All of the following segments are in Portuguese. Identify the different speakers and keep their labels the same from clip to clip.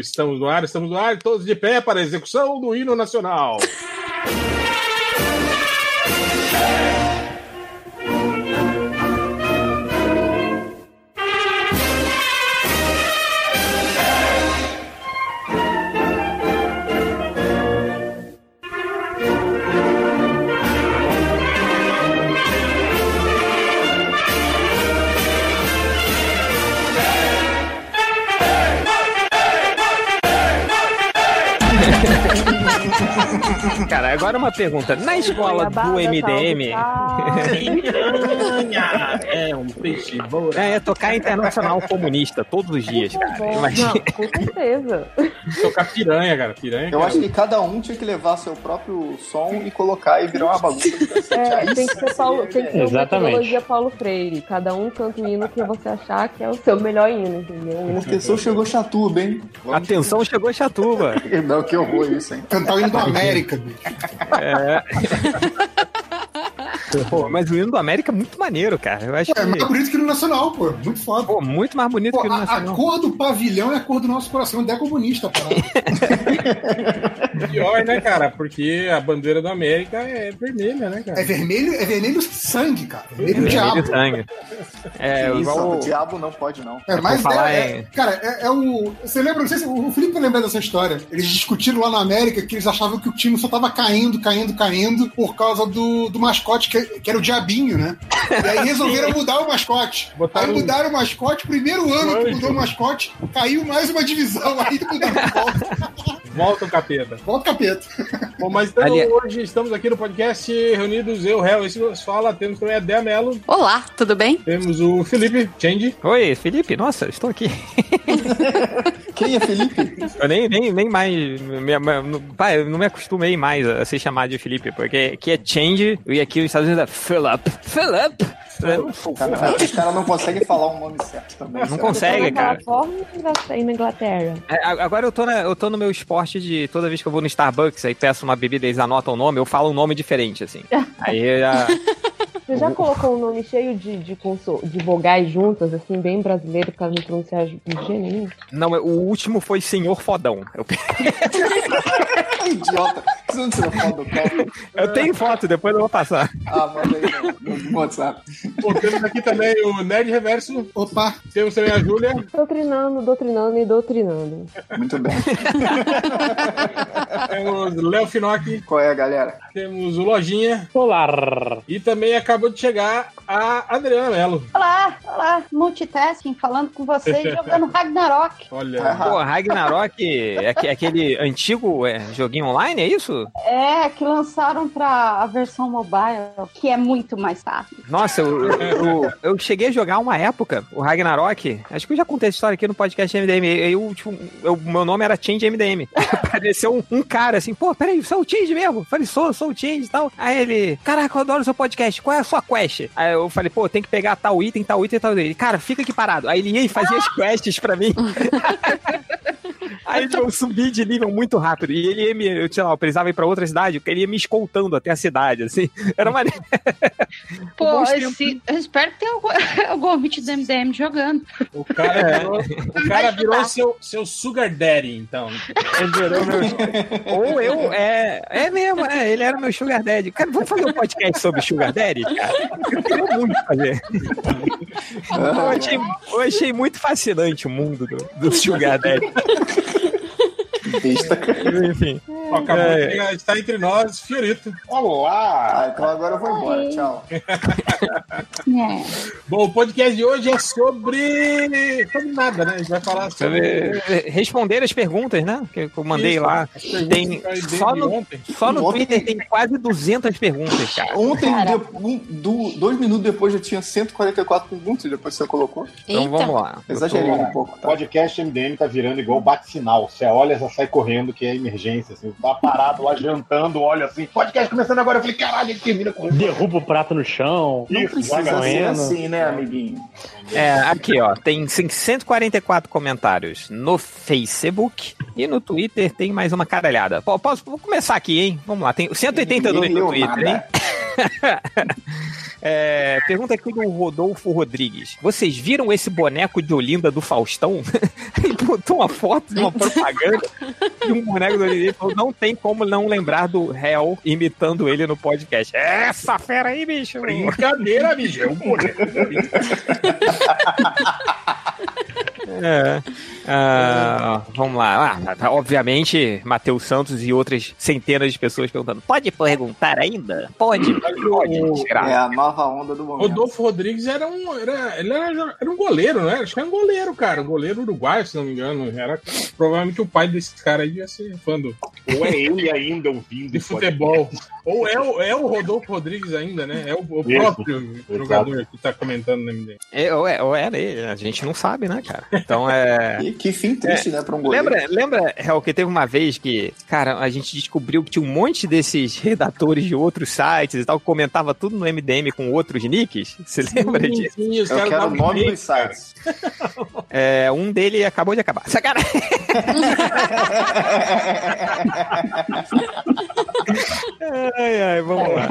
Speaker 1: Estamos no ar, estamos no ar, todos de pé para a execução do hino nacional.
Speaker 2: Cara, agora uma pergunta. Na escola do MDM.
Speaker 1: é um peixe bom.
Speaker 2: É, tocar internacional comunista todos os dias, cara. Imagina.
Speaker 3: Não, com certeza.
Speaker 1: Tocar piranha, cara, piranha. é
Speaker 4: Eu
Speaker 1: cara.
Speaker 4: acho que cada um tinha que levar seu próprio som e colocar e virar uma bagunça.
Speaker 3: É, tem que ser, Paulo, tem que ser uma
Speaker 5: Exatamente.
Speaker 3: metodologia Paulo Freire. Cada um canta o hino que você achar que é o seu melhor hino, entendeu? O hino que-
Speaker 4: Atenção, chegou Chatuba, hein? Vamos-
Speaker 2: Atenção, chegou Chatuba.
Speaker 4: Não, que horror isso, hein?
Speaker 6: Cantar o hino da América.
Speaker 2: É. Pô, mas o hino do América é muito maneiro, cara. Eu acho
Speaker 6: É mais
Speaker 2: que.
Speaker 6: bonito que o hino nacional, pô. Muito foda.
Speaker 2: Pô, muito
Speaker 1: É
Speaker 2: mais bonito
Speaker 6: Pô,
Speaker 2: que o hino
Speaker 6: a, a
Speaker 2: nacional.
Speaker 6: cor do pavilhão é a cor do nosso coração. Ainda é comunista, cara.
Speaker 1: Pior, né, cara? Porque a bandeira da América é vermelha, né,
Speaker 6: É
Speaker 1: cara?
Speaker 6: vermelho, é vermelho sangue, cara. Vermelho
Speaker 2: Vermelho
Speaker 6: diabo.
Speaker 2: sangue. É,
Speaker 4: isso,
Speaker 2: igual.
Speaker 4: o diabo não pode, não.
Speaker 6: É, mas
Speaker 2: Por falar
Speaker 6: é, é-
Speaker 2: em-
Speaker 6: cara, é, é o. Você lembra, não sei se o Felipe vai lembrar dessa história. Eles discutiram lá na América que eles achavam que o time só tava caindo, caindo, caindo por causa do, do mascote, que, que era o Diabinho, né? E aí resolveram mudar o mascote.
Speaker 1: Botaram
Speaker 6: aí
Speaker 1: um-
Speaker 6: mudaram o mascote, primeiro ano que
Speaker 1: anjo.
Speaker 6: mudou o mascote, caiu mais uma divisão, aí mudaram de volta.
Speaker 1: Volta o capeta.
Speaker 6: Volta o capeta.
Speaker 1: Bom, mas então
Speaker 2: Ali- é-
Speaker 1: hoje estamos aqui no podcast reunidos, eu, réu, esse nos fala, temos também a Dea Mello,
Speaker 7: Olá, tudo bem?
Speaker 1: temos o Felipe Change,
Speaker 2: Oi, Felipe, nossa, estou aqui.
Speaker 4: Quem é Felipe?
Speaker 2: Eu nem, nem, nem mais. Me, me- não- pai, eu não me acostumei mais a ser chamado de Felipe, porque aqui é change e aqui os Estados Unidos é Philip. Philip!
Speaker 4: Cara, os caras não conseguem falar o nome certo também.
Speaker 2: é um Não
Speaker 4: sabe?
Speaker 2: consegue,
Speaker 3: Tá na
Speaker 2: cara.
Speaker 3: Califórnia e na- e na Inglaterra.
Speaker 2: É, a- Agora eu tô, na- eu tô no meu esporte de toda vez que eu vou no Starbucks aí peço uma bebida, eles anotam o nome, eu falo um nome diferente, assim. Aí eu já.
Speaker 3: Você já colocou um nome cheio de, de, conso- de vogais juntas, assim, bem brasileiro, pra não pronunciar de jeito nenhum?
Speaker 2: Não, o último foi Senhor Fodão. Eu,
Speaker 4: É idiota. Você não tirou foto do copo?
Speaker 2: eu tenho foto, depois eu vou passar.
Speaker 4: Ah, manda aí no, no WhatsApp.
Speaker 1: Pô, temos aqui também o Nerd Reverso,
Speaker 6: Opa,
Speaker 1: temos também a Júlia,
Speaker 3: Doutrinando, doutrinando e doutrinando.
Speaker 4: Muito bem.
Speaker 1: temos Léo Finocchi,
Speaker 4: Qual é, galera?
Speaker 1: temos o Lojinha
Speaker 5: Olá.
Speaker 1: e também acabou de chegar a Adriana Mello.
Speaker 8: Olá, olá, multitasking, falando com vocês, jogando Ragnarok.
Speaker 1: Olha,
Speaker 2: Pô, Ragnarok é aque- aquele antigo é, joguinho online, é isso?
Speaker 8: É, que lançaram pra a versão mobile, que é muito mais fácil.
Speaker 2: Nossa, eu, eu, eu cheguei a jogar uma época, o Ragnarok. Acho que eu já contei essa história aqui no podcast MDM. Eu, tipo, eu- meu nome era Change MDM. Apareceu um, um cara assim, pô, peraí, sou o Change mesmo. Eu Falei, sou, sou o Change e tal. Aí ele, caraca, eu adoro seu podcast, qual é a sua quest? Aí eu falei, pô, tem que pegar tal item, tal item, tal item. Ele, Cara, fica aqui parado. Aí ele ia e fazia as quests pra mim. Aí tipo, eu subi de nível muito rápido. E ele ia me, eu, sei lá, eu precisava ir pra outra cidade, ele ia me escoltando até a cidade, assim. Era maneiro.
Speaker 8: Pô,
Speaker 2: Bons
Speaker 8: esse, eu espero que tenha algum, algum ouvinte do MDM jogando.
Speaker 1: o cara
Speaker 2: É.
Speaker 1: virou, o cara virou seu, seu Sugar Daddy, então.
Speaker 2: Ou eu, é. É mesmo, é, ele era meu Sugar Daddy. Cara, vamos fazer um podcast sobre Sugar Daddy? Cara? Eu queria muito fazer. Eu achei, eu achei muito fascinante o mundo do, do Sugar Daddy.
Speaker 4: Besta.
Speaker 2: Enfim.
Speaker 1: Ó, acabou
Speaker 2: É.
Speaker 1: de chegar, está entre nós, Fiorito.
Speaker 4: Olá! Ah, então agora eu vou embora. Tchau.
Speaker 8: É.
Speaker 1: Bom, o podcast de hoje é sobre. sobre nada, né? A gente vai falar sobre.
Speaker 2: Responder as perguntas, né? Que eu mandei
Speaker 1: Isso,
Speaker 2: lá.
Speaker 1: as perguntas
Speaker 2: Tem,
Speaker 1: que eu dei
Speaker 2: só,
Speaker 1: de
Speaker 2: no,
Speaker 1: ontem.
Speaker 2: só no
Speaker 4: Ontem-
Speaker 2: Twitter tem quase 200 perguntas, cara.
Speaker 4: Ontem, de- um- do- dois minutos depois, já tinha 144 perguntas, depois você colocou.
Speaker 2: Então
Speaker 7: Eita.
Speaker 2: vamos lá. Eu
Speaker 4: Exagerei
Speaker 2: tô-
Speaker 4: um pouco,
Speaker 9: O
Speaker 4: tá?
Speaker 9: podcast MDM tá virando igual bate-sinal. Você olha, já sai correndo, que é emergência. Assim. Tá parado lá jantando, olha assim. Podcast começando agora. Eu falei, caralho, ele termina com
Speaker 5: Derruba o prato no chão.
Speaker 4: Não
Speaker 9: Isso,
Speaker 4: precisa ser
Speaker 5: Zagaleno.
Speaker 4: assim, né, amiguinho?
Speaker 2: É, aqui, ó, tem 644 comentários no Facebook e no Twitter tem mais uma caralhada. Pô, posso, vou começar aqui, hein? Vamos lá, tem 182
Speaker 4: Ninguém
Speaker 2: no
Speaker 4: leu
Speaker 2: Twitter, hein?
Speaker 4: nada.
Speaker 2: É, pergunta aqui do Rodolfo Rodrigues. Vocês viram esse boneco de Olinda do Faustão? Ele botou uma foto de uma propaganda de um boneco do Olinda e falou: não tem como não lembrar do réu imitando ele no podcast. É, Essa fera aí, bicho!
Speaker 9: Brincadeira, bicho. É um boneco.
Speaker 2: É. Ah, vamos lá. Ah, tá, obviamente, Matheus Santos e outras centenas de pessoas perguntando: pode perguntar ainda? Pode, pode,
Speaker 4: É
Speaker 2: desgraça.
Speaker 4: a nova onda do momento.
Speaker 1: Rodolfo Rodrigues era um, era, ele era, era um goleiro, né? Acho que era um goleiro, cara. Goleiro uruguaio, se não me engano. Era provavelmente o pai desse cara aí ia ser fã do,
Speaker 9: Ou é ele ainda ouvindo
Speaker 1: de
Speaker 9: esse
Speaker 1: futebol. Ou é o, é o Rodolfo Rodrigues ainda, né? É o, o
Speaker 9: Isso.
Speaker 1: próprio jogador que tá comentando no MD.
Speaker 2: É, ou, é, ou era ele, a gente não sabe, né, cara? Então é.
Speaker 4: E que fim triste, né, pra um goleiro.
Speaker 2: Lembra, lembra, Hel, que teve uma vez que, cara, a gente descobriu que tinha um monte desses redatores de outros sites e tal, que comentava tudo no MDM com outros nicks? Você lembra disso?
Speaker 1: Sim, os
Speaker 4: Eu
Speaker 1: caras
Speaker 4: quero um o
Speaker 1: davam
Speaker 4: nome
Speaker 1: bem,
Speaker 4: dos sites.
Speaker 2: É, um dele acabou de acabar. Sacanagem! ai, ai, vamos lá.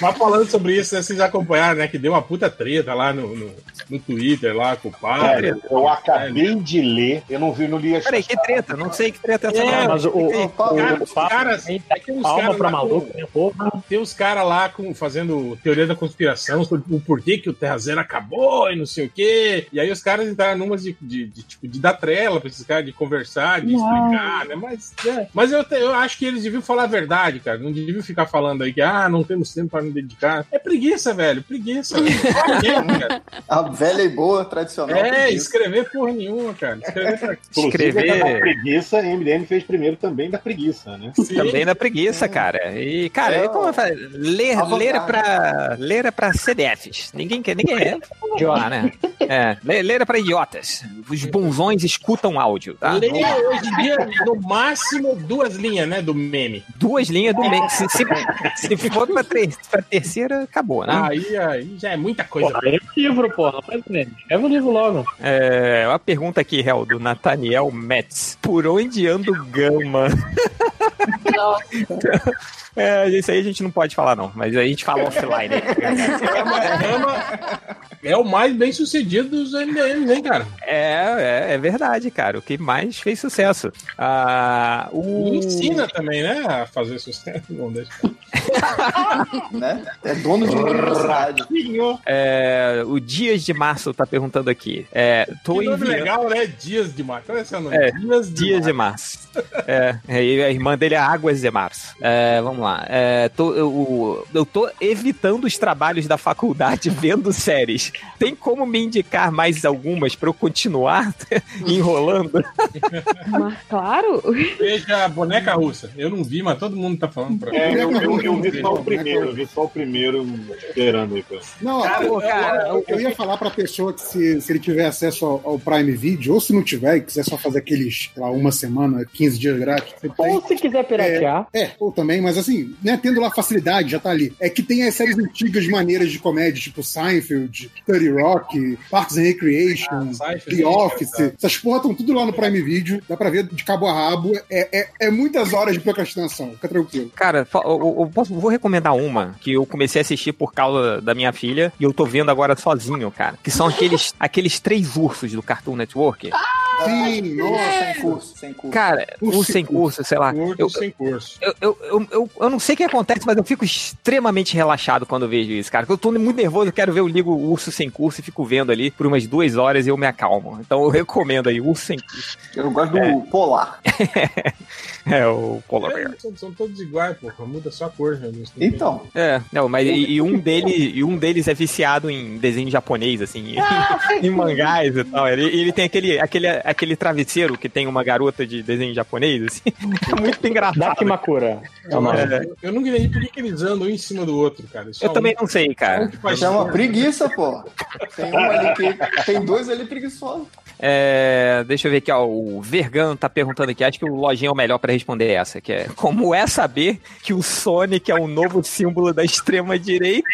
Speaker 1: Mas falando sobre isso, né, vocês acompanharam, né? Que deu uma puta treta lá no, no, no Twitter, lá com o pai.
Speaker 9: Eu acabei de ler, eu não vi, não li as
Speaker 2: Peraí, que treta? Não sei que treta é essa.
Speaker 5: É,
Speaker 2: não.
Speaker 5: mas o, o,
Speaker 1: Cara,
Speaker 5: o,
Speaker 1: os
Speaker 5: papo
Speaker 1: caras-
Speaker 5: hein,
Speaker 1: é que os
Speaker 5: alma
Speaker 1: caras
Speaker 5: pra
Speaker 1: lá
Speaker 5: maluco, né? Porra.
Speaker 1: Tem os caras lá com, fazendo teoria da conspiração sobre o porquê que o Terra Zero acabou e não sei o quê. E aí os caras entraram numas de, de, de, tipo, de dar trela pra esses caras, de conversar, de explicar, né? Mas, né? Mas eu, te- eu acho que eles deviam falar a verdade, cara. Não deviam ficar falando aí que, ah, não temos tempo pra nos dedicar. É preguiça, velho. Preguiça. velho. Pra quê, cara?
Speaker 4: A velha e boa, tradicional.
Speaker 1: é,
Speaker 4: preguiça.
Speaker 1: escrever porra nenhuma, cara. Escrever pra
Speaker 9: Inclusive,
Speaker 2: Escrever.
Speaker 9: essa da preguiça, a MDM fez primeiro também da preguiça, né?
Speaker 1: cacete.
Speaker 2: Também da preguiça, cara. E, cara,
Speaker 4: É,
Speaker 2: e como eu falei, ler,
Speaker 4: a
Speaker 2: ler, é
Speaker 4: vontade.
Speaker 2: pra, ler é pra CDFs. Ninguém quer, ninguém é. Vamos lá, né? É, ler, ler é pra idiotas. Os bonzões escutam áudio, tá?
Speaker 1: Leia hoje em dia, no máximo, duas linhas, né, do meme.
Speaker 2: Duas linhas do meio. Se, se, se for pra, ter, pra terceira, acabou, né?
Speaker 1: Aí, aí já é muita coisa.
Speaker 5: Porra, leva o livro, porra. Faz o meme. Leva o livro logo.
Speaker 2: É, uma pergunta aqui, Hel, do Nathaniel Metz. Por onde anda o Gama? É, isso aí a gente não pode falar, não. Mas a gente fala offline.
Speaker 1: Gama é o mais bem sucedido dos MDMs, hein, cara?
Speaker 2: É, é, é verdade, cara. O que mais fez sucesso. Ah, o...
Speaker 1: E ensina também, né? A fazer sucesso. Não deixa.
Speaker 4: né? É dono de uma universidade.
Speaker 2: Ah. É, o Dias de Março tá perguntando aqui. É, tô
Speaker 1: Que nome
Speaker 2: enviando...
Speaker 1: legal, né? Dias de Mato. Olha esse nome.
Speaker 2: É,
Speaker 1: Dias de
Speaker 2: Dias de Março. É, e a irmã dele é Águas de Março. É, vamos lá. É, tô- eu, eu tô evitando os trabalhos da faculdade vendo séries. Tem como me indicar mais algumas pra eu continuar enrolando?
Speaker 3: Mas claro,
Speaker 1: Mato. Veja a boneca russa. Eu não vi, mas todo mundo tá falando pra mim.
Speaker 9: É, eu, eu- eu vi só o primeiro, eu vi só o primeiro esperando aí, pessoal.
Speaker 6: Não,
Speaker 2: Cara,
Speaker 6: eu,
Speaker 2: cara, é
Speaker 6: eu- eu ia falar pra pessoa que se, se ele tiver acesso ao, ao Prime Video, ou se não tiver e quiser só fazer aqueles, sei lá, uma semana, 15 dias grátis, você tem.
Speaker 5: Ou se quiser piratear.
Speaker 6: É, ou também, mas assim, né, tendo lá facilidade, já tá ali. É que tem as séries antigas maneiras de comédia, tipo Seinfeld, 30 Rock, Parks and Recreation,
Speaker 1: Seinfeld,
Speaker 6: The Office. Essas porra estão tudo lá no Prime Video, dá pra ver de cabo a rabo. É, é- é muitas horas de procrastinação, fica tranquilo.
Speaker 2: Cara, fa- eu, eu- eu posso, vou recomendar uma que eu comecei a assistir por causa da minha filha e eu tô vendo agora sozinho, cara. Que são aqueles, aqueles três ursos do Cartoon Network.
Speaker 6: Sim, nossa.
Speaker 4: Sem curso, sem curso.
Speaker 2: Cara,
Speaker 6: Urso
Speaker 2: urso
Speaker 6: sem
Speaker 2: sem curso, sei lá.
Speaker 1: Curso
Speaker 2: Eu,
Speaker 1: sem curso.
Speaker 2: eu, eu, eu, eu, eu não sei o que acontece, mas eu fico extremamente relaxado quando eu vejo isso, cara. Eu tô muito nervoso, eu quero ver, eu ligo o urso sem curso e fico vendo ali por umas duas horas e eu me acalmo. Então eu recomendo aí, urso sem curso.
Speaker 4: Eu gosto do polar.
Speaker 2: É, o Polar Bear.
Speaker 1: É, são, são todos iguais, pô. Muda só a cor, né? Não tem
Speaker 4: Então,
Speaker 2: É, não, mas e, e um dele, e um deles é viciado em desenho japonês, assim, em mangás e tal. Ele, ele tem aquele, aquele, aquele travesseiro que tem uma garota de desenho japonês, assim. É muito
Speaker 5: Dá
Speaker 2: engraçado.
Speaker 5: Kimakura.
Speaker 4: então,
Speaker 1: Eu, não-
Speaker 2: É.
Speaker 1: eu nunca entendi por que que eles andam um em cima do outro, cara. Só
Speaker 2: Eu também não sei,
Speaker 1: um-
Speaker 2: cara.
Speaker 1: um que faz
Speaker 4: chama é preguiça, pô. Tem um ali que. Tem dois ali preguiçosos.
Speaker 2: É, deixa eu ver aqui, ó. O Vergan tá perguntando aqui. Acho que o Lojinha é o melhor pra responder essa, que é como é saber que o Sonic é o novo símbolo da extrema direita?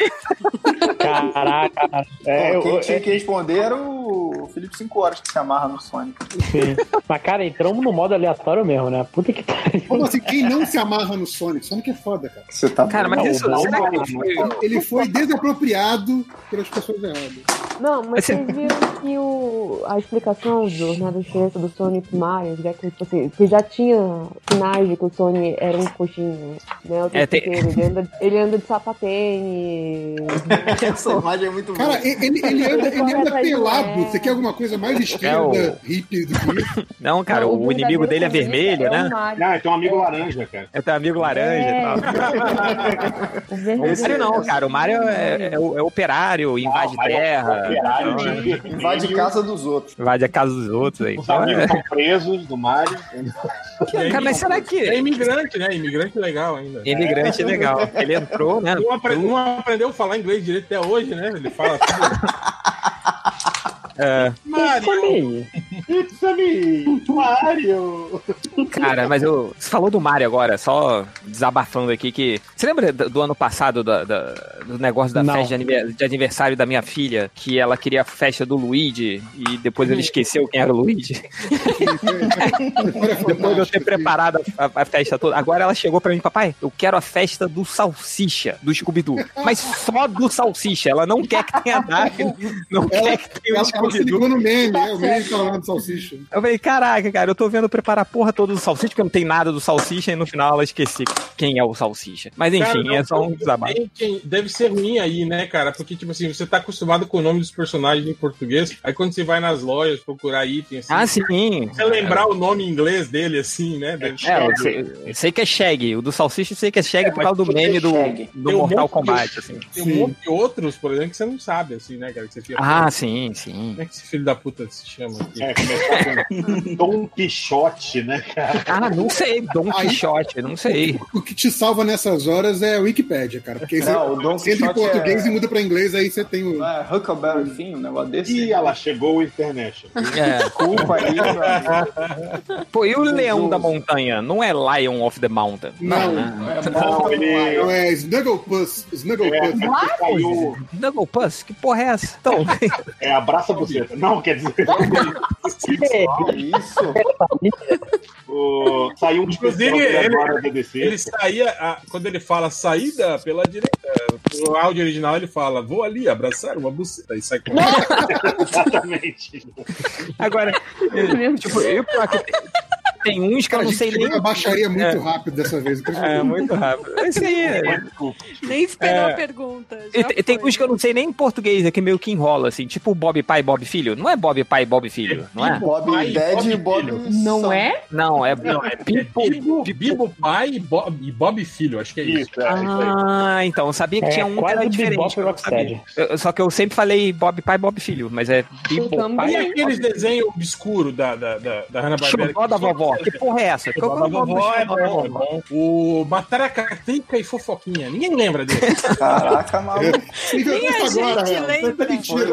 Speaker 5: Caraca.
Speaker 4: Pô,
Speaker 5: É, eu,
Speaker 4: quem
Speaker 5: É, eu,
Speaker 9: É,
Speaker 4: tinha que responder era o Felipe 5 Horas que se amarra no Sonic.
Speaker 5: Sim. Mas, cara, entramos no modo aleatório mesmo, né? Puta que pariu.
Speaker 6: Como assim, quem não se amarra no Sonic? Sonic é foda, cara.
Speaker 4: Você tá
Speaker 2: Cara, mas
Speaker 5: Não, é
Speaker 2: isso,
Speaker 5: não,
Speaker 2: será que
Speaker 5: não,
Speaker 2: foi-
Speaker 6: Ele foi desapropriado pelas pessoas erradas.
Speaker 3: Não, mas
Speaker 2: Esse- é
Speaker 3: vocês viram que o, a explicação do, né, da diferença do Sony pro Mario, né, que, tipo assim, que já tinha sinais de que o Sony era um coxinho, né? O tempo
Speaker 2: É, tem-
Speaker 3: inteiro. Ele, anda, ele anda de sapatênis.
Speaker 4: Essa imagem é muito boa.
Speaker 6: Cara, ele, ele anda, ele
Speaker 3: Ele
Speaker 6: anda
Speaker 3: corre
Speaker 6: pelado.
Speaker 3: atrás do-
Speaker 6: Você quer alguma coisa mais esquerda,
Speaker 2: É
Speaker 6: hippie do que isso?
Speaker 2: Não, cara,
Speaker 3: Não,
Speaker 2: o, inimigo dele é
Speaker 3: verdadeiro
Speaker 2: vermelho,
Speaker 3: comunista é
Speaker 2: né?
Speaker 3: o Mario.
Speaker 9: Não, tem um amigo laranja, cara.
Speaker 2: É teu amigo laranja e tal.
Speaker 3: O verdadeiro-
Speaker 2: O Mario não, cara. O Mario é, é o- é operário, invade
Speaker 9: mas é um
Speaker 2: terra, né?
Speaker 9: operário de vermelho.
Speaker 4: Invade casa dos outros.
Speaker 2: invade a casa dos outros aí.
Speaker 9: Os
Speaker 2: Então,
Speaker 9: amigos
Speaker 2: é-
Speaker 9: estão presos do Mario.
Speaker 2: Cara, mas será
Speaker 1: É
Speaker 2: que.
Speaker 1: imigrante, né? Imigrante legal ainda.
Speaker 2: Imigrante é legal. Ele entrou, né?
Speaker 1: Não, apre- não aprendeu a falar inglês direito até hoje, né? Ele fala tudo.
Speaker 2: É,
Speaker 1: Mario,
Speaker 9: Pizza me! Mario!
Speaker 2: cara, mas eu. Você falou do Mario agora, só desabafando aqui que. Você lembra do, do ano passado da- da- do negócio da
Speaker 5: Não.
Speaker 2: festa de anive- de aniversário da minha filha? Que ela queria a festa do Luigi e depois ele esqueceu quem era o Luigi?
Speaker 6: Olha,
Speaker 2: Depois de eu ter
Speaker 6: fantástico.
Speaker 2: preparado a, a- a festa toda. Agora ela chegou pra mim, papai, eu quero a festa do Salsicha, do Scooby-Doo. Mas só do Salsicha. Ela não quer que tenha Dark, não quer que tenha
Speaker 6: Ela,
Speaker 2: o
Speaker 6: ela se
Speaker 2: Scooby-Doo.
Speaker 6: ligou no meme, é, o meme tá lá no salsicha.
Speaker 2: Eu falei, caraca, cara, eu tô vendo preparar a porra toda do Salsicha, porque não tem nada do Salsicha, e no final ela esqueci quem é o Salsicha. Mas enfim,
Speaker 1: Cara, não,
Speaker 2: é só um
Speaker 1: eu-
Speaker 2: desabafo.
Speaker 1: Tem quem- Deve ser ruim aí, né, cara? Porque, tipo assim, você tá acostumado com o nome dos personagens em português, aí quando você vai nas lojas procurar item, assim,
Speaker 2: Ah, sim.
Speaker 1: você lembrar o nome em inglês dele, assim, né? Deve ser-
Speaker 2: É, eu sei, eu sei que é Shag. O do Salsicha eu sei que é Shag por causa do meme do,
Speaker 4: Shaggy.
Speaker 2: do
Speaker 1: Tem um
Speaker 2: Mortal
Speaker 1: monte de-
Speaker 2: Kombat, assim.
Speaker 1: Tem um monte de outros, por exemplo, que você não sabe, assim, né, cara? Que você fica,
Speaker 2: Ah, sim, sim.
Speaker 1: como é que esse filho da puta se chama aqui?
Speaker 9: É, começar com Dom Quixote, né?
Speaker 2: Ah, não sei, Don
Speaker 6: Aí-
Speaker 2: Quixote, não sei.
Speaker 6: O que te salva nessas horas é a Wikipédia, cara. Porque você
Speaker 4: Não, o Don
Speaker 6: entra em
Speaker 4: Quixote
Speaker 6: português
Speaker 4: é-
Speaker 6: e muda pra inglês, aí você tem o.
Speaker 4: Ah, Huckleberry Finn, um negócio desse.
Speaker 9: E ela chegou o internet.
Speaker 2: É.
Speaker 4: Desculpa aí, meu amigo.
Speaker 2: Pô, e o Leão
Speaker 4: Deus.
Speaker 2: da Montanha? Não é Lion of the Mountain.
Speaker 6: Não,
Speaker 4: É
Speaker 9: Não,
Speaker 4: bom,
Speaker 9: ele-
Speaker 6: não é Snugglepuss. Snugglepuss.
Speaker 9: Ele Caiu,
Speaker 2: Douglas, que porra é essa? Então,
Speaker 9: é, abraça a buceta. Não, quer dizer,
Speaker 4: que Isso.
Speaker 9: o- saiu um
Speaker 1: Inclusive,
Speaker 9: especial dele
Speaker 1: ele-
Speaker 9: agora da DC.
Speaker 1: Ele saía, a- quando ele fala saída pela direita, no áudio original ele fala, vou ali abraçar uma buceta e sai com
Speaker 9: Exatamente.
Speaker 2: agora, tipo, eu pior que tem- Ah, tem uns que eu
Speaker 6: Cara, a
Speaker 2: não
Speaker 6: gente
Speaker 2: sei nem.
Speaker 6: chegou na baixaria muito rápido dessa vez.
Speaker 2: É, muito rápido. É Isso aí. é.
Speaker 7: Nem esperou
Speaker 2: É.
Speaker 7: a pergunta. já
Speaker 2: E te- tem
Speaker 7: foi.
Speaker 2: uns que eu não sei nem em português, é que meio que enrola, assim, tipo Bob Pai, Bob Filho. Não é Bob Pai, Bob Filho, não é?
Speaker 4: Bob Dead e Bob.
Speaker 3: Não
Speaker 4: Sam.
Speaker 3: é?
Speaker 2: Não, é, não, é Bibo.
Speaker 1: Bibo, Bibo pai e Bob, e Bob filho, acho que é isso.
Speaker 9: Isso, é, isso aí.
Speaker 2: Ah, então, eu sabia que tinha um que era
Speaker 5: quase
Speaker 2: diferente.
Speaker 5: Bebop
Speaker 2: que eu não sabia.
Speaker 5: Rocksteady.
Speaker 2: Eu- só que eu sempre falei Bob Pai, Bob Filho, mas é Bibo
Speaker 3: também.
Speaker 2: Pai.
Speaker 1: E aqueles desenhos obscuros da, da, da, da Hanna-Barbera?
Speaker 2: Xodó da vovó. Que porra é essa? Qual que
Speaker 1: Xodó
Speaker 2: é o nome do
Speaker 1: vovó é
Speaker 2: xodó da
Speaker 1: bom, é
Speaker 2: vovó?
Speaker 1: bom. O Mataracateca e Fofoquinha. Ninguém lembra dele.
Speaker 4: Caraca, maluco.
Speaker 6: Você inventou
Speaker 7: Nem a
Speaker 6: isso
Speaker 7: gente
Speaker 6: agora, velho. Você
Speaker 7: lembra.
Speaker 6: tá mentindo.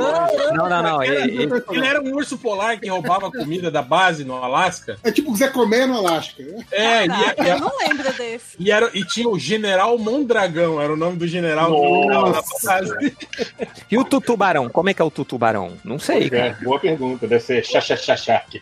Speaker 2: Não, não, não. e- e-
Speaker 1: Ele era um urso polar que roubava comida da base no Alasca.
Speaker 6: É tipo o Zé Colmeia no Alasca. né?
Speaker 1: É, e,
Speaker 7: Caraca,
Speaker 1: e-
Speaker 7: eu não lembro desse.
Speaker 1: e era, e tinha o General Mondragão, era o nome do general do
Speaker 9: Nossa.
Speaker 1: da
Speaker 10: tá
Speaker 1: base.
Speaker 2: E o tutubarão? Como é que é o tutubarão? Não sei, cara.
Speaker 9: É, boa pergunta, deve ser xaxaxaxaque.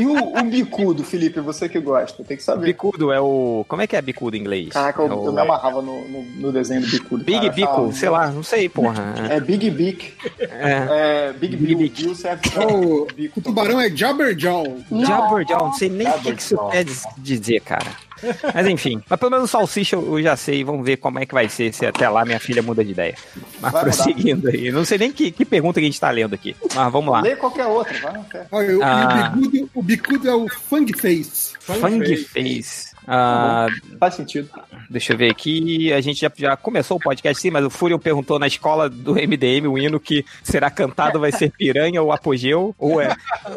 Speaker 4: E o, o bicudo, Felipe, você que gosta, tem que saber.
Speaker 2: Bicudo é o. Como é que é bicudo em inglês?
Speaker 4: Caraca, eu,
Speaker 2: É o-
Speaker 4: eu me amarrava no, no, no desenho do bicudo.
Speaker 2: Big
Speaker 4: cara.
Speaker 2: Bico,
Speaker 4: Ah,
Speaker 2: sei lá, não sei, porra.
Speaker 4: É Big Bic.
Speaker 2: É.
Speaker 4: É, Big
Speaker 2: Big
Speaker 4: Bill.
Speaker 2: Bic.
Speaker 4: Bill serve
Speaker 6: É o,
Speaker 4: pra bico.
Speaker 6: o tubarão é Jabberjaw.
Speaker 2: Jabberjaw, não sei nem o que,
Speaker 9: Jabberjaw.
Speaker 2: que isso quer diz- dizer, cara. Mas enfim, mas pelo menos o salsicha eu eu já sei, vamos ver como é que vai ser, se até lá minha filha muda de ideia. Mas
Speaker 4: Vai mudar.
Speaker 2: prosseguindo aí, não sei nem que, que pergunta que a gente tá lendo aqui, mas vamos lá.
Speaker 4: Lê qualquer outra, vai na fé.
Speaker 6: Olha, o-
Speaker 2: Ah.
Speaker 6: e o, bicudo, o bicudo é o Fangface.
Speaker 2: Fang Face. Ah,
Speaker 4: Tá Faz sentido.
Speaker 2: Deixa eu ver aqui. A gente já, já começou o podcast, sim, mas o Fúrio perguntou na escola do MDM o hino que será cantado vai ser piranha ou apogeu, ou é.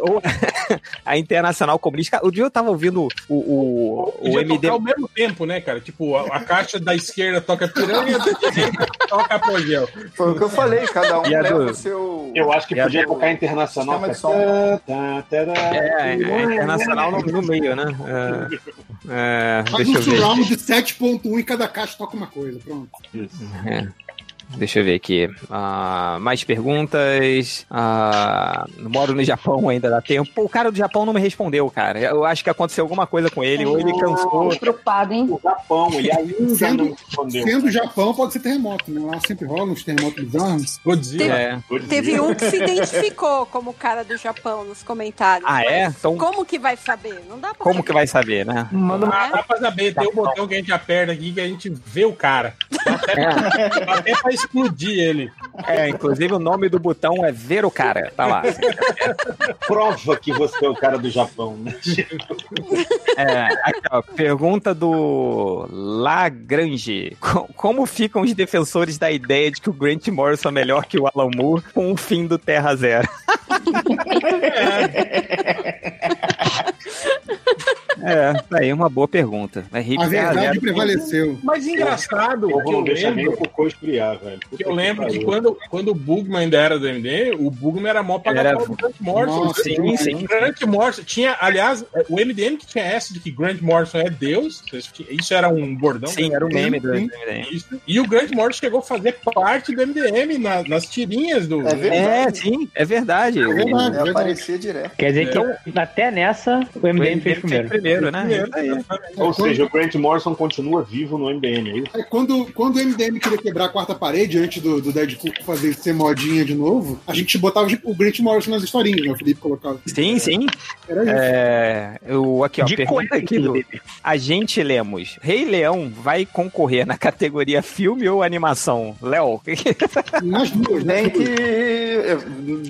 Speaker 2: Ou a Internacional Comunista. Cara, O dia eu tava ouvindo o, o, o
Speaker 1: Podia tocar ao
Speaker 2: MDM.
Speaker 1: mesmo tempo, né, cara? Tipo, a, a caixa da esquerda toca piranha, da direita toca apogeu.
Speaker 4: Foi o que eu falei, cada um
Speaker 2: E a
Speaker 4: leva
Speaker 2: do-
Speaker 4: o seu.
Speaker 9: Eu acho que
Speaker 2: É,
Speaker 9: podia
Speaker 2: o-
Speaker 9: tocar internacional.
Speaker 4: sistema de
Speaker 2: um
Speaker 4: é,
Speaker 9: cara. Tá, tá, tá, tá.
Speaker 2: É, a Internacional no, no meio, né? É, é,
Speaker 6: Faz
Speaker 2: deixa
Speaker 6: um
Speaker 2: eu ver.
Speaker 6: surround de 7.1 e cada caixa toca uma coisa. Pronto.
Speaker 2: É, Deixa eu ver aqui. Ah, mais perguntas. Ah, moro no Japão ainda dá tempo. Pô, o cara do Japão não me respondeu, cara. Eu acho que aconteceu alguma coisa com ele, ou ele cansou.
Speaker 8: Preocupado, hein?
Speaker 9: O Japão, ele é ainda
Speaker 6: Sendo-
Speaker 9: não respondeu.
Speaker 6: Sendo o Japão, pode ser terremoto, né? Lá sempre rola uns terremotos bizarros.
Speaker 1: Godzilla.
Speaker 2: É.
Speaker 9: Godzilla.
Speaker 7: Teve um que se identificou como o cara do Japão nos comentários.
Speaker 2: Ah, é? Então,
Speaker 7: Como que vai saber? Não dá pra
Speaker 2: como que vai saber, né?
Speaker 5: Manda
Speaker 7: saber,
Speaker 5: uma
Speaker 1: Ah,
Speaker 7: né?
Speaker 1: dá pra saber, tem um botão que a gente aperta aqui que a gente vê o cara. Dá até,
Speaker 6: É.
Speaker 1: dá até pra explodir ele.
Speaker 2: É, inclusive o nome do botão é Ver o Cara. Tá lá.
Speaker 9: Prova que você é o cara do Japão, né?
Speaker 2: É, aqui, ó, pergunta do Lagrange. Co- Como ficam os defensores da ideia de que o Grant Morrison é melhor que o Alan Moore com o fim do Terra Zero? É, tá aí uma boa pergunta. É rico
Speaker 6: A
Speaker 2: Terra Zero.
Speaker 6: verdade prevaleceu.
Speaker 1: Mas engraçado,
Speaker 9: Eu
Speaker 1: que eu
Speaker 9: não deixa nem
Speaker 1: lembro,
Speaker 9: o cocô esfriar, velho.
Speaker 1: que eu lembro que quando, quando o Bugman ainda era do MD, o Bugman era mó
Speaker 2: Era-
Speaker 1: pagar o Grant Morrison.
Speaker 6: Nossa,
Speaker 2: Sim, sim.
Speaker 1: Grant Morrison tinha, aliás, o MDM que tinha essa de que Grant Morrison é Deus, isso era um bordão.
Speaker 2: Sim, era o meme do
Speaker 6: Sim,
Speaker 2: MDM.
Speaker 1: Isso. E o Grant Morrison chegou a fazer parte do MDM na- nas tirinhas do.
Speaker 4: É verdade.
Speaker 2: É, sim, é verdade.
Speaker 6: É verdade, é
Speaker 4: Ele
Speaker 6: verdade.
Speaker 4: aparecia direto.
Speaker 5: Quer dizer que até nessa o MDM,
Speaker 2: O MDM
Speaker 5: fez primeiro.
Speaker 2: primeiro, né?
Speaker 1: Primeiro,
Speaker 6: É,
Speaker 2: Isso aí.
Speaker 9: Ou seja, o Grant Morrison continua vivo no MDM, é isso?
Speaker 6: É, quando, quando o MDM queria quebrar a quarta parede antes do, do Deadpool fazer ser modinha de novo, a gente botava tipo, o Grant Morrison nas historinhas, né? O Felipe colocava.
Speaker 2: Sim, sim.
Speaker 6: Era isso.
Speaker 2: É, eu, aqui, ó,
Speaker 5: De
Speaker 2: pergunta
Speaker 5: coisa,
Speaker 2: aqui do A gente lemos. Rei Leão vai concorrer na categoria filme ou animação? Léo,
Speaker 6: Nas duas, né?
Speaker 4: Bem que, é,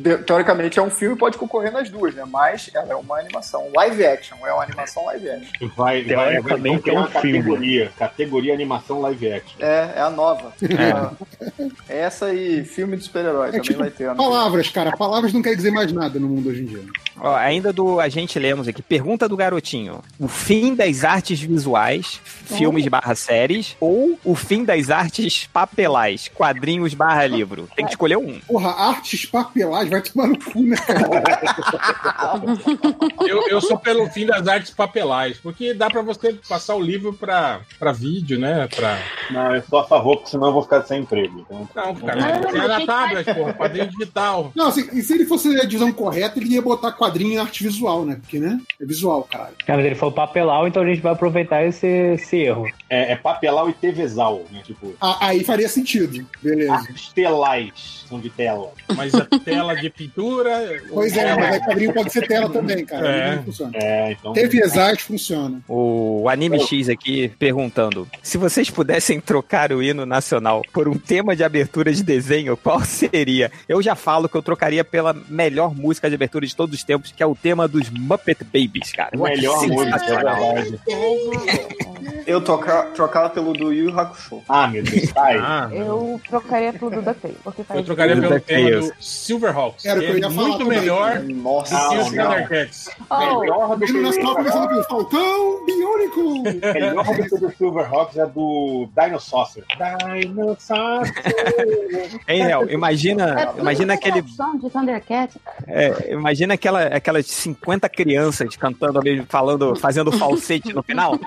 Speaker 4: de- teoricamente, é um filme pode concorrer nas duas, né? Mas ela é uma animação live action. É uma animação live action.
Speaker 9: Vai, vai, vai
Speaker 5: Teoricamente
Speaker 9: ter
Speaker 5: é um
Speaker 9: uma
Speaker 5: filme.
Speaker 9: categoria, categoria animação live action.
Speaker 4: É, é a nova. É. Essa e filme de super-herói também
Speaker 6: tipo,
Speaker 4: vai ter. né?
Speaker 6: Palavras, cara. Palavras não quer dizer mais nada no mundo hoje em dia.
Speaker 2: ó, ainda do A gente lemos aqui. Pergunta do garotinho: O fim das artes visuais, filmes barra séries, ou o fim das artes papelais, quadrinhos barra livro? Tem que escolher um.
Speaker 6: Porra, artes papelais vai tomar no cu, né, cara?
Speaker 1: Eu, eu sou pelo fim das artes papelais, porque dá pra você passar o livro pra, pra vídeo, né? Pra...
Speaker 9: Não, eu sou a favor, porque senão eu vou ficar sem emprego. Então,
Speaker 1: Não, cara,
Speaker 8: Ah,
Speaker 1: é na
Speaker 8: gente,
Speaker 1: tablet, porra, quadrinho digital.
Speaker 6: Não, assim, e se ele fosse a divisão correta, ele ia botar quadrinho em arte visual, né? Porque, né? É visual, cara.
Speaker 5: Não, Ah, mas ele falou papelau, então a gente vai aproveitar esse, esse erro.
Speaker 9: é, é papelau e TVzal, né? Tipo,
Speaker 6: A- Ah, aí faria sentido. Beleza.
Speaker 9: artes telais são de tela.
Speaker 1: Mas a tela de pintura.
Speaker 6: Pois é, mas aí quadrinho pode ser tela também, cara.
Speaker 1: É.
Speaker 6: Não funciona.
Speaker 9: É, então.
Speaker 6: Teve exato, funciona.
Speaker 2: O Anime X aqui perguntando: Se vocês pudessem trocar o hino nacional por um tema de abertura de desenho, qual seria? Eu já falo que eu trocaria pela melhor música de abertura de todos os tempos, que é o tema dos Muppet Babies, cara.
Speaker 9: Melhor música, é
Speaker 2: Sensacional.
Speaker 9: verdade.
Speaker 4: Eu troca- trocava pelo do Yu Yu Hakusho.
Speaker 9: Ah, meu Deus, sai.
Speaker 1: Ah,
Speaker 3: Eu trocaria tudo da tá Fei, porque faz
Speaker 1: eu trocaria
Speaker 2: Tudo
Speaker 1: pelo
Speaker 2: é
Speaker 1: tema
Speaker 2: feio.
Speaker 1: do Silverhawks.
Speaker 6: Era o que eu
Speaker 1: que é
Speaker 6: ia falar
Speaker 1: muito
Speaker 6: também.
Speaker 1: melhor
Speaker 4: Nossa,
Speaker 1: do que
Speaker 9: Não,
Speaker 1: os
Speaker 9: não.
Speaker 1: Thundercats.
Speaker 9: Melhor do que
Speaker 6: Hino nacional
Speaker 9: o
Speaker 6: começando pelo
Speaker 1: Ah.
Speaker 6: Falcão Então, Biônico.
Speaker 9: melhor do que É, o do Silverhawks é do Dinosaur. Dinosaur.
Speaker 2: Hein, Léo? Imagina,
Speaker 8: É. tudo
Speaker 2: imagina
Speaker 8: uma
Speaker 2: aquele.
Speaker 8: versão de Thundercats.
Speaker 2: é, imagina aquela, aquelas 50 crianças cantando ali, falando, fazendo falsete no final.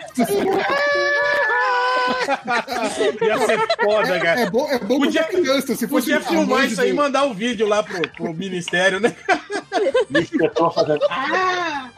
Speaker 1: Ia ser foda, cara.
Speaker 6: É, bom, é bom
Speaker 1: Podia-
Speaker 6: pra criança. Se fosse
Speaker 1: Podia
Speaker 6: um
Speaker 1: filmar
Speaker 6: amor de
Speaker 1: isso aí e
Speaker 6: Deus.
Speaker 1: mandar o vídeo lá pro, pro ministério, né?
Speaker 8: É.
Speaker 9: E o inspetor fazendo. Ah,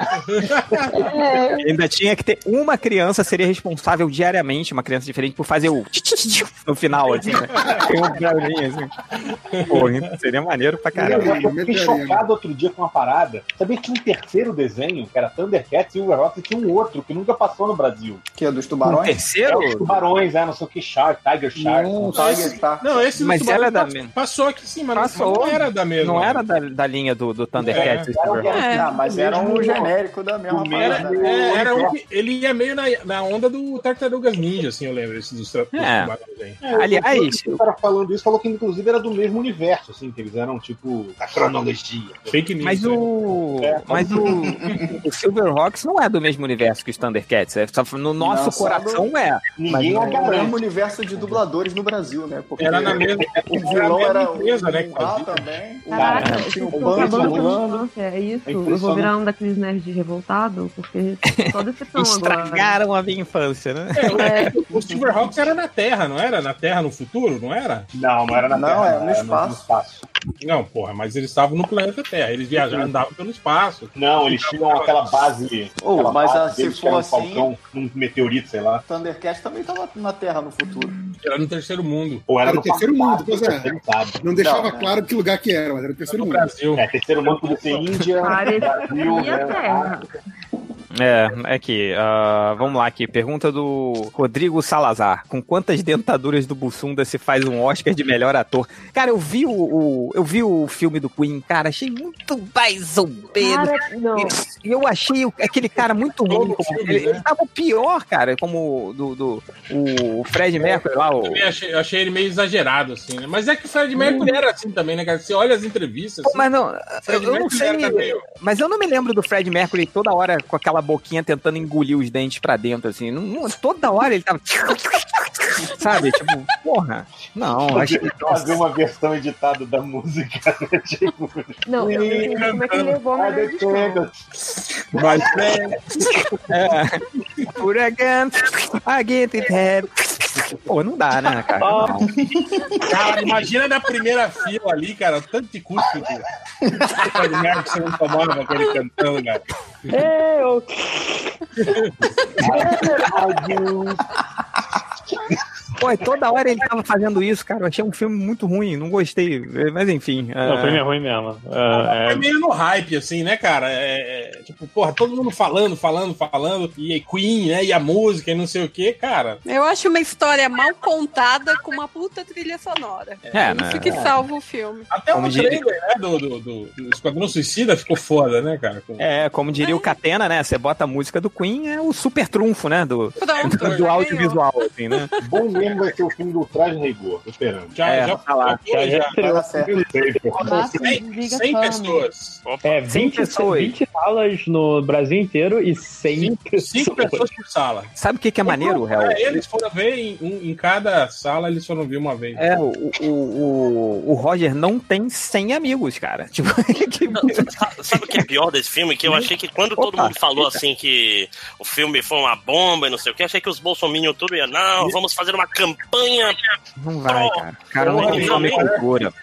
Speaker 2: Ainda tinha que ter uma criança seria responsável diariamente, uma criança diferente, por fazer o tch, tch, tch, tch no final, assim, né? Tem um barulhinho, assim. Porra, seria maneiro pra caramba.
Speaker 9: eu fiquei
Speaker 6: né?
Speaker 9: chocado outro dia com uma parada. Sabia que tinha um terceiro desenho, que era Thundercats e Silverhawks, e tinha um outro que nunca passou no Brasil.
Speaker 4: Que é dos
Speaker 2: O
Speaker 4: tubarões?
Speaker 9: É os
Speaker 2: terceiro?
Speaker 9: tubarões, é, não sei o que, Shark, Tiger Shark.
Speaker 4: Tiger Shark.
Speaker 1: Não, esse do
Speaker 2: Mas
Speaker 1: Tubarão
Speaker 2: ela é da
Speaker 1: pass-
Speaker 2: mesma.
Speaker 1: Passou aqui sim, mas não-
Speaker 2: Passou.
Speaker 1: não era da mesma. É.
Speaker 2: Não era da, da linha do, do Thundercats. esse
Speaker 9: Era,
Speaker 2: programa.
Speaker 7: É.
Speaker 4: Ah, mas era um
Speaker 9: Mesmo-
Speaker 4: genérico da mesma
Speaker 9: do
Speaker 4: parada.
Speaker 9: mesmo-
Speaker 4: né?
Speaker 1: É, era um que- ele ia meio na, na onda do Tartarugas Ninja, assim, eu lembro, esse dos, tra- dos
Speaker 2: É.
Speaker 1: tubarões aí.
Speaker 2: Aliás,
Speaker 9: o
Speaker 6: tá
Speaker 9: cara falando isso falou que inclusive era do mesmo universo, assim, que eles eram tipo da cronologia. É.
Speaker 1: Fake news. né?
Speaker 2: mas o. Mas o, o Silverhawks não é do mesmo universo que os Thundercats. É, só- no nosso
Speaker 4: Não, só
Speaker 2: coração é.
Speaker 9: Ninguém
Speaker 4: Era o mesmo
Speaker 9: acabou.
Speaker 4: universo de dubladores no Brasil, né? Porque
Speaker 1: Era na mesma,
Speaker 4: o
Speaker 1: era
Speaker 4: vilão
Speaker 1: a
Speaker 4: era
Speaker 1: mesma
Speaker 4: o
Speaker 1: empresa, né? que
Speaker 4: o A
Speaker 1: fazia.
Speaker 4: também.
Speaker 3: Caraca,
Speaker 9: Cara,
Speaker 3: isso
Speaker 4: tinha
Speaker 3: é
Speaker 4: o
Speaker 3: um
Speaker 4: Bando
Speaker 3: problema da
Speaker 9: Bando.
Speaker 2: Ah!
Speaker 3: minha infância, é isso. Eu vou
Speaker 9: Impressionante.
Speaker 3: virar um daqueles nerds
Speaker 10: nerd revoltado, porque só decepção agora.
Speaker 2: Estragaram a minha infância, né?
Speaker 1: É, O Silverhawks era na Terra, não era? Na Terra no futuro, não era? né?
Speaker 9: Não, não era na
Speaker 4: Não,
Speaker 9: Terra.
Speaker 7: é
Speaker 4: era no espaço.
Speaker 1: Não, porra, mas eles estavam no planeta Terra. Eles viajavam, andavam pelo espaço.
Speaker 9: Não, eles tinham aquela base.
Speaker 4: Oh,
Speaker 9: aquela
Speaker 4: mas
Speaker 9: base
Speaker 4: ah, se
Speaker 9: deles, que era
Speaker 4: for
Speaker 9: um
Speaker 2: assim-
Speaker 9: falcão, um meteorito, sei lá.
Speaker 4: Thundercats também tava na Terra no futuro.
Speaker 1: Era no terceiro mundo.
Speaker 9: Ou era,
Speaker 6: Era
Speaker 9: no
Speaker 6: o terceiro
Speaker 9: passado,
Speaker 6: mundo, pois é.
Speaker 9: terceiro estado.
Speaker 6: Não deixava
Speaker 4: Não.
Speaker 6: claro que lugar que era, mas era o terceiro
Speaker 1: No
Speaker 6: mundo.
Speaker 1: Brasil.
Speaker 9: né? É, terceiro mundo podia ser Índia, Brasil,
Speaker 10: Parecia
Speaker 9: né?
Speaker 10: a Terra.
Speaker 2: É, é que, ah, vamos lá aqui, pergunta do Rodrigo Salazar. Com quantas dentaduras do Bussunda se faz um Oscar de melhor ator? Cara, eu vi o, o- eu vi o filme do Queen, cara, achei muito mais ou menos.
Speaker 3: Cara, não.
Speaker 2: E eu achei o- aquele cara muito
Speaker 1: Todo
Speaker 2: ruim. como-
Speaker 1: filme,
Speaker 2: ele,
Speaker 1: né?
Speaker 2: ele tava o pior, cara, como o do, do- o Fred Mercury lá, o...
Speaker 1: Eu achei, eu achei ele meio exagerado, assim, né? Mas é que o Fred Mercury era assim também, né, cara? Você olha as entrevistas.
Speaker 2: Pô,
Speaker 1: assim,
Speaker 2: Mas não,
Speaker 1: o
Speaker 2: eu,
Speaker 1: Fred
Speaker 2: eu não
Speaker 1: Mercury
Speaker 2: sei.
Speaker 1: era meio-
Speaker 2: Mas eu não me lembro do Fred Mercury toda hora com aquela boquinha tentando engolir os dentes pra dentro, assim. Não- não- toda hora ele tava. Sabe? Tipo, porra. Não, acho que.
Speaker 9: Fazer uma versão editada da música. Né? Tipo,
Speaker 3: Não, eu não entendi como é que ele levou a
Speaker 9: I
Speaker 3: melhor edição.
Speaker 9: dependo.
Speaker 1: Mas, né,
Speaker 2: é. Por again, again, it had. Pô, não dá, né, cara? Não.
Speaker 1: cara, imagina na primeira fila ali, cara, o tanto de custo do do Fred Mercury que você não tomava com ele cantando, cara.
Speaker 3: É.
Speaker 10: É.
Speaker 2: É.
Speaker 5: Eu...
Speaker 2: Pô, e toda hora ele tava fazendo isso, cara. Eu achei um filme muito ruim, não gostei. Mas enfim.
Speaker 5: Não,
Speaker 2: ah,
Speaker 5: o filme é ruim mesmo. É,
Speaker 1: É
Speaker 5: é-
Speaker 1: meio no hype, assim, né, cara? É, é, tipo, porra, todo mundo falando, falando, falando, e aí Queen, né? E a música e não sei o que, cara.
Speaker 7: Eu acho uma história mal contada com uma puta trilha sonora.
Speaker 2: É, né?
Speaker 7: Isso que salva o filme.
Speaker 1: Até o
Speaker 4: um
Speaker 2: Como
Speaker 1: trailer,
Speaker 2: diria-
Speaker 1: né, do, do, do- do Esquadrão Tipo, Suicida ficou foda, né, cara? Com-
Speaker 2: É, como diria o Catena, né? Você bota a música do Queen, é o super trunfo, né? Do,
Speaker 7: Pronto. já
Speaker 2: do
Speaker 7: ganhou.
Speaker 2: audiovisual, assim, né?
Speaker 9: Bom mesmo vai ser o filme do Traje Rigor. Tô esperando.
Speaker 1: Já,
Speaker 2: É,
Speaker 1: já,
Speaker 2: tá lá.
Speaker 1: já, já.
Speaker 4: Vai dar certo.
Speaker 9: Eu sei, pô.
Speaker 8: Basta,
Speaker 1: Cem
Speaker 8: desliga
Speaker 1: 100
Speaker 8: a câmera.
Speaker 1: pessoas.
Speaker 5: é 20,
Speaker 2: pessoas.
Speaker 5: 20 salas no Brasil inteiro e
Speaker 9: É
Speaker 5: 100
Speaker 1: Cinco
Speaker 5: pessoas.
Speaker 1: pessoas por sala.
Speaker 2: Sabe o que, que é maneiro, Hel?
Speaker 1: É, eles foram ver em, um- em cada sala, eles foram ver uma vez.
Speaker 2: É, o, o, o, o Roger não tem 100 amigos, cara. Tipo, que-
Speaker 11: Sabe o que é pior desse filme? Que eu achei que quando todo
Speaker 2: Opa,
Speaker 11: mundo falou assim que o filme foi uma bomba e não sei o que, achei que os bolsominions tudo ia, não, vamos fazer uma campanha.
Speaker 2: não vai, cara. O cara não
Speaker 11: Porra,
Speaker 2: consome
Speaker 1: é, né?
Speaker 11: meu
Speaker 2: cultura.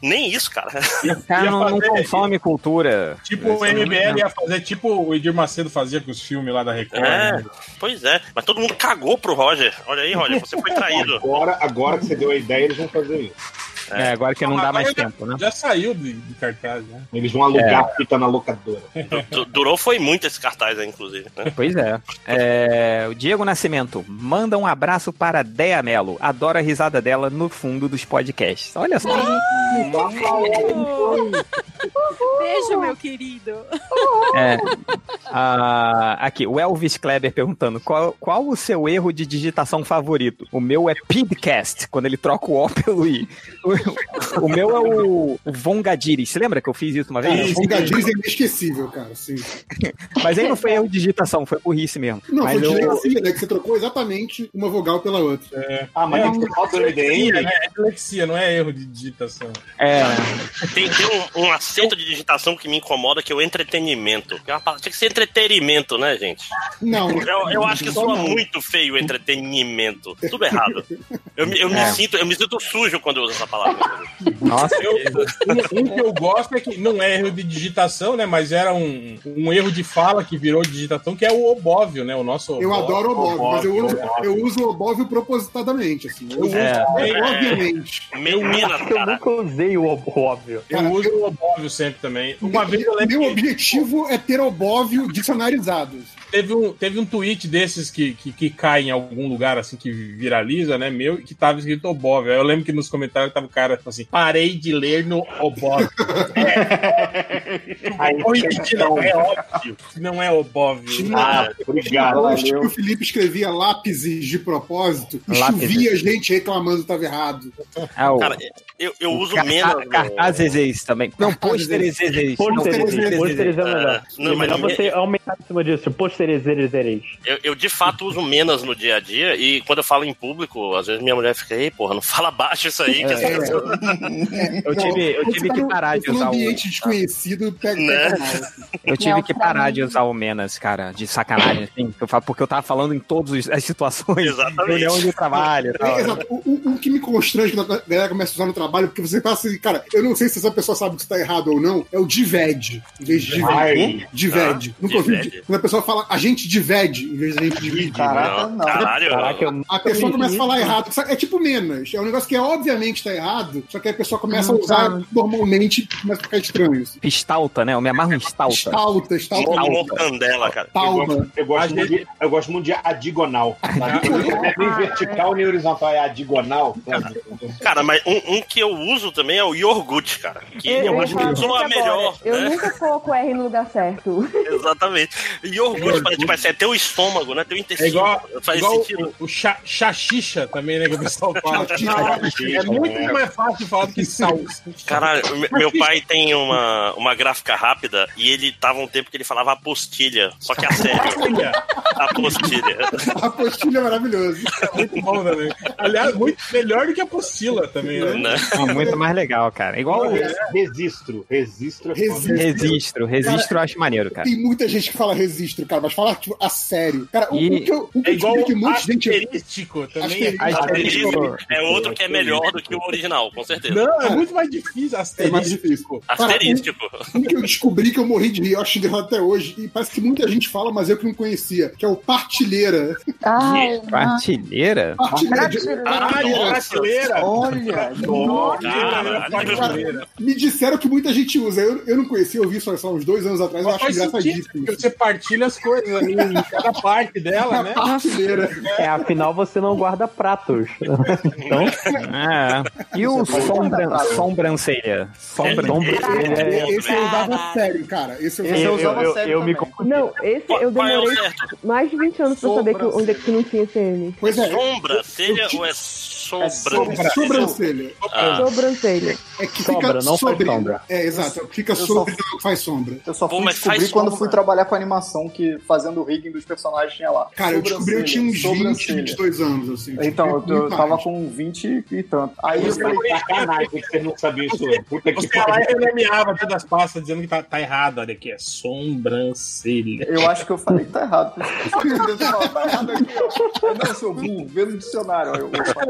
Speaker 11: Nem isso, cara.
Speaker 2: O cara não, não
Speaker 1: fazer-
Speaker 2: consome cultura.
Speaker 1: Tipo, o
Speaker 2: Isso não-
Speaker 1: MBL ia fazer, tipo o Edir Macedo fazia com os filmes lá da Record.
Speaker 11: É,
Speaker 1: né?
Speaker 11: pois é. Mas todo mundo cagou pro Roger. Olha aí, Roger, você foi traído.
Speaker 9: Agora, agora que você deu a ideia, eles vão fazer isso.
Speaker 2: É, agora que não dá mais tempo, né? É.
Speaker 1: Já saiu de, de cartaz, né?
Speaker 9: Eles vão alugar a fita na locadora.
Speaker 11: Du- Durou foi muito esse cartaz aí, inclusive. né?
Speaker 2: Pois é. É, O Diego Nascimento manda um abraço para Dea Mello. Adoro a risada dela no fundo dos podcasts. Olha só.
Speaker 7: Beijo, meu querido.
Speaker 2: É. Ah, aqui, o Elvis Kleber perguntando: qual, qual o seu erro de digitação favorito? O meu é Pidcast, quando ele troca o O pelo I. O, o meu é o, o Vongadiris. Você lembra que eu fiz isso uma vez?
Speaker 1: Isso.
Speaker 6: O Gadiz é inesquecível, cara. Sim.
Speaker 2: Mas aí não foi erro de digitação, foi burrice mesmo.
Speaker 6: Não,
Speaker 2: Mas
Speaker 6: foi
Speaker 2: eu-
Speaker 6: dislexia, né? Que você trocou exatamente uma vogal pela outra. um
Speaker 9: Ah, mas
Speaker 1: É.
Speaker 9: é. você fala do
Speaker 1: Sim,
Speaker 9: MDM,
Speaker 1: né? É dislexia, não é erro de digitação.
Speaker 2: É,
Speaker 11: Tem, tem um, um acento de digitação que me incomoda, que é o entretenimento. Que é uma palavra- Tinha que ser entretenimento, né, gente?
Speaker 6: Não.
Speaker 11: Eu, eu acho que
Speaker 6: só
Speaker 11: soa
Speaker 6: não.
Speaker 11: muito feio o entretenimento. Tudo errado. Eu, me- eu,
Speaker 2: É.
Speaker 11: me sinto, eu me sinto sujo quando eu uso essa palavra.
Speaker 2: nossa.
Speaker 1: Eu- um, um que eu gosto é que não é erro de digitação, né? Mas era um, um erro de fala que virou digitação, que é o obóvio, né? O nosso.
Speaker 6: Eu
Speaker 1: obóvio.
Speaker 6: adoro o Obóvio,
Speaker 9: Obóvio,
Speaker 6: mas eu uso,
Speaker 9: Obóvio.
Speaker 6: eu uso o Obóvio propositadamente, assim. Eu uso
Speaker 2: É.
Speaker 6: é, obviamente.
Speaker 11: Meu Minas,
Speaker 5: Eu
Speaker 11: cara.
Speaker 5: nunca usei o ob- óbvio.
Speaker 1: Eu uso o obóvio sempre também. Uma vez eu lembro
Speaker 6: Meu
Speaker 1: que
Speaker 6: objetivo é ter Obóvio dicionarizado.
Speaker 1: teve um, teve um tweet desses que, que, que cai em algum lugar, assim, que viraliza, né? Meu, que tava escrito obóvio. Aí Eu lembro que nos comentários tava o cara assim: parei de ler no obóvio.
Speaker 9: aí
Speaker 1: Oi, que não é óbvio. Não é obóvio.
Speaker 6: Tinha-
Speaker 9: Ah, obrigado,
Speaker 6: Post que
Speaker 9: valeu.
Speaker 6: o Felipe escrevia lápises de propósito e
Speaker 2: Lápises.
Speaker 6: chovia gente reclamando que estava errado.
Speaker 2: Ah, o-
Speaker 11: Cara, eu, eu uso
Speaker 2: carta-
Speaker 11: menos.
Speaker 2: Cartazes ex também. Não,
Speaker 6: Cartazes
Speaker 2: pôsteres ex. Não,
Speaker 5: Posterizeres,
Speaker 2: pôsteres ex.
Speaker 5: posterizeres é melhor.
Speaker 11: Ah, não,
Speaker 5: é
Speaker 11: mas
Speaker 5: melhor
Speaker 11: não-
Speaker 5: você aumentar em cima disso. Posterizeres.
Speaker 11: Eu, eu, de fato uso menos no dia a dia e quando eu falo em público, às vezes minha mulher fica, ei,
Speaker 2: É,
Speaker 11: porra, não fala baixo isso aí. Que as pessoas-"
Speaker 2: Eu tive, eu
Speaker 6: Quando
Speaker 2: tive
Speaker 6: você tá
Speaker 2: que
Speaker 6: no-
Speaker 2: parar
Speaker 6: quando você
Speaker 2: de
Speaker 6: tá
Speaker 2: usar
Speaker 6: num
Speaker 2: o.
Speaker 6: ambiente conhecido pega. pega mal.
Speaker 2: Eu tive
Speaker 6: Não,
Speaker 2: que
Speaker 6: pra
Speaker 2: parar
Speaker 6: mim-
Speaker 2: de usar o Menas, cara, de sacanagem, assim, que eu falo, porque eu tava falando em todas as situações.
Speaker 11: Exatamente.
Speaker 2: Reunião de trabalho. e
Speaker 6: É,
Speaker 2: tal.
Speaker 6: exato. O, o- o que me constrange quando a galera começa a usar no trabalho, porque você fala assim, cara, eu não sei se essa pessoa sabe que está errado ou não, é o divede, em vez de divede.
Speaker 1: Tá.
Speaker 9: Ai.
Speaker 6: Divede.
Speaker 9: Ah,
Speaker 6: Nunca ouvi
Speaker 9: divede.
Speaker 6: di- quando a pessoa fala a gente divede, em vez de a gente divide.
Speaker 9: Caraca, não. Caralho. Caraca, eu
Speaker 6: a
Speaker 9: nunca
Speaker 6: pessoa
Speaker 9: vi
Speaker 6: começa a
Speaker 9: isso.
Speaker 6: falar errado. sabe? É tipo menos. É um negócio que obviamente está errado, só que a pessoa começa
Speaker 2: Ah,
Speaker 6: a usar
Speaker 2: tá.
Speaker 6: normalmente e começa a ficar estranho. isso.
Speaker 2: Pistalta, né? Eu me amarro em stalta.
Speaker 6: Stalta, stalta.
Speaker 11: Mortandela, cara.
Speaker 9: Eu
Speaker 6: Palma.
Speaker 9: gosto, eu gosto muito de, eu gosto muito de adigonal. sabe? Não é nem vertical nem horizontal, é adigonal. sabe?
Speaker 11: Cara, mas um, um que eu uso também é o iogurte, cara. Que eu,
Speaker 3: Eu- eu
Speaker 11: acho
Speaker 3: falo
Speaker 11: que soa
Speaker 3: agora,
Speaker 11: melhor.
Speaker 3: Eu
Speaker 11: né?
Speaker 3: nunca coloco R no lugar certo.
Speaker 11: Exatamente. Iogurte, parece, tipo, assim, é teu estômago, né? Teu intestino.
Speaker 1: É igual,
Speaker 11: faz
Speaker 1: igual
Speaker 11: sentido.
Speaker 1: o, o cha- chachicha também, né? Que o pessoal fala.
Speaker 11: Chachicha,
Speaker 1: é muito
Speaker 6: né?
Speaker 11: é.
Speaker 1: mais fácil de falar do que sal.
Speaker 11: Caralho, me- meu pai tem uma, uma gráfica rápida e ele tava um tempo que ele falava apostilha. Só que a sério. apostilha.
Speaker 6: A apostila é maravilhosa.
Speaker 1: muito bom também. Aliás, muito melhor do que a apostila também, né?
Speaker 11: Né?
Speaker 2: É muito mais legal, cara. Igual o
Speaker 9: Registro. Registro.
Speaker 2: registro. Registro eu acho maneiro, cara.
Speaker 6: Tem muita gente que fala registro, cara, mas fala tipo, a sério. Cara, o-
Speaker 2: E
Speaker 6: o que eu, o que
Speaker 1: É
Speaker 6: eu
Speaker 1: igual
Speaker 6: descobri que muita gente.
Speaker 1: asterístico também.
Speaker 6: Asterístico.
Speaker 11: Asterisco é outro que é melhor do que o original, com certeza.
Speaker 1: Não, é muito mais difícil. Asterisco.
Speaker 6: É mais difícil.
Speaker 11: Asterístico.
Speaker 6: Um que eu descobri que eu morri de rir, eu acho engraçado até hoje, e parece que muita gente fala, mas eu que não conhecia, que é o partilheira.
Speaker 8: Ai,
Speaker 2: Partilheira?
Speaker 11: Ah,
Speaker 6: Partilheira de-
Speaker 1: Caralho, brasileira.
Speaker 9: Olha,
Speaker 1: Caralho, brasileira.
Speaker 6: Me disseram que muita gente usa. Eu, eu não conhecia, eu vi só, só uns dois anos atrás, eu
Speaker 1: Mas
Speaker 6: acho
Speaker 1: faz sentido,
Speaker 6: engraçadíssimo.
Speaker 1: porque você partilha as coisas ali, em cada parte dela, né?
Speaker 6: Partilheira.
Speaker 5: É, afinal você não guarda pratos. Então,
Speaker 2: É. E o sombra, sobrancelha?
Speaker 6: Cara,
Speaker 2: Sombra, sobrancelha.
Speaker 6: Esse eu usava a sério, cara. Esse eu usava
Speaker 5: Esse eu
Speaker 6: a sério.
Speaker 5: usava Eu- eu- sério eu me também.
Speaker 3: Não, esse eu
Speaker 11: Qual é o
Speaker 3: demorei
Speaker 11: certo?
Speaker 3: mais de 20 anos pra saber que, onde é que não tinha CM.
Speaker 6: Pois é.
Speaker 11: Sombra, telha ou é sobrancelha?
Speaker 6: Sobra- Sobrancelha.
Speaker 11: Ah.
Speaker 3: Sobrancelha.
Speaker 6: É que
Speaker 5: Sobra,
Speaker 6: fica
Speaker 5: não faz
Speaker 6: sobre.
Speaker 5: sombra.
Speaker 6: É, exato. Fica
Speaker 4: Eu só-
Speaker 6: sobre e não faz sombra.
Speaker 4: Eu só
Speaker 11: Pô,
Speaker 4: fui
Speaker 11: mas faz
Speaker 4: descobrir quando
Speaker 11: sombra.
Speaker 4: fui trabalhar com animação que fazendo o rigging dos personagens tinha lá.
Speaker 6: Cara, eu descobri eu tinha uns 20,
Speaker 4: Sobrancelha.
Speaker 6: 22 anos, assim.
Speaker 4: Então, eu,
Speaker 6: Descobri
Speaker 4: eu
Speaker 6: muito
Speaker 4: tava
Speaker 6: tarde.
Speaker 4: com 20 e tanto. Aí eu
Speaker 9: Você
Speaker 4: falei,
Speaker 9: é sacanagem que você não sabia isso. Puta que
Speaker 1: Você é ia lá e
Speaker 9: pariu.
Speaker 1: relemeava todas as pastas dizendo que tá, tá errado. Olha aqui, é sobrancelha.
Speaker 4: eu acho que eu falei, tá errado. Meu Deus, não, tá errado aqui. ó. Não, seu burro, vê no dicionário. Aí eu, opa,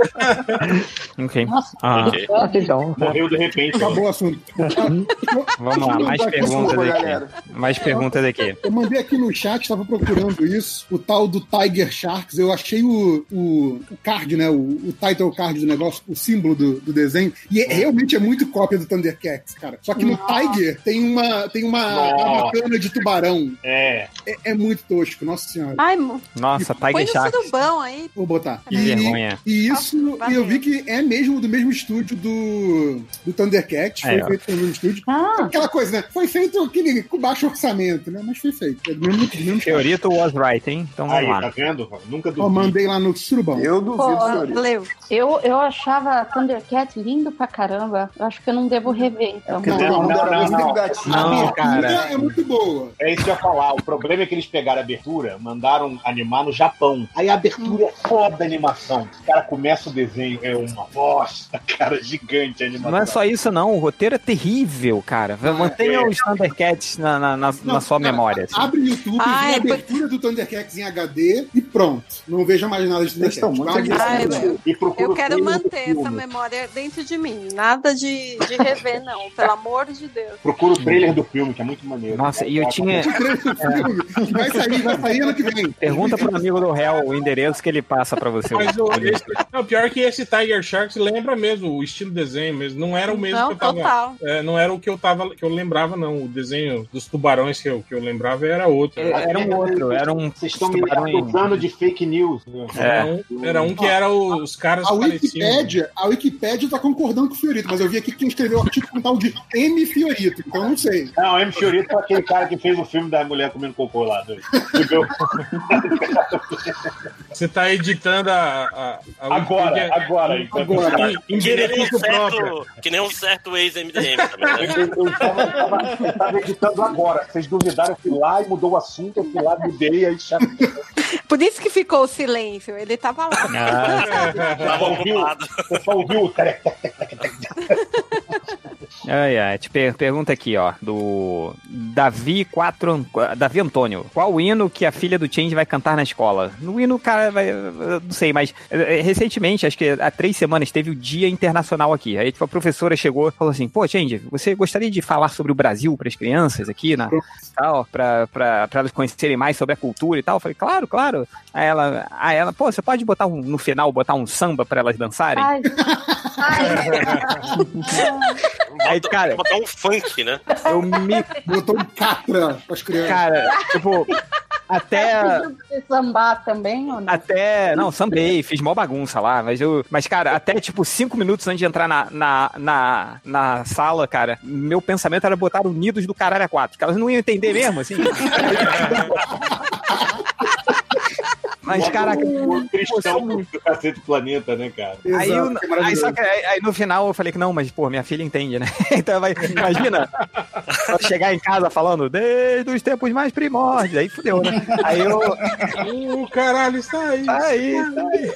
Speaker 2: Ok. Ah,
Speaker 11: Ok.
Speaker 5: então,
Speaker 9: Morreu de repente. né?
Speaker 6: Acabou o assunto.
Speaker 2: vamos lá,
Speaker 6: tá
Speaker 2: mais perguntas
Speaker 4: desculpa,
Speaker 2: aqui.
Speaker 4: galera.
Speaker 2: Mais perguntas aqui.
Speaker 6: Eu mandei aqui no chat, tava procurando isso, o tal do Tiger Sharks. Eu achei o, o, o card, né? O, o title card do negócio, o símbolo do, do desenho. E é- realmente é muito cópia do Thundercats, cara. Só que no Tiger tem uma, tem uma
Speaker 9: Nossa.
Speaker 6: bacana de tubarão.
Speaker 9: É.
Speaker 6: É, é muito tosco, nossa senhora.
Speaker 7: Ai, mo-
Speaker 2: Nossa,
Speaker 7: põe
Speaker 2: Tiger
Speaker 7: no
Speaker 2: Shark.
Speaker 7: surubão aí.
Speaker 6: Vou botar.
Speaker 2: Que vergonha.
Speaker 6: E isso,
Speaker 7: Ah,
Speaker 6: e eu vi que é mesmo do mesmo estúdio do, do Thundercat. Foi
Speaker 2: Aí, É, ó.
Speaker 6: feito pelo mesmo estúdio.
Speaker 8: ah,
Speaker 6: Aquela coisa, né? Foi feito aquele, com baixo orçamento, né? Mas foi feito. É do mesmo, do mesmo estúdio.
Speaker 2: Teorito was right, hein? Então
Speaker 9: Aí,
Speaker 2: vamos
Speaker 9: tá
Speaker 2: lá.
Speaker 9: vendo? Nunca
Speaker 6: Ó,
Speaker 9: duvido.
Speaker 6: mandei lá no Surubão.
Speaker 4: eu duvido,
Speaker 8: Pô,
Speaker 4: senhorita.
Speaker 7: Leu.
Speaker 8: eu, eu achava Thundercat lindo pra caramba. Eu acho que eu não devo rever, então.
Speaker 4: Porque tem
Speaker 9: Não,
Speaker 4: um
Speaker 9: não,
Speaker 4: garoto
Speaker 9: não,
Speaker 4: tem um
Speaker 9: não.
Speaker 4: gatinho.
Speaker 2: Não,
Speaker 6: a abertura
Speaker 2: cara.
Speaker 6: é muito boa.
Speaker 9: É isso que eu ia falar. O problema é que eles pegaram a abertura, mandaram animar no Japão. Aí a abertura é foda a animação. O cara começa o desenho, é uma bosta, cara, gigante a animação.
Speaker 2: Não é só isso, não. O roteiro é terrível, cara. Mantenha
Speaker 9: é.
Speaker 2: os Thundercats na, na, na, na
Speaker 6: Ah, Não,
Speaker 2: sua
Speaker 6: cara,
Speaker 2: memória. assim.
Speaker 6: Abre o YouTube,
Speaker 7: Ah,
Speaker 6: vê a
Speaker 7: é, pois-
Speaker 6: abertura do Thundercats em HD e pronto. Não veja mais nada de Thundercats.
Speaker 4: Eles estão muito né?
Speaker 6: Vai,
Speaker 7: Ai,
Speaker 4: agressivos.
Speaker 7: meu.
Speaker 9: E procura
Speaker 7: Eu
Speaker 9: o
Speaker 7: quero
Speaker 9: filme do
Speaker 7: manter essa
Speaker 9: filme.
Speaker 7: memória dentro de mim. Nada de, de rever, não. Pelo amor de Deus.
Speaker 9: Procura o trailer do filme, que é muito maneiro.
Speaker 2: Nossa, e eu tinha.
Speaker 6: tá Vai sair, vai sair ano que vem.
Speaker 2: Pergunta pro amigo do réu o endereço que ele passa pra você.
Speaker 1: Mas o esse- não, pior que esse Tiger Sharks lembra mesmo o estilo desenho mesmo. Não era o mesmo
Speaker 7: Não,
Speaker 1: que eu tava.
Speaker 7: total.
Speaker 1: é, não era o que eu tava que eu lembrava, não. O desenho dos tubarões que eu, que eu lembrava era outro. Era,
Speaker 2: Era um outro, era um
Speaker 9: É, Vocês estão me acusando de fake news.
Speaker 2: É.
Speaker 1: um, era um que era o- os caras né?
Speaker 6: A
Speaker 1: pareciam.
Speaker 6: Wikipédia, a Wikipédia tá concordando com o Fiorito, mas eu vi aqui que quem escreveu o artigo com tal de M. Fiorito, então eu não sei.
Speaker 9: Não, o M. Fiorito é aquele cara que fez o filme da mulher comendo cocô lá. Do... Entendeu?
Speaker 1: Você tá editando a, a, a
Speaker 9: Agora,
Speaker 1: Wikipédia
Speaker 9: agora. então.
Speaker 6: Agora.
Speaker 1: em, em
Speaker 11: Que nem, um
Speaker 1: benefício próprio.
Speaker 11: certo, que nem um certo ex-MDM também. Né?
Speaker 9: Eu, eu tava, tava- tava editando agora. Vocês duvidaram, eu fui lá e mudou o assunto, eu fui lá, mudei, aí já
Speaker 7: Por isso que ficou o silêncio. Ele tava lá.
Speaker 2: Ah,
Speaker 11: Tá
Speaker 9: Tava
Speaker 11: Tava
Speaker 9: ouvindo.
Speaker 11: ocupado.
Speaker 9: tá Você só ouviu o tec, tec, tec, tec,
Speaker 2: Ai, ai. Te per- pergunta aqui, ó, do Davi 4... Davi Antônio. Qual o hino que a filha do Change vai cantar na escola? No hino, cara, vai... eu não sei, mas eh, eh, recentemente, acho que há três semanas, teve o Dia Internacional aqui. Aí, tipo, a professora chegou e falou assim, pô, Change, você gostaria de falar sobre o Brasil para as crianças aqui, na... tal, pra, pra, pra elas conhecerem mais sobre a cultura e tal? Eu falei, claro, claro. Aí ela, aí ela pô, você pode botar um, no final, botar um samba pra elas dançarem?
Speaker 8: Ai,
Speaker 2: Aí, cara,
Speaker 11: Botar um funk, né?
Speaker 6: Eu me... Botou um catra pras crianças.
Speaker 2: Cara, tipo, até.
Speaker 8: Você sambar também, ou não?
Speaker 2: Ah, Até. Não, sambei, fiz mó bagunça lá, mas eu. Mas, cara, até tipo cinco minutos antes de entrar na, na, na, na sala, cara, meu pensamento era botar Unidos do Caralho a 4, que elas não iam entender mesmo, assim. Mas, caraca,
Speaker 9: O cristão
Speaker 2: pô,
Speaker 9: do cacete do planeta, né, cara?
Speaker 2: Aí, eu- aí, só que- é? aí- aí no final eu falei que não, mas pô, minha filha entende, né? Então vai, imagina, ela chegar em casa falando desde os tempos mais primórdios, aí fudeu, né? Aí eu. Tá
Speaker 1: O caralho está aí.
Speaker 2: Aí,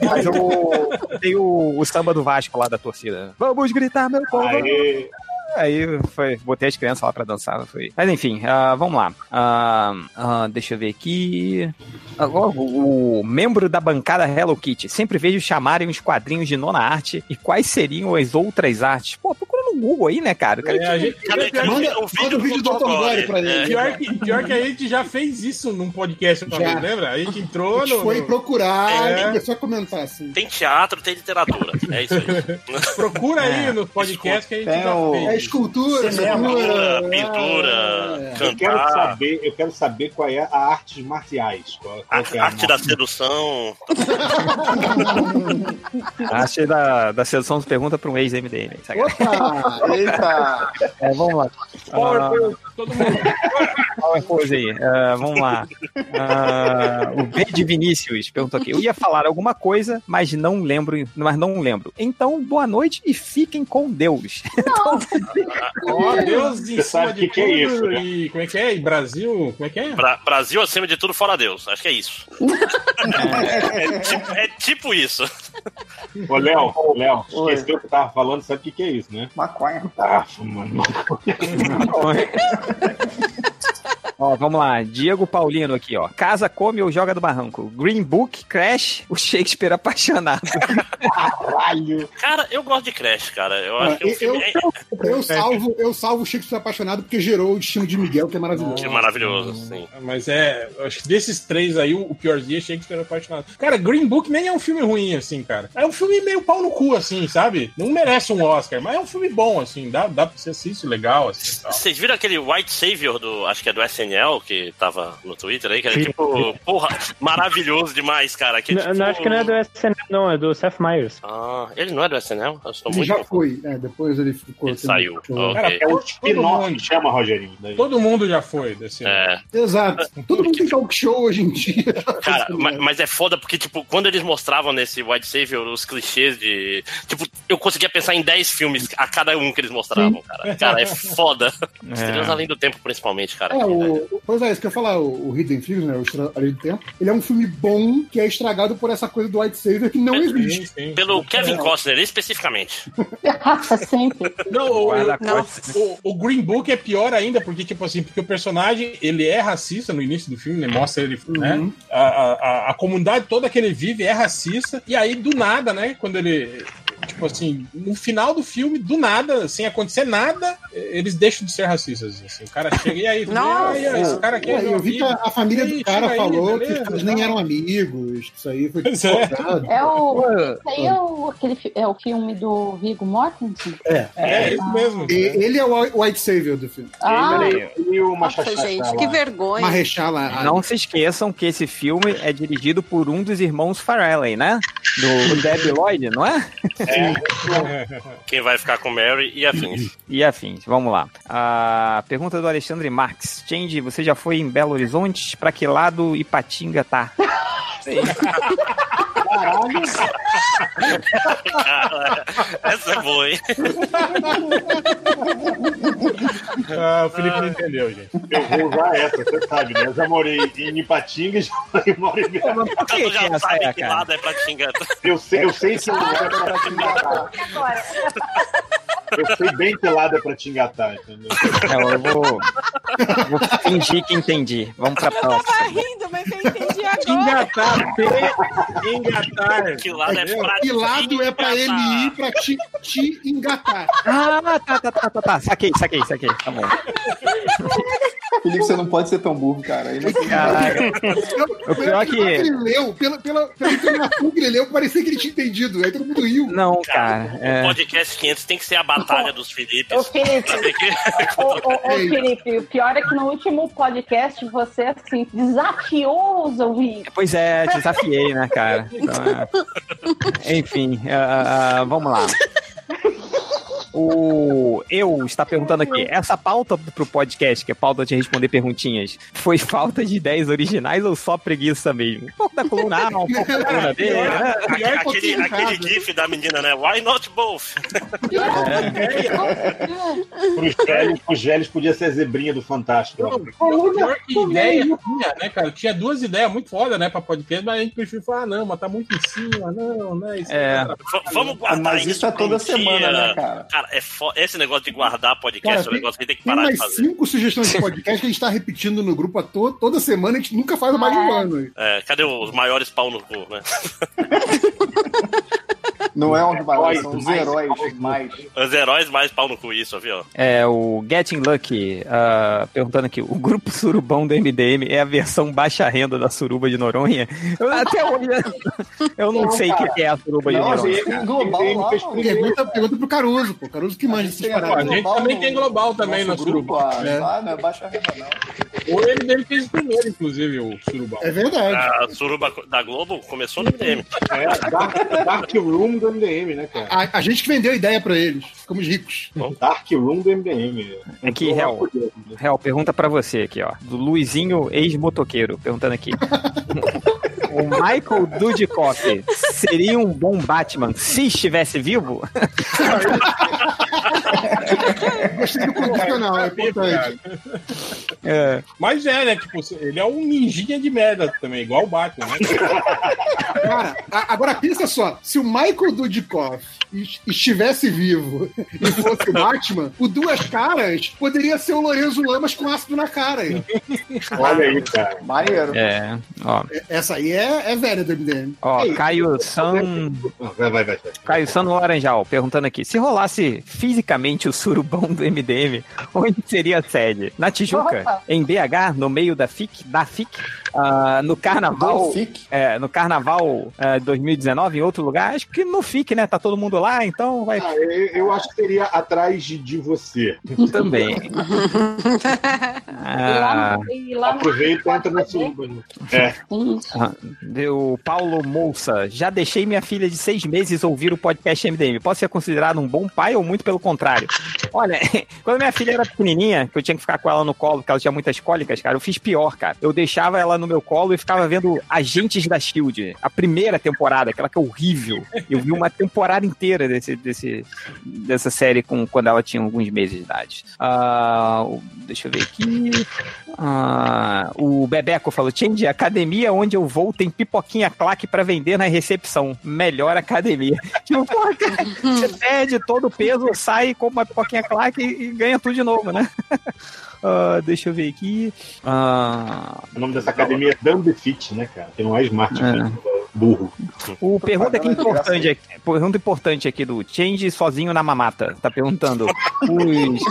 Speaker 2: Mas eu, tem o, o samba do Vasco lá da torcida. né? Vamos gritar, meu povo!
Speaker 9: Aê.
Speaker 2: Aí foi, botei as crianças lá pra dançar. Foi. Mas enfim, ah, vamos lá. Ah, ah, deixa eu ver aqui. Agora, o, o membro da bancada Hello Kitty. Sempre vejo chamarem os quadrinhos de nona arte e quais seriam as outras artes. Pô, procura no Google aí, né, cara? Cara,
Speaker 1: É,
Speaker 6: tipo,
Speaker 1: a gente-
Speaker 11: Cadê- cadê o vídeo
Speaker 6: manda o um vídeo do né? Dr. Gore pra
Speaker 2: É.
Speaker 6: ele. tipo,
Speaker 1: Pior que, pior que a gente já fez isso num podcast, uma
Speaker 6: Já.
Speaker 1: vez, lembra? A gente
Speaker 6: A
Speaker 1: entrou
Speaker 6: gente
Speaker 1: no.
Speaker 6: foi
Speaker 1: no-
Speaker 6: procurar, né?
Speaker 1: É.
Speaker 6: e começou a comentar assim.
Speaker 11: Tem teatro, tem literatura. É isso aí.
Speaker 1: Procura aí
Speaker 11: É.
Speaker 1: no podcast que a gente
Speaker 4: Tem
Speaker 1: já
Speaker 4: o-
Speaker 1: fez.
Speaker 6: É escultura,
Speaker 4: Cinema.
Speaker 6: escultura.
Speaker 11: Pintura, pintura,
Speaker 9: Eu quero
Speaker 11: cantar,
Speaker 9: saber, eu quero saber qual é a arte marciais. Qual, qual que é
Speaker 11: a
Speaker 9: a
Speaker 11: arte da sedução.
Speaker 2: a arte da, da sedução pergunta pra um ex-MDM. sacanagem. Ah,
Speaker 4: Opa! Eita!
Speaker 2: É, vamos lá. Ah,
Speaker 1: Todo mundo.
Speaker 2: Qual é a coisa aí? Ah, vamos lá. Ah, o B de Vinícius perguntou aqui. Eu ia falar alguma coisa, mas não lembro. Mas não lembro. Então, boa noite e fiquem com Deus. Então,
Speaker 1: Ó, Deus em
Speaker 9: Você
Speaker 1: cima
Speaker 9: sabe
Speaker 1: de
Speaker 9: que que é
Speaker 1: tudo
Speaker 9: isso, né?
Speaker 1: e como é que é? E Brasil, como é que é?
Speaker 11: Bra- Brasil acima de tudo, fora Deus. Acho que é isso. É, tipo, é tipo isso.
Speaker 9: Ô, Léo, ô, Léo,
Speaker 4: Oi.
Speaker 9: esqueceu o que eu tava falando, sabe o que, que é isso, né?
Speaker 4: Maconha.
Speaker 9: Tá, mano.
Speaker 2: Ó, vamos lá. Diego Paulino aqui, ó. Casa come ou joga do barranco. Green Book, Crash, o Shakespeare apaixonado.
Speaker 9: Caralho.
Speaker 11: Cara, eu gosto de Crash, cara. Eu acho que é um
Speaker 6: Eu-
Speaker 11: filme é-
Speaker 6: Eu salvo, eu salvo o Shakespeare apaixonado porque gerou o destino de Miguel, que é maravilhoso.
Speaker 11: é maravilhoso, sim.
Speaker 1: Mas é, eu acho que desses três aí, o o piorzinho é Shakespeare apaixonado. Cara, Green Book nem é um filme ruim, assim, cara. É um filme meio pau no cu, assim, sabe? Não merece um Oscar, mas é um filme bom, assim. Dá, dá pra você assistir legal, assim e tal.
Speaker 11: é, Vocês viram aquele White Savior do. Acho que é do SNL, que tava no Twitter aí, que era tipo, porra, maravilhoso demais, cara. Que, é
Speaker 5: Não,
Speaker 11: tipo...
Speaker 5: não, acho que não é do SNL, não, é do Seth Meyers.
Speaker 11: Ah, ele não é do SNL? Eu estou
Speaker 6: Ele
Speaker 11: muito.
Speaker 6: já
Speaker 11: confuso.
Speaker 6: foi, é, depois ele ficou.
Speaker 11: Ele saiu. Ah,
Speaker 6: Show.
Speaker 1: Cara,
Speaker 11: Ok.
Speaker 9: É o
Speaker 1: todo, todo
Speaker 9: spin-off
Speaker 1: mundo,
Speaker 9: que chama, Rogerinho. daí.
Speaker 1: todo mundo já foi desse ano.
Speaker 11: É,
Speaker 6: Exato. Todo mundo tem talk show hoje em dia.
Speaker 11: cara, ma- mas, é foda porque, tipo, quando eles mostravam nesse White Savior os clichês de. Tipo, eu conseguia pensar em 10 filmes a cada um que eles mostravam, cara. Cara, é foda. Estrelas Além do Tempo, principalmente, cara.
Speaker 6: É, o, pois é, isso que eu ia falar, o, o Hidden Figures, né, o Estrela do Tempo, ele é um filme bom que é estragado por essa coisa do White Savior que
Speaker 11: É
Speaker 6: não
Speaker 1: Sim,
Speaker 6: existe.
Speaker 1: sim.
Speaker 11: Pelo Kevin Costner, especificamente.
Speaker 8: Nossa, sempre.
Speaker 1: Não, o,
Speaker 2: Guarda
Speaker 1: o- o- o Green Book é pior ainda, porque, tipo assim, porque o personagem, ele é racista no início do filme, né? Mostra ele, né?
Speaker 6: Uhum.
Speaker 1: A, a, a- a comunidade toda que ele vive é racista, e aí, do nada, né? Quando ele... Tipo assim, no final do filme, do nada, sem acontecer nada, eles deixam de ser racistas. Assim. O cara chega e aí,
Speaker 7: Nossa!
Speaker 1: e aí, esse cara aqui é
Speaker 6: É,
Speaker 1: meu
Speaker 6: eu vi que
Speaker 1: amigo.
Speaker 6: a, a família
Speaker 1: Ih,
Speaker 6: do cara
Speaker 1: chega aí,
Speaker 6: falou
Speaker 1: beleza,
Speaker 6: que eles nem
Speaker 1: tá.
Speaker 6: eram amigos, que isso aí foi
Speaker 1: Pois é.
Speaker 6: forçado.
Speaker 8: É
Speaker 6: ah.
Speaker 8: o. Isso aí é o, aquele, fi- é o filme do Viggo Mortensen?
Speaker 1: É, é isso mesmo.
Speaker 6: E- Ele é o Whi- White Savior do filme.
Speaker 8: Ah,
Speaker 9: E o
Speaker 7: Nossa,
Speaker 9: Machachá
Speaker 7: gente, que vergonha.
Speaker 6: Marrechal lá.
Speaker 2: Não se esqueçam que esse filme é dirigido por um dos irmãos Farrelly, né? Do Deb Lloyd, não é?
Speaker 11: Quem vai ficar com Mary e afins.
Speaker 2: E afins, vamos lá. A pergunta do Alexandre Marx. Change, você já foi em Belo Horizonte? Pra que lado Ipatinga tá?
Speaker 11: Cara, essa é boa, hein?
Speaker 1: Ah, o Felipe não entendeu, gente.
Speaker 9: Eu vou usar essa, você sabe, né? Eu já morei em Ipatinga e já morei- moro em Belo
Speaker 2: Mas por que
Speaker 11: Todo
Speaker 2: que
Speaker 11: já
Speaker 2: essa é,
Speaker 11: sabe que
Speaker 2: cara?
Speaker 11: lado é pra xingar.
Speaker 9: Eu sei, eu sei que eu
Speaker 4: Agora,
Speaker 9: Eu fui bem pelada pra te engatar, entendeu?
Speaker 2: Não, É, eu vou, vou fingir que entendi. Vamos pra próxima.
Speaker 7: rindo, mas eu entendi agora.
Speaker 1: Engatar, P, engatar.
Speaker 11: Que
Speaker 10: né?
Speaker 11: lado é pra
Speaker 6: Que lado é pra ele ir pra te, te engatar?
Speaker 2: Ah, tá, tá, tá, tá, tá. Saquei, saquei, saquei. Tá bom.
Speaker 4: Felipe, você não pode ser tão burro, cara. Ele é
Speaker 2: Caraca. O pior é
Speaker 6: que ele
Speaker 2: que.
Speaker 6: leu, pela, pela, pela informação que ele leu, parecia que ele tinha entendido. Aí todo mundo riu.
Speaker 2: Não, cara.
Speaker 11: O
Speaker 2: é.
Speaker 11: podcast 500 tem que ser a batalha dos Filipes.
Speaker 8: Ô, Felipe.
Speaker 11: Pra ver que-
Speaker 8: Ô, ô, ô, Felipe, o pior é que no último podcast você, assim, desafiou os ouvintes.
Speaker 2: Pois é, te desafiei, né, cara? Então, é. Enfim, ah, ah, vamos lá. O eu está perguntando aqui, essa pauta pro podcast, que é pauta de responder perguntinhas, foi falta de ideias originais ou só preguiça mesmo? Um pouco da coluna A, um pouco da coluna B, né?
Speaker 11: Aque- Aquele, aquele gif da menina, né? Why not both?
Speaker 9: Pros velhos, pros velhos podia ser a zebrinha do Fantástico.
Speaker 1: Não, pior, pior que ideia tinha, né, cara? Tinha duas ideias muito foda, né, pra podcast, mas a gente preferiu falar, ah, não, mas tá muito em cima, não, né? Isso
Speaker 2: É.
Speaker 1: não tá
Speaker 11: V- vamos guardar
Speaker 4: Mas isso é toda
Speaker 11: pra um
Speaker 4: semana,
Speaker 11: dia.
Speaker 4: né, cara?
Speaker 11: é fo- esse negócio de guardar podcast
Speaker 6: Cara,
Speaker 11: é um negócio que a gente tem que
Speaker 6: Tem
Speaker 11: parar de
Speaker 6: mais
Speaker 11: fazer.
Speaker 6: cinco sugestões de podcast que a gente tá repetindo no grupo a to- toda semana, a gente nunca faz o mais de um ano.
Speaker 11: É, cadê os maiores pau no cu, né?
Speaker 4: Não é um balões, são os
Speaker 9: Mais,
Speaker 4: heróis
Speaker 9: mais.
Speaker 4: mais.
Speaker 11: Os heróis mais pau no cu, isso, viu?
Speaker 2: É, o Getting Lucky ah, perguntando aqui, o grupo surubão do MDM é a versão baixa renda da suruba de Noronha? Eu,
Speaker 8: Ah,
Speaker 2: até hoje eu não,
Speaker 4: Não,
Speaker 2: sei o
Speaker 4: cara.
Speaker 2: que é a suruba de
Speaker 4: Não,
Speaker 2: Noronha.
Speaker 4: gente, tem global lá.
Speaker 9: Fez
Speaker 4: mano.
Speaker 6: Pergunta, pergunta pro Caruso, pô. Caruso que manja
Speaker 4: Tem
Speaker 1: Pô,
Speaker 6: essas
Speaker 1: Tipo, a
Speaker 6: paradas.
Speaker 1: gente também tem global também no
Speaker 4: nosso grupo.
Speaker 1: grupo.
Speaker 4: Ah,
Speaker 1: É.
Speaker 4: lá, não é baixa renda, não.
Speaker 1: Ou ele dele fez o primeiro, inclusive, o Surubal.
Speaker 6: É verdade.
Speaker 11: A Ah, suruba da Globo começou no DM.
Speaker 9: É, Dark, Dark Room do MDM, né, cara?
Speaker 6: A, a gente que vendeu a ideia pra eles. Ficamos ricos.
Speaker 9: Dark Room do MDM.
Speaker 2: Aqui, Hel, Hel, pergunta pra você aqui, ó. Do Luizinho, ex-motoqueiro, perguntando aqui. O Michael Dudikoff seria um bom Batman se estivesse vivo?
Speaker 6: Gostei do condicional, é importante.
Speaker 2: É.
Speaker 1: Mas é, né? Tipo, ele é um ninjinha de merda também, igual o Batman, né?
Speaker 6: Cara, a- agora pensa só. Se o Michael Dudikoff es- estivesse vivo e fosse o Batman, o Duas Caras poderia ser o Lorenzo Lamas com ácido na cara. aí, ó.
Speaker 9: Olha aí, cara.
Speaker 4: Maneiro.
Speaker 2: É, ó.
Speaker 6: Essa aí é, é velha do MDM.
Speaker 2: Ó, Caio San...
Speaker 9: Vai, vai, vai.
Speaker 2: Caio Sano Laranjal, perguntando aqui: se rolasse fisicamente o surubão do MDM, onde seria a sede? Na Tijuca?
Speaker 8: Opa.
Speaker 2: Em BH? No meio da FIC? Da FIC? Ah, no Carnaval?
Speaker 4: Fique.
Speaker 2: É, no Carnaval ah, 2019, em outro lugar? Acho que no FIC, né? Tá todo mundo lá, então vai
Speaker 9: Ah, eu, eu acho que seria atrás de, de você.
Speaker 2: também.
Speaker 8: E lá
Speaker 2: Ah,
Speaker 8: no- e lá no-
Speaker 9: Aproveita e entra na suruba. né? É,
Speaker 2: Ah, deu Paulo Moussa. Já deixei minha filha de seis meses ouvir o podcast MDM. Posso ser considerado um bom pai ou muito pelo contrário? Olha, quando minha filha era pequenininha, que eu tinha que ficar com ela no colo, porque ela tinha muitas cólicas, cara, eu fiz pior, cara. Eu deixava ela no meu colo e ficava vendo Agentes da Shield, a primeira temporada, aquela que é horrível. Eu vi uma temporada inteira desse, desse, dessa série com, quando ela tinha alguns meses de idade. Ah, o- deixa eu ver aqui. Ah, o Bebeco falou: Change, academia onde eu vou tem pipoquinha claque pra vender na recepção. Melhor academia. Tipo, porra, cara, você perde todo o peso, sai, compra uma pipoquinha claque e, e ganha tudo de novo, né? Ah, deixa eu ver aqui. Ah,
Speaker 9: o nome dessa academia é Dumb Fit, né, cara? Que não é smart,
Speaker 2: É.
Speaker 9: né? burro. é
Speaker 2: o
Speaker 1: é
Speaker 2: pergunta aqui
Speaker 4: Propaganda
Speaker 2: importante aqui, pergunta importante aqui do Change sozinho na mamata. Tá perguntando. Os,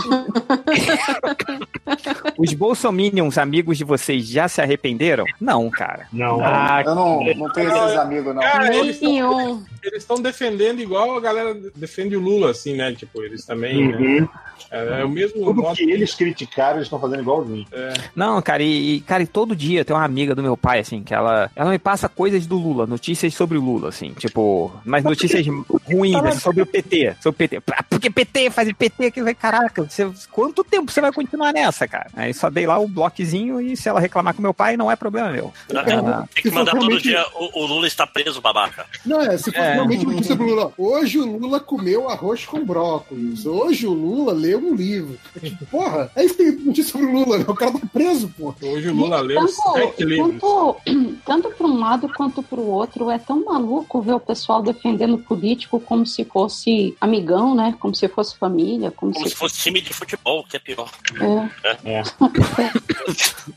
Speaker 2: os bolsominions amigos de vocês já se arrependeram? Não, cara.
Speaker 9: Não.
Speaker 5: Ah,
Speaker 4: Eu não, não tenho esses amigos, não.
Speaker 1: Cara, eles
Speaker 7: Nenhum.
Speaker 1: estão defendendo igual a galera defende o Lula, assim, né? Tipo, eles também. né?
Speaker 9: Uhum.
Speaker 1: É, é o mesmo
Speaker 9: Tudo
Speaker 1: modo.
Speaker 9: que eles criticaram, eles estão fazendo igualzinho.
Speaker 1: É.
Speaker 2: Não, cara, e, e, cara, e todo dia tem uma amiga do meu pai, assim, que ela, ela me passa coisas do Lula, notícias sobre o Lula, assim, tipo, mas notícias ruins, assim, sobre o PT, sobre o PT. Ah, Porque PT, faz PT, que vai, caraca, você, quanto tempo você vai continuar nessa, cara? Aí mãe. Só dei lá o bloquezinho e se ela reclamar com meu pai, não é problema meu.
Speaker 11: Tem que mandar todo dia o, o Lula está preso, babaca.
Speaker 6: Não, é, se fosse
Speaker 2: É.
Speaker 6: realmente notícia pro Lula. Hoje o Lula comeu arroz com brócolis. Hoje o Lula leu um livro. É tipo, porra, é isso que tem notícia pro Lula, né? O cara tá preso, porra.
Speaker 1: Hoje o Lula leu sete livros.
Speaker 8: tanto, tanto para um lado quanto para o outro, é tão maluco ver o pessoal defendendo o político como se fosse amigão, né? Como se fosse família, como,
Speaker 11: Como se fosse time de futebol, que é pior.
Speaker 1: É.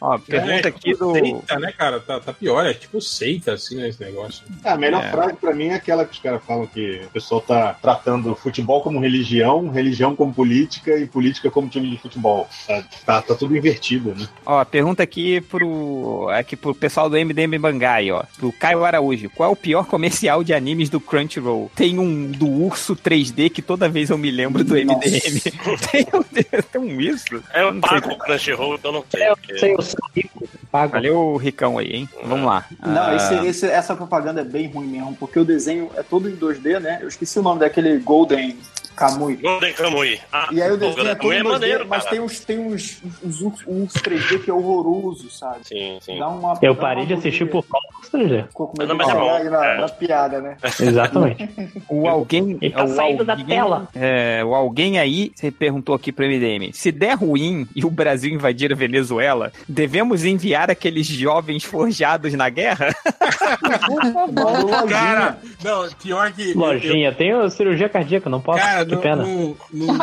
Speaker 2: Ó, pergunta aqui do.
Speaker 1: Seita, né, cara? Tá, tá pior, é tipo seita, assim, né, esse negócio.
Speaker 9: É, a melhor frase pra mim é aquela que os caras falam que o pessoal tá tratando futebol como religião, religião como política e política como time de futebol. Tá, tá- tá tudo invertido, né?
Speaker 2: Ó, pergunta aqui pro, aqui pro pessoal do MDM Bangai, ó. Pro Caio Araújo. Qual é o pior comercial de animes do Crunchyroll? Tem um do urso 3D que toda vez eu me lembro do MDM. tem, um, tem um isso?
Speaker 11: É, Eu pago o Crunchyroll, É, eu não tenho. porque-
Speaker 2: Valeu o ricão aí, hein? Vamos lá.
Speaker 4: Não,
Speaker 2: Ah,
Speaker 4: esse- esse- essa propaganda é bem ruim mesmo, porque o desenho é todo em 2D, né? Eu esqueci o nome daquele Golden Kamui.
Speaker 11: Golden Kamui. Ah,
Speaker 4: E aí o desenho
Speaker 11: Golden
Speaker 4: é todo
Speaker 11: Kamui
Speaker 4: em
Speaker 11: é
Speaker 4: 2D,
Speaker 11: maneiro,
Speaker 4: mas
Speaker 11: cara.
Speaker 4: tem uns, tem uns, uns, uns, uns 3D que é horroroso, sabe?
Speaker 11: Sim, sim.
Speaker 4: Dá uma,
Speaker 5: Eu
Speaker 4: dá
Speaker 5: parei
Speaker 4: uma
Speaker 5: de assistir
Speaker 4: agonia.
Speaker 5: por falta do estrangeiro.
Speaker 4: Ficou com medo
Speaker 11: Não,
Speaker 4: de
Speaker 11: mas é
Speaker 4: parar
Speaker 11: bom,
Speaker 4: aí na,
Speaker 11: é.
Speaker 4: na piada, né?
Speaker 5: Exatamente.
Speaker 2: O alguém. é
Speaker 5: Ele tá
Speaker 2: o
Speaker 5: saindo da
Speaker 2: alguém-
Speaker 5: tela.
Speaker 2: É, o alguém aí você perguntou aqui pro MDM: se der ruim e o Brasil invadir a Venezuela, devemos enviar aqueles jovens forjados na guerra?
Speaker 1: Cara, não, pior que.
Speaker 5: Lojinha, tenho cirurgia cardíaca, não posso.
Speaker 1: Cara,
Speaker 5: que
Speaker 1: no,
Speaker 5: pena.
Speaker 1: no, no,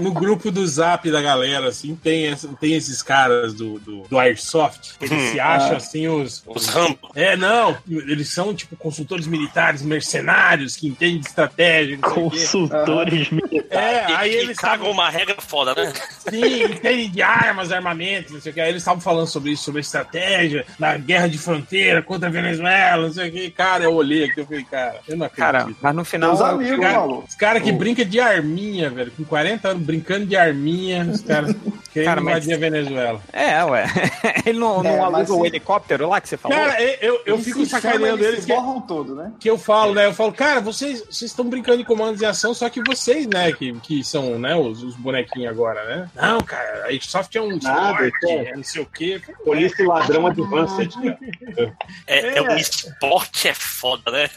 Speaker 1: no grupo do zap da galera, assim, tem, essa- tem esses caras do, do, do Airsoft, que eles se acham,
Speaker 11: Ah.
Speaker 1: assim, os...
Speaker 11: Os Rambo.
Speaker 1: É, não, eles são, tipo, consultores militares, mercenários, que entendem de estratégia, não sei o quê.
Speaker 5: Consultores
Speaker 1: É, aí
Speaker 11: e,
Speaker 1: eles
Speaker 11: e cagam uma regra foda, né?
Speaker 1: Sim, entende de armas, armamentos, não sei o que. Aí eles estavam falando sobre isso, sobre estratégia, na guerra de fronteira contra a Venezuela, não sei o que. Cara, eu olhei aqui, eu falei, cara, eu não acredito.
Speaker 2: Cara, mas no final.
Speaker 4: Meus amigos,
Speaker 1: Os cara,
Speaker 4: maluco.
Speaker 1: os cara que brinca de arminha, velho, com 40 anos brincando de arminha, os caras querendo
Speaker 2: Cara, mas-
Speaker 1: invadir a Venezuela.
Speaker 2: É, ué. Ele não,
Speaker 4: É,
Speaker 2: não
Speaker 4: mas
Speaker 2: aluga o
Speaker 4: se-
Speaker 2: helicóptero lá que você falou?
Speaker 1: Cara, é- eu, eu, eu
Speaker 4: Eles
Speaker 1: fico
Speaker 4: se chamam,
Speaker 1: sacaneando
Speaker 4: eles
Speaker 1: eles
Speaker 4: se
Speaker 1: que,
Speaker 4: borram todo, né?
Speaker 1: que eu falo, né? Eu falo, cara, vocês vocês estão brincando de comandos e ação, só que vocês, né, que, que são né, os, os bonequinhos agora, né? Não, cara, a Airsoft é um
Speaker 9: Nada,
Speaker 1: esporte,
Speaker 9: cara.
Speaker 1: é não sei o quê.
Speaker 9: Polícia e ladrão advanced, cara.
Speaker 11: É, é um esporte é foda, né?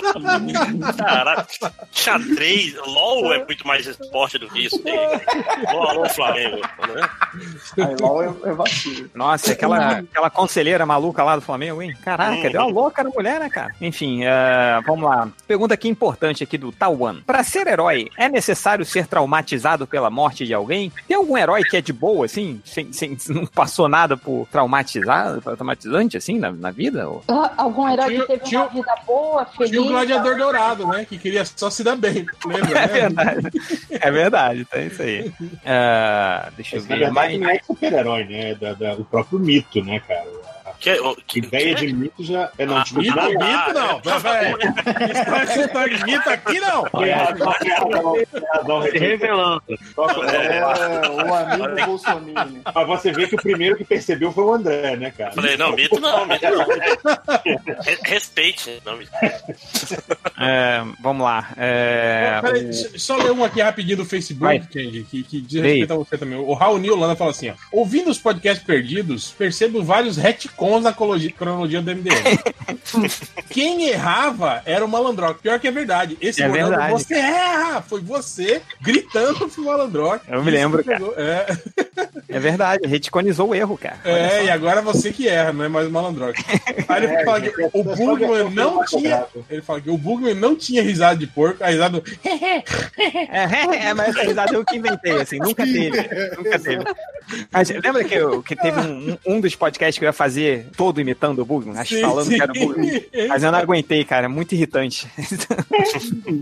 Speaker 11: Tipo, Caraca, xadrez, LOL é muito mais esporte do que isso. Né? LOL, alô, Flamengo. Né?
Speaker 4: Aí LOL é, é vacilo.
Speaker 2: Nossa, aquela, aquela conselheira maluca lá do Flamengo, hein? Caraca,
Speaker 11: Hum.
Speaker 2: deu uma louca na mulher, né, cara? Enfim, é, vamos lá. Pergunta aqui importante aqui do Tawan. Pra ser herói, é necessário ser traumatizado pela morte de alguém? Tem algum herói que é de boa, assim? Sem, sem- não passou nada por traumatizado, traumatizante, assim, na, na vida? Ou-
Speaker 8: Ah, Algum herói
Speaker 1: Tio-
Speaker 8: que teve
Speaker 1: tio-
Speaker 8: uma vida boa, feliz.
Speaker 1: Tinha o gladiador dourado, né? Que queria só se dar bem. Lembra, né?
Speaker 2: É verdade. É verdade, tá isso aí. É, deixa eu
Speaker 9: Mas, na
Speaker 2: ver.
Speaker 9: verdade,
Speaker 2: Mas,
Speaker 9: não é super-herói, né? É da- da- o próprio mito, né, cara?
Speaker 11: Que, o-
Speaker 9: A
Speaker 11: que,
Speaker 9: ideia de mito já. É, não, desculpa.
Speaker 1: Mito,
Speaker 11: Ah,
Speaker 1: mito não.
Speaker 11: ah,
Speaker 1: velho. História de sotaque, mito aqui não.
Speaker 5: Olha,
Speaker 9: Não,
Speaker 5: se revelando.
Speaker 4: É, o amigo Bolsonaro.
Speaker 9: Mas você vê que o primeiro que percebeu foi o André, né, cara?
Speaker 11: Falei, É, não, mito não, mito não. Re- Respeite. Não, mito.
Speaker 2: é, vamos lá. É,
Speaker 1: Peraí, s- só ler um aqui rapidinho do Facebook,
Speaker 2: Vai.
Speaker 1: Candy, que, que diz
Speaker 2: Leia.
Speaker 1: respeito a você também. O Raul Nilana fala assim: ó, ouvindo os podcasts perdidos, percebo vários retcons na cologi- cronologia do MDM. Quem errava era o malandroca. Pior que é verdade. Esse
Speaker 2: É
Speaker 1: bordão do
Speaker 2: verdade.
Speaker 1: você erra! Foi você gritando pro malandroca.
Speaker 2: Eu me lembro, cara.
Speaker 1: É,
Speaker 2: É verdade, reticonizou o erro, cara. Olha
Speaker 1: É, e agora você que erra, não é mais o malandroca. Aí ele
Speaker 9: É,
Speaker 1: fala que
Speaker 9: gente, é
Speaker 1: o
Speaker 9: só
Speaker 1: Bugman
Speaker 9: versão
Speaker 1: não tinha.
Speaker 9: cinematográfica.
Speaker 1: Ele fala que o Bugman não tinha risada de porco, a risada do.
Speaker 2: É, é, mas essa risada eu que inventei, assim, nunca teve. Nunca teve. Mas lembra que, eu- que teve um, um- um dos podcasts que eu ia fazer todo imitando o Bugman? Acho que
Speaker 1: Sim,
Speaker 2: falando
Speaker 1: sim.
Speaker 2: que era o Bugman. Mas eu não aguentei, cara, é muito irritante.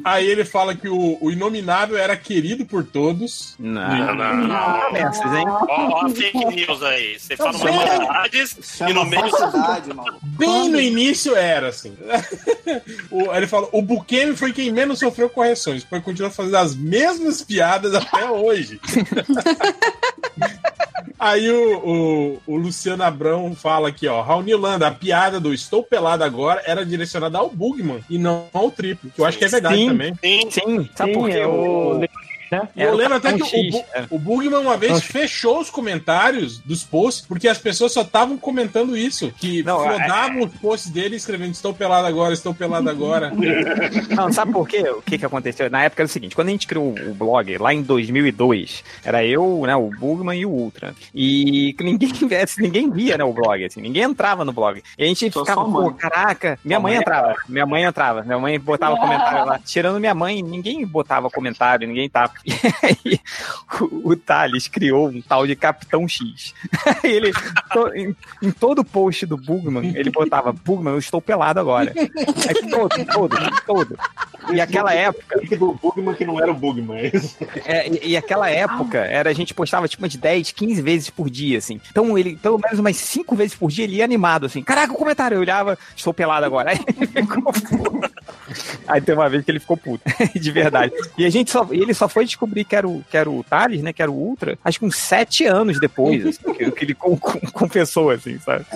Speaker 1: Aí ele fala que o, o Inominável era querido por todos.
Speaker 2: Não,
Speaker 11: não,
Speaker 2: não. Começas, hein?
Speaker 11: Ó, ó a fake news aí. Você fala umas
Speaker 1: sério?
Speaker 11: verdades e no
Speaker 4: Chama
Speaker 11: meio
Speaker 4: falsidade, maluco.
Speaker 1: Bem no início era, assim. O- ele fala: o Bukemi foi quem menos sofreu correções, porque continua fazendo as mesmas piadas até hoje. Aí o, o- o Luciano Abrão fala aqui, ó. Raunilanda, a piada do Estou Pelado Agora era direcionada ao Bugman e não ao triplo, que eu acho que é verdade
Speaker 2: Sim.
Speaker 1: também.
Speaker 11: Sim,
Speaker 2: Sim, sabe
Speaker 5: Sim,
Speaker 2: por quê?
Speaker 5: é o
Speaker 2: O...
Speaker 5: Leonid né?
Speaker 1: E eu lembro até que o, Bu-
Speaker 2: É.
Speaker 1: o Bugman uma vez fechou os comentários dos posts, porque as pessoas só estavam comentando isso, que
Speaker 2: é-
Speaker 1: flodavam os posts dele escrevendo estou pelado agora, estou pelado agora.
Speaker 2: Não, sabe por quê? O que, que aconteceu? Na época era o seguinte, quando a gente criou o blog, lá em 2002, era eu, né, o Bugman e o Ultra. E que ninguém, ninguém via né, o blog, assim, ninguém entrava no blog. E a gente ficava,
Speaker 5: sua mãe.
Speaker 2: pô, caraca, minha
Speaker 5: Sua
Speaker 2: mãe
Speaker 5: mãe é
Speaker 2: entrava, minha mãe entrava, minha mãe botava
Speaker 5: Ah.
Speaker 2: comentário lá. Tirando minha mãe, ninguém botava comentário, ninguém tava. E aí, o, o Thales criou um tal de Capitão X. Aí ele, to- em, em todo post do Bugman, ele botava, Bugman, eu estou pelado agora. Aí, todo, todo, todo. E aquela época.
Speaker 9: Do Bugman que não era o Bugman, é isso?
Speaker 2: É, e, e aquela época, era, a gente postava tipo umas 10, 15 vezes por dia, assim. Então ele, pelo menos umas 5 vezes por dia, ele ia animado, assim. Caraca, o comentário, eu olhava, estou pelado agora. Aí ele ficou puto. Aí tem uma vez que ele ficou puto, de verdade. E a gente só, e ele só foi descobrir que era, o, que era o Thales, né, que era o Ultra, acho que uns 7 anos depois, assim, que, que ele com, com, confessou, assim, sabe?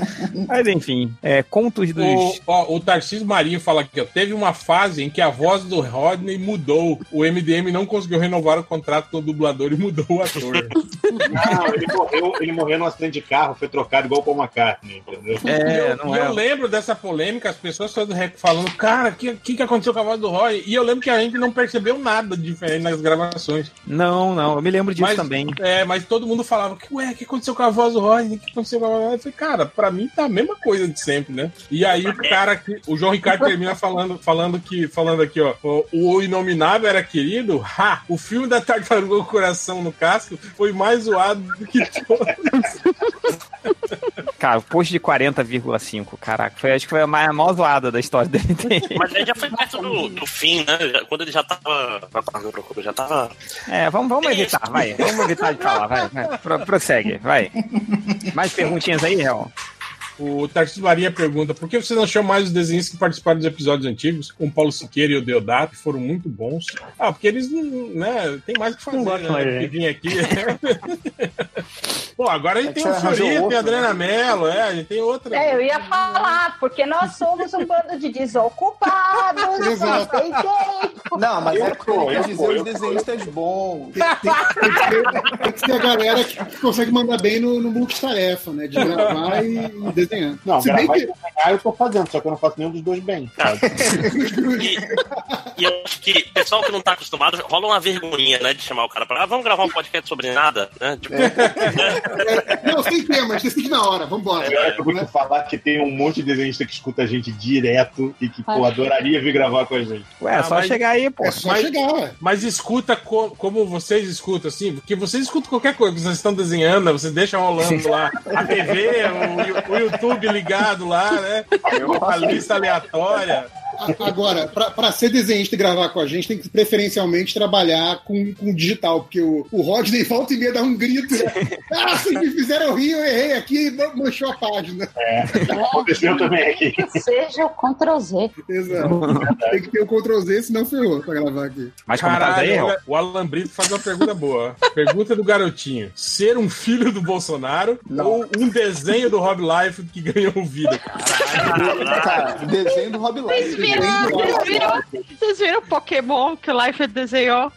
Speaker 2: Mas enfim, é, contos dos...
Speaker 1: O, ó, o Tarcísio Marinho fala aqui, ó, teve uma fase em que a voz do Rodney mudou. O MDM não conseguiu renovar o contrato com o dublador e mudou o ator.
Speaker 9: Não, ele morreu, ele morreu num acidente de carro, foi trocado igual o Paul McCartney, entendeu?
Speaker 2: É,
Speaker 1: e eu, e eu lembro dessa polêmica, as pessoas todas rec- falando, cara, o que, que, que aconteceu com a voz do Roy? E eu lembro que a gente não percebeu nada diferente nas gravações.
Speaker 2: Não, não, eu me lembro disso
Speaker 1: Mas-
Speaker 2: também.
Speaker 1: É, mas todo mundo falava, ué, o que aconteceu com a voz do Rodney? O que aconteceu com a voz do Rodney? Eu falei, cara, pra mim tá a mesma coisa de sempre, né? E aí o cara que. O João Ricardo termina falando, falando que. Falando aqui, ó. O, o Inominável era querido? Ha! O filme da Tartaruga com o Coração no Casco foi mais zoado do que todo.
Speaker 2: Cara, o post de 40,5, caraca, foi, acho que foi a maior a maior zoada da história dele.
Speaker 11: Mas aí já foi perto do, do fim, né? Já- Quando ele já tava. Já tava.
Speaker 2: É, vamos, vamos evitar, vai. Vamos evitar de falar, vai. vai. Pro- prossegue, vai. Mais perguntinhas aí, Real?
Speaker 1: O Tarcísio Maria pergunta: por que vocês não acham mais os desenhos que participaram dos episódios antigos, com o Paulo Siqueira e o Deodato, que foram muito bons? Ah, porque eles não, né, tem mais o que fazer,
Speaker 5: gostam
Speaker 1: né?
Speaker 5: mais,
Speaker 1: Que
Speaker 5: né?
Speaker 1: vim aqui. Pô, agora a gente
Speaker 5: É que
Speaker 1: tem
Speaker 5: você
Speaker 1: o
Speaker 5: arranjou
Speaker 1: Fiorito, tem
Speaker 5: outro,
Speaker 1: a Adriana
Speaker 5: né?
Speaker 1: Mello, é, a gente tem outra.
Speaker 12: É, eu ia falar, porque nós somos um bando de desocupados, não
Speaker 4: Exato.
Speaker 12: tem tempo.
Speaker 4: Não, mas é porque
Speaker 6: tô,
Speaker 4: ele
Speaker 6: eu tô,
Speaker 4: quer dizer
Speaker 6: eu
Speaker 4: os desenhistas bons.
Speaker 6: Tem que ter a galera que consegue mandar bem no, no multitarefa, né? De gravar e, e desenhar.
Speaker 9: Não,
Speaker 6: Se bem
Speaker 9: gravar
Speaker 6: que
Speaker 9: e desenhar eu tô fazendo, só que eu não faço nenhum dos dois bem. sabe?
Speaker 11: E eu acho que o pessoal que não tá acostumado rola uma vergonhinha, né? De chamar o cara pra. Ah, vamos gravar um podcast sobre nada, né? Tipo,
Speaker 6: Não, sem temas, decide na hora, vambora.
Speaker 9: Agora eu vou falar que tem um monte de desenhista que escuta a gente direto e que, pô,
Speaker 6: Ah.
Speaker 9: adoraria vir gravar com a gente.
Speaker 2: Ué,
Speaker 1: Ah, mas-
Speaker 6: É só
Speaker 1: mas,
Speaker 6: chegar, ué.
Speaker 1: mas escuta co- como vocês escutam, assim, porque vocês escutam qualquer coisa, vocês estão desenhando, né, vocês deixam rolando lá a TV, o, o YouTube ligado lá, né? A lista aleatória.
Speaker 6: A- Agora, para ser desenhista e gravar com a gente, tem que preferencialmente trabalhar com, com o digital, porque o, o Rodney volta e meia dá um grito. né? Ah, vocês me fizeram rir, eu errei aqui e manchou a página.
Speaker 9: É, aconteceu também aqui.
Speaker 8: Seja o Ctrl Z.
Speaker 6: Exato. Tem que ter o Ctrl Z, senão ferrou pra gravar aqui.
Speaker 2: Mas tá
Speaker 1: Caralho,
Speaker 2: comentários aí, Real?
Speaker 1: olha, o Alan Brito faz uma pergunta boa. Pergunta do garotinho: ser um filho do Bolsonaro ou um desenho do Rob Life que ganhou vida?
Speaker 4: Cara, desenho do Rob
Speaker 10: Vocês viram, vocês viram, vocês viram o Pokémon que o Life desenhou?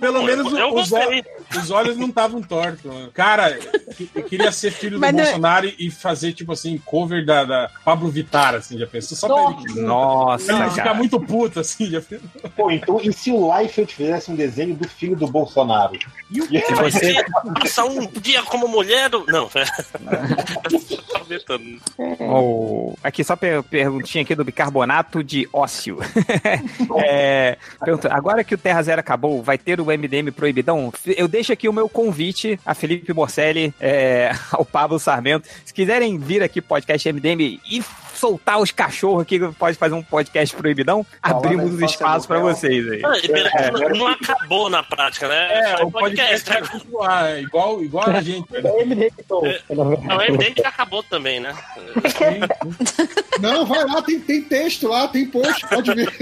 Speaker 1: Pelo menos o- os, olhos, os olhos não estavam tortos. né? Cara, eu queria ser filho do
Speaker 10: Mas não-
Speaker 1: Bolsonaro e fazer, tipo assim, cover da, da Pablo Vittar, assim, já pensou? Só pra ele,
Speaker 2: Nossa,
Speaker 1: Ele
Speaker 2: cara.
Speaker 1: ficar muito puto, assim, já pensou?
Speaker 9: Pô, então, e se o Liefeld fizesse um desenho do filho do Bolsonaro? E
Speaker 11: se você passar um dia como mulher. do- Não, tá aumentando.
Speaker 10: É.
Speaker 2: Ó, o- Aqui, só per- perguntinha aqui do bicarbonato de ósseo. É, pergunta, agora que o Terra Zero acabou, vai ter o MDM proibidão? F- Eu deixo aqui o meu convite a Felipe Morcelli, é, ao Pablo Sarmento. Se quiserem vir aqui podcast MDM e soltar os cachorros aqui, pode fazer um podcast proibidão, abrimos os espaços para vocês aí.
Speaker 11: Ah, e pera-
Speaker 2: É.
Speaker 11: não, não acabou na prática, né?
Speaker 1: É,
Speaker 11: Só
Speaker 1: o podcast vai continuar, é igual, igual a gente. né?
Speaker 11: Não, é evidente que acabou também, né?
Speaker 6: Não, vai lá, tem, tem texto lá, tem post, pode ver.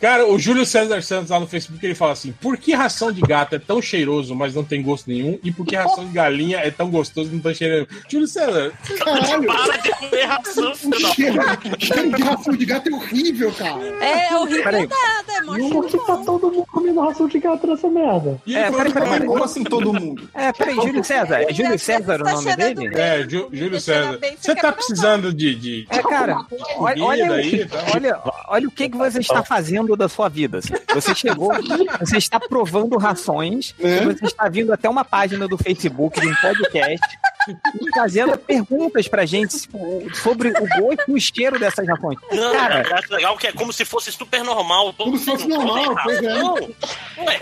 Speaker 1: Cara, o Júlio César Santos lá no Facebook ele fala assim: por que ração de gato é tão cheiroso, mas não tem gosto nenhum? E por que ração de galinha é tão gostoso e não tem cheiro nenhum? Júlio César,
Speaker 6: Caralho.
Speaker 11: Para de comer ração, filho da
Speaker 6: O cheiro, cheiro de ração de gato é horrível, cara.
Speaker 7: É horrível
Speaker 6: Peraí.
Speaker 7: nada, é mó
Speaker 5: Como que tá todo mundo comendo ração de gato nessa merda?
Speaker 2: É, peraí, peraí, peraí.
Speaker 4: Como assim todo mundo?
Speaker 2: É, peraí, Júlio César. É Júlio César o nome dele?
Speaker 1: É, Jú- Júlio César. Você tá precisando de. de...
Speaker 2: É, cara, olha, olha,
Speaker 1: Tipo, comida
Speaker 2: o-
Speaker 1: aí, tá?
Speaker 2: olha, olha o que, que você
Speaker 1: Então.
Speaker 2: está fazendo da sua vida. assim. Você chegou, você está provando rações,
Speaker 1: É.
Speaker 2: você está vindo até uma página do Facebook, de um podcast, e fazendo perguntas pra gente tipo, sobre o gosto e o cheiro dessas rações.
Speaker 11: Não, cara,
Speaker 2: Cara,
Speaker 11: eu acho legal que é como se fosse super normal. Todo como se fosse
Speaker 1: normal, pois é.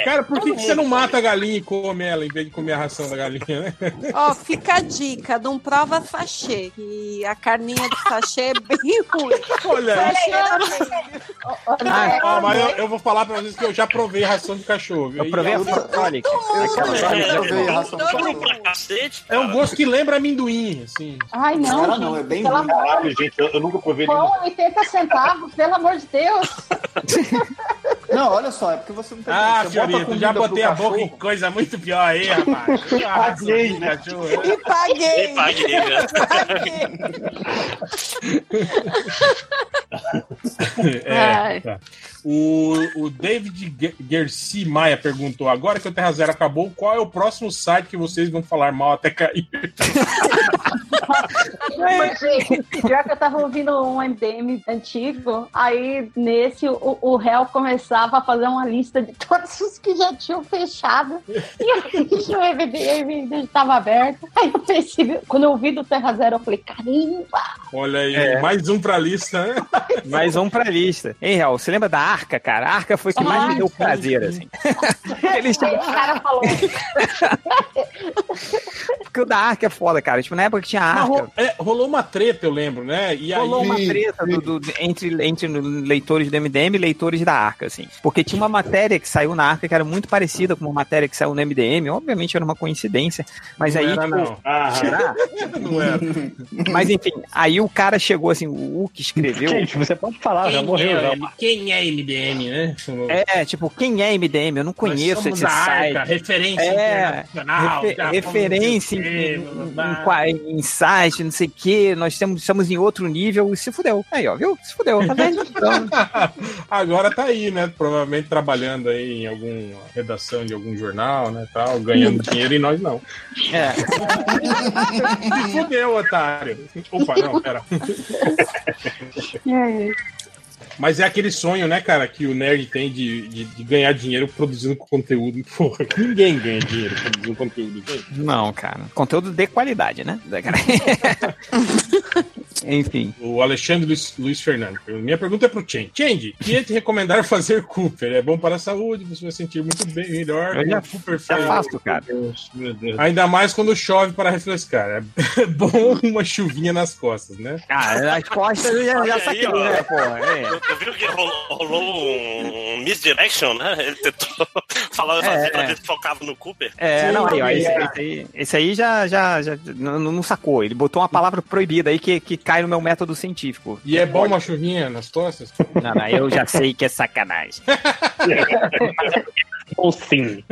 Speaker 1: Cara, por que,
Speaker 7: Todo
Speaker 1: que você não
Speaker 7: mundo.
Speaker 1: mata a galinha e come ela em vez de comer a ração da galinha, né?
Speaker 7: Ó, fica a dica, não prova sachê, que a carninha de sachê é bem ruim.
Speaker 1: Olha
Speaker 7: Sachê
Speaker 1: isso.
Speaker 7: era-
Speaker 10: É.
Speaker 1: Ah, mas eu, eu vou falar pra vocês que eu já provei ração de cachorro. Eu
Speaker 2: provei a Sonic. Aquela
Speaker 1: É um gosto que lembra amendoim, assim.
Speaker 8: Ai, não,
Speaker 1: Cara,
Speaker 8: gente.
Speaker 1: não, é bem
Speaker 8: pelo
Speaker 1: ruim.
Speaker 8: amor-
Speaker 9: Caralho, gente, eu, eu nunca provei nenhum.
Speaker 8: Pão, 80 centavos, pelo amor de Deus.
Speaker 4: Não, olha só, é porque você não tem
Speaker 1: Ah,
Speaker 4: você
Speaker 1: Fiorito,
Speaker 4: bota
Speaker 1: já
Speaker 4: comida
Speaker 1: botei
Speaker 4: pro
Speaker 1: a boca em
Speaker 4: cachorro.
Speaker 1: coisa muito pior aí, rapaz. Paguei, né?
Speaker 7: E paguei.
Speaker 11: E paguei, né?
Speaker 1: É,
Speaker 7: Ai.
Speaker 1: tá. o, o David Ge- Gersi Maia perguntou: agora que o Terra Zero acabou, qual é o próximo site que vocês vão falar mal até cair?
Speaker 8: Mas, gente, pior que eu tava ouvindo um MDM antigo, aí nesse o, o réu começava a fazer uma lista de todos os que já tinham fechado. E aí o MDM ainda estava aberto. Aí eu pensei, quando eu ouvi do Terra Zero, eu falei, caramba!
Speaker 1: Olha aí, mais um pra lista, né?
Speaker 2: é. Mais um pra lista. Hein, Real, você lembra da Arca, cara? A Arca foi o que
Speaker 1: Ah,
Speaker 2: mais me deu prazer, assim. Eles...
Speaker 8: Aí o cara falou,
Speaker 2: Porque o da Arca é foda, cara. Tipo, na época que tinha
Speaker 1: Mas
Speaker 2: Arca...
Speaker 1: ro- é, rolou uma treta, eu lembro, né? E
Speaker 2: Rolou
Speaker 1: aí...
Speaker 2: uma treta do- do- entre, entre leitores do MDM e leitores da Arca, assim. Porque tinha uma matéria que saiu na Arca que era muito parecida com uma matéria que saiu no MDM. Obviamente era uma coincidência, mas
Speaker 1: Não
Speaker 2: aí...
Speaker 1: era,
Speaker 2: tipo,
Speaker 1: não. Ah,
Speaker 2: será?
Speaker 1: Não era.
Speaker 2: Mas enfim, aí o cara chegou assim, o que escreveu...
Speaker 5: Gente, você pode falar, já
Speaker 1: Quem
Speaker 5: morreu.
Speaker 1: é,
Speaker 5: Já.
Speaker 1: Quem é MDM, né?
Speaker 2: É, tipo, quem é MDM? Eu não conheço
Speaker 1: somos
Speaker 2: esse
Speaker 1: a
Speaker 2: site. É,
Speaker 1: Arca, referência internacional,
Speaker 2: refe-
Speaker 1: já fomos
Speaker 2: referência
Speaker 1: no
Speaker 2: em,
Speaker 1: quê, blá,
Speaker 2: em-
Speaker 1: blá.
Speaker 2: em qua- em site, não sei o que. Nós temos, estamos em outro nível e se fudeu. Aí, ó, viu? Se fudeu, tá vendo? Então,
Speaker 1: Agora tá aí, né? Provavelmente trabalhando aí em alguma redação de algum jornal, né? Tal, ganhando dinheiro e nós não.
Speaker 2: é.
Speaker 1: Fudeu, otário. Opa, não, pera. Mas é aquele sonho, né, cara, que o nerd tem de, de, de ganhar dinheiro produzindo conteúdo. Porra, ninguém ganha dinheiro produzindo conteúdo, gente.
Speaker 2: Não, cara. Conteúdo de qualidade, né? Da- cara. Enfim.
Speaker 1: O Alexandre Luiz, Luiz Fernando. Minha pergunta é pro Change. Change, queria te recomendar fazer Cooper. É bom para a saúde, você vai sentir muito bem, melhor.
Speaker 2: Eu já-
Speaker 1: O Cooper
Speaker 2: já
Speaker 1: faz-
Speaker 2: faço, cara.
Speaker 1: Meu Deus. Ainda mais quando chove para refrescar. É bom uma chuvinha nas costas, né?
Speaker 2: Cara, as costas Ah, eu já,
Speaker 11: Olha
Speaker 2: já
Speaker 11: aí,
Speaker 2: saquei,
Speaker 11: ó.
Speaker 2: né, porra? É.
Speaker 11: Eu, eu vi que rolou, rolou um misdirection, né? Ele tentou falar,
Speaker 2: É,
Speaker 11: fazer,
Speaker 2: é.
Speaker 11: ele focava no Cooper.
Speaker 2: É, não, aí, ó, esse,
Speaker 11: é.
Speaker 2: esse aí, esse aí já, já, já não, não sacou. Ele botou uma palavra proibida aí que, que cai no meu método científico.
Speaker 1: E é bom uma chuvinha nas costas?
Speaker 2: Não, não, eu já sei que é sacanagem.
Speaker 5: Ou sim.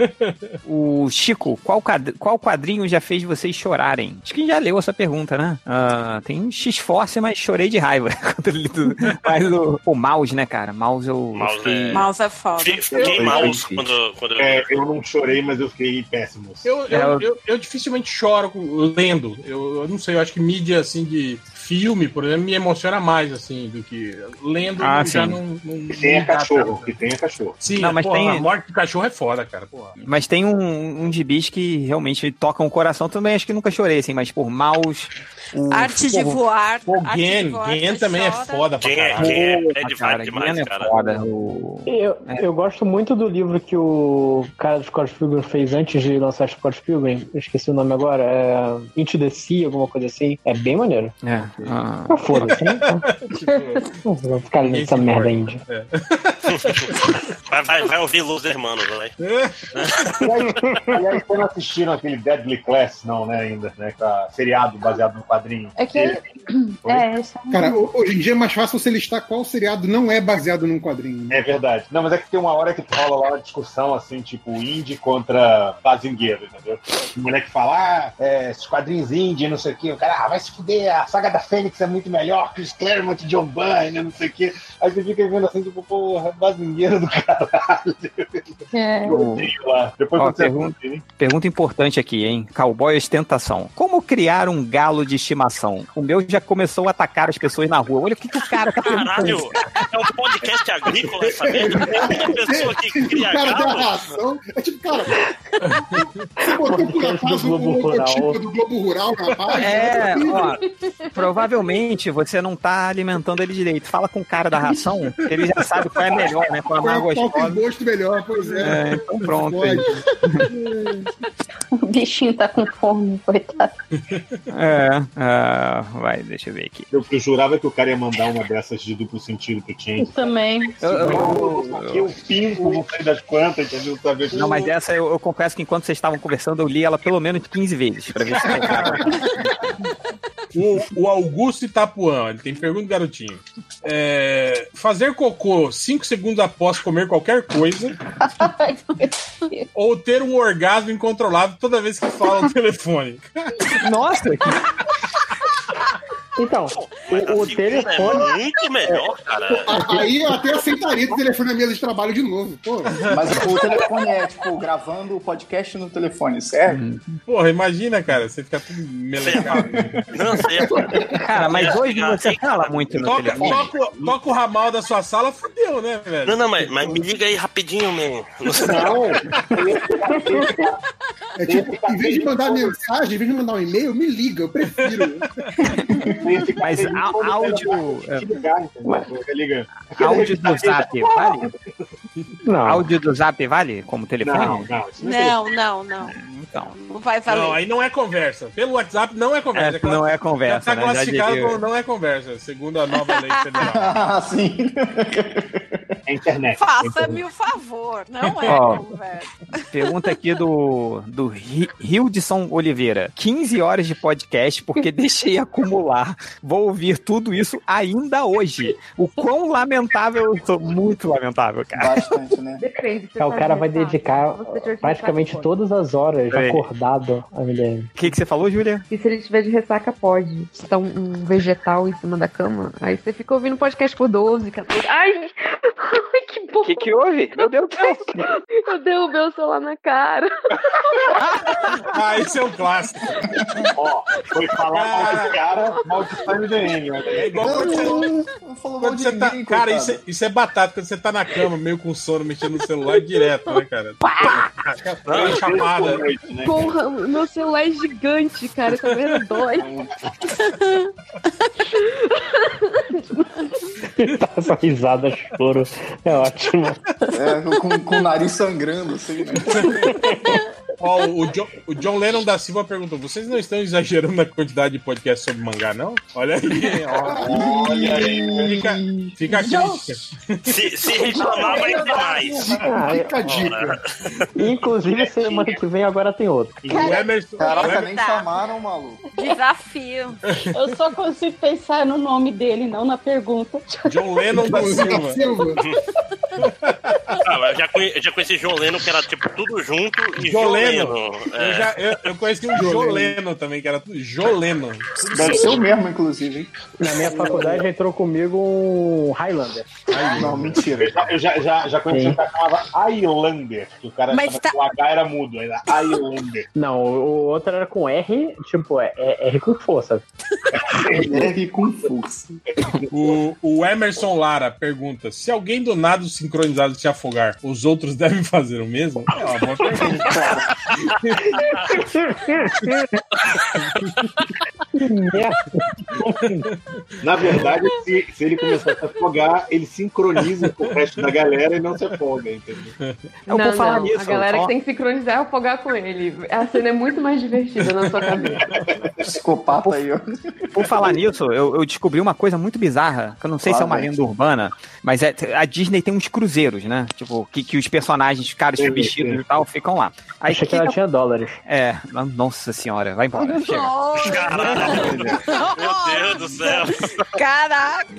Speaker 2: O Chico, qual, cad- qual quadrinho já fez vocês chorarem? Acho que já leu essa pergunta, né? Ah, tem um X-Force, mas chorei de raiva. Quando ele do, mas o, o Mouse, né, cara? Mouse eu.
Speaker 11: Mouse,
Speaker 2: fiquei-
Speaker 11: é.
Speaker 7: Mouse é foda.
Speaker 11: Fiquei, fiquei
Speaker 2: Eu-
Speaker 11: mal
Speaker 2: eu-
Speaker 11: quando, quando
Speaker 9: É, eu não chorei, mas eu fiquei péssimo. assim.
Speaker 1: Eu,
Speaker 2: É,
Speaker 1: eu,
Speaker 2: eu-
Speaker 1: eu, eu dificilmente choro com- lendo. Eu, eu não sei, eu acho que mídia assim de filme, por exemplo, me emociona mais assim do que lendo
Speaker 2: Ah,
Speaker 1: já
Speaker 2: sim.
Speaker 1: não, não,
Speaker 9: Que tenha
Speaker 1: não dá
Speaker 9: cachorro,
Speaker 1: tanto.
Speaker 9: que tenha cachorro.
Speaker 1: Sim,
Speaker 2: Não, mas
Speaker 1: porra,
Speaker 2: tem-
Speaker 1: a morte do cachorro é foda, cara. Porra.
Speaker 2: Mas tem um, um gibis que realmente tocam o coração também. Acho que nunca chorei, assim, mas por Mouse. o-
Speaker 7: Arte de
Speaker 2: porra,
Speaker 7: voar. arte de
Speaker 1: Gen,
Speaker 7: voar,
Speaker 1: Gen
Speaker 7: você
Speaker 1: também é
Speaker 7: chora.
Speaker 1: foda pra
Speaker 11: Gen é-
Speaker 1: caralho.
Speaker 11: Gen é-
Speaker 2: Porra,
Speaker 11: é de vibe
Speaker 2: cara,
Speaker 11: demais,
Speaker 2: Gen é
Speaker 11: cara.
Speaker 2: foda, o-
Speaker 5: Eu, eu gosto muito do livro que o cara do Scott Pilgrim fez antes de lançar Scott Pilgrim. Eu esqueci o nome agora. É Into the Sea, alguma coisa assim. É bem maneiro.
Speaker 2: É, ah,
Speaker 5: Ah, foda-se. né? Tipo, Não vou ficar lendo essa merda ainda.
Speaker 11: Vai, vai, vai ouvir Los Hermanos, né? vai.
Speaker 9: Aliás, vocês não assistiram aquele Deadly Class, não, né, ainda, né? Que tá seriado baseado no quadrinho.
Speaker 8: É que.
Speaker 9: Oi?
Speaker 8: É, isso aí.
Speaker 6: Cara, ho- hoje em dia é mais fácil você listar qual seriado não é baseado num quadrinho.
Speaker 9: É verdade. Não, mas é que tem uma hora que rola lá uma discussão assim, tipo, indie contra bazingueiro, entendeu? O moleque fala, ah, é, esses quadrinhos indie, não sei o quê. O cara, ah, vai se fuder, a saga da Fênix é muito melhor que os Claremont John Byrne, não sei o quê. Aí você fica vendo assim, tipo, porra, bazingueiro do caralho.
Speaker 8: É.
Speaker 9: Eu odeio lá. Depois
Speaker 2: Ó,
Speaker 9: você
Speaker 2: pergunta- Pergunta importante aqui, hein? Cowboy ostentação. Como criar um galo de estimação? O meu já começou a atacar as pessoas na rua. Olha o que, que o cara tá
Speaker 11: Caralho,
Speaker 2: perguntando.
Speaker 11: é um podcast agrícola essa merda. Tem uma pessoa que cria
Speaker 6: O cara deu a
Speaker 11: galo.
Speaker 6: ração. É tipo, cara, você botou por acaso
Speaker 2: do
Speaker 6: o
Speaker 2: Globo Rural.
Speaker 6: logotipo um do Globo Rural na página? né?
Speaker 2: É, ó, provavelmente você não tá alimentando ele direito. Fala com o cara da ração, que ele já sabe qual é melhor, né? Qual é mais
Speaker 6: Qual- qual
Speaker 2: gostosa.
Speaker 6: tem gosto melhor, pois é.
Speaker 2: É, então pronto.
Speaker 6: Pode.
Speaker 8: O bichinho tá com fome, coitado.
Speaker 2: É, ah, vai, deixa eu ver aqui.
Speaker 9: Eu, eu jurava que o cara ia mandar uma dessas de duplo sentido pro Tim.
Speaker 8: Eu também.
Speaker 2: Eu- eu-
Speaker 9: Aqui o pingo, não sei das quantas, entendeu? Sabe?
Speaker 2: Não, mas essa eu, eu confesso que enquanto vocês estavam conversando, eu li ela pelo menos 15 vezes pra ver se pegava.
Speaker 1: O, o Augusto Itapuã, ele tem pergunta, garotinho. É, fazer cocô 5 segundos após comer qualquer coisa ou ter um orgasmo incontrolável toda vez que fala no telefone?
Speaker 2: Nossa!
Speaker 5: Então, o, o telefone.
Speaker 11: É muito melhor, cara.
Speaker 6: Aí eu até aceitaria ter telefone na mesa de trabalho de novo. Pô.
Speaker 4: Mas o telefone é, tipo, gravando o podcast no telefone, serve?
Speaker 1: Porra, imagina, cara, você ficar tudo melecado.
Speaker 11: Não sei.
Speaker 2: Cara, mas
Speaker 11: Assim,
Speaker 2: hoje você fala muito no
Speaker 1: Toca,
Speaker 2: telefone.
Speaker 1: toca, o- toca o ramal da sua sala, fudeu, né, velho?
Speaker 11: Não, não, mas, mas me liga aí rapidinho, man.
Speaker 6: É tipo, em vez de mandar mensagem, em vez de mandar um e-mail, me liga, eu prefiro.
Speaker 2: Mas á- áudio.
Speaker 6: tá então,
Speaker 2: é, Áudio do zap vale? Não. Áudio do zap vale como telefone?
Speaker 1: Não, não, isso
Speaker 7: Não, não, não.
Speaker 2: Então.
Speaker 7: Não vai valer.
Speaker 1: Não, aí não é conversa. Pelo WhatsApp não é conversa.
Speaker 2: É, não é conversa,
Speaker 1: Já tá
Speaker 2: né? Já
Speaker 1: classificado
Speaker 2: diria-
Speaker 1: como não é conversa, segundo a nova lei federal.
Speaker 4: ah, sim.
Speaker 9: É internet.
Speaker 7: Faça-me o favor, não é
Speaker 2: Ó.
Speaker 7: conversa.
Speaker 2: Pergunta aqui do, do Ri- Hildson Oliveira. 15 horas de podcast porque deixei acumular. Vou ouvir tudo isso ainda hoje. O quão lamentável eu sou. Muito lamentável, cara.
Speaker 4: Bastante, né?
Speaker 12: Depende. você
Speaker 5: Cara,
Speaker 2: Então,
Speaker 5: o
Speaker 12: tá
Speaker 5: cara vai
Speaker 12: adiantado.
Speaker 5: dedicar
Speaker 12: Você já tinha
Speaker 5: praticamente
Speaker 12: ficado
Speaker 5: todas as horas
Speaker 2: Peraí.
Speaker 5: acordado a MDM.
Speaker 2: O que, que você falou, Júlia?
Speaker 3: E se ele tiver de ressaca, pode. Se tá um, um vegetal em cima da cama, aí você fica ouvindo podcast por 12, 14. Ai! Ai, que bom!
Speaker 2: O que, que houve? Meu Deus do céu.
Speaker 3: Eu derrubei o celular na cara.
Speaker 1: Ah, esse é um clássico.
Speaker 9: Ó, foi falar com esse cara, maldição MDM.
Speaker 4: né?
Speaker 1: É igual quando você. Quando você tá, cara, isso é, isso é batata. Quando você tá na cama, meio com sono, mexendo no celular direto, né, cara? Dá uma chapada.
Speaker 3: Porra, meu celular é gigante, cara. Essa merda dói.
Speaker 5: Essa risada choro é ótimo.
Speaker 4: É, com, com o nariz sangrando, assim, né?
Speaker 1: Ó, o, John, o John Lennon da Silva perguntou: vocês não estão exagerando na quantidade de podcast sobre mangá, não? Olha aí, ó. Olha aí. Fica, fica a crítica.
Speaker 11: Se, se reclamar, vai ter mais.
Speaker 5: Ah, é- Inclusive, semana que vem agora tem outro.
Speaker 1: O
Speaker 2: é
Speaker 1: Emerson. o
Speaker 4: Caraca,
Speaker 1: Emerson-
Speaker 4: nem chamaram, maluco.
Speaker 7: Tá. Desafio.
Speaker 8: Eu só consigo pensar no nome dele, não na pergunta.
Speaker 1: John Lennon
Speaker 4: Então,
Speaker 1: da Silva.
Speaker 11: Ah, mas eu, já conhe- eu já conheci John Lennon, que era tipo tudo junto
Speaker 1: John
Speaker 11: e John
Speaker 1: Lennon.
Speaker 11: Lennon.
Speaker 1: Eu,
Speaker 11: É.
Speaker 1: já, eu, eu conheci um Joleno também, que era tudo Joleno.
Speaker 4: Deve ser o mesmo, né? inclusive, hein?
Speaker 5: Na minha faculdade entrou comigo um Highlander.
Speaker 4: Não, mentira.
Speaker 9: Eu já, já, já conheci um cara que chamava Highlander, que o cara
Speaker 7: Mas
Speaker 9: achava
Speaker 7: tá-
Speaker 9: que o H era mudo, era Highlander.
Speaker 5: Não, o o outro era com R, tipo, é, é R com força.
Speaker 4: Neve com força.
Speaker 1: O, o Emerson Lara pergunta: se alguém do nada sincronizado se afogar, os outros devem fazer o mesmo? É uma boa pergunta.
Speaker 5: Que merda.
Speaker 9: Na verdade, se, se ele começar a se afogar, ele sincroniza com o resto da galera e não se afoga, entendeu?
Speaker 13: Não, não, a galera que tem que sincronizar é afogar com ele. A cena é muito mais divertida na sua cabeça.
Speaker 4: Psicopata aí, ó.
Speaker 2: Por falar nisso, eu, eu descobri uma coisa muito bizarra, que eu não sei se é uma
Speaker 4: Claramente.
Speaker 2: lenda urbana, mas é, a Disney tem uns cruzeiros, né? Tipo, que, que os personagens, os caras
Speaker 5: Sim,
Speaker 2: vestidos
Speaker 5: sim.
Speaker 2: e tal, ficam lá. Aí
Speaker 5: Achei que ela tinha dólares.
Speaker 2: É, nossa senhora, vai embora. Chega.
Speaker 11: Meu Deus do céu.
Speaker 7: Caraca!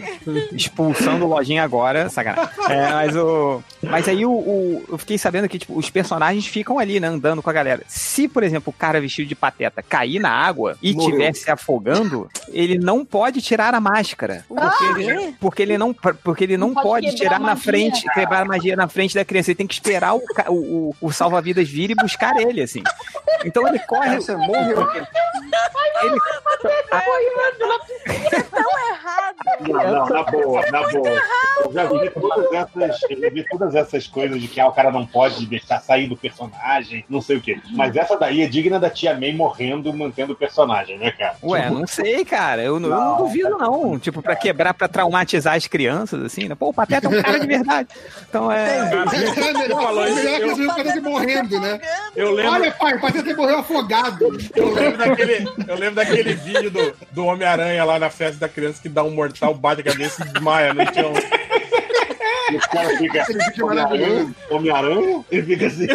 Speaker 2: expulsando o lojinha agora, sacanagem. É, mas o. Mas aí o, o- eu fiquei sabendo que, tipo, os personagens ficam ali, né, andando com a galera. Se, por exemplo, o cara vestido de pateta cair na água e
Speaker 5: Morreu.
Speaker 2: estiver se afogando, ele não pode tirar a máscara. Porque, ele, porque ele não, porque ele não,
Speaker 5: Não pode
Speaker 2: pode,
Speaker 5: quebrar a
Speaker 2: tirar na
Speaker 5: magia.
Speaker 2: frente, quebrar a magia na frente da criança. Ele tem que esperar o, ca- o, o- o salva-vidas vir e buscar ele, assim. Então ele corre.
Speaker 4: Você morreu.
Speaker 2: Ele... é
Speaker 9: Não, não, na boa, na boa. Eu já vi todas essas, eu vi todas essas coisas de que ah, o cara não pode deixar sair do personagem, não sei o quê. Mas essa daí é digna da tia May morrendo, mantendo o personagem, né, cara?
Speaker 2: Ué,
Speaker 9: Tipo,
Speaker 2: não sei, cara. Eu, não- eu não duvido, não. Tipo, pra quebrar, pra traumatizar as crianças, assim, né? Pô, o Pateta é um cara de verdade. Então é.
Speaker 6: Ele falou isso, eu- eu vi o Pateta morrendo, né?
Speaker 1: Eu lembro-
Speaker 6: Olha, pai, o Pateta morreu afogado.
Speaker 1: Eu lembro daquele, eu lembro daquele vídeo do, do Homem-Aranha lá na festa da criança que dá um mortal, bate a cabeça e desmaia no chão.
Speaker 9: Esse cara fica
Speaker 1: Esse vídeo é
Speaker 9: Homem-Aranha,
Speaker 1: maravilhoso.
Speaker 9: Homem-Aranha, ele fica assim.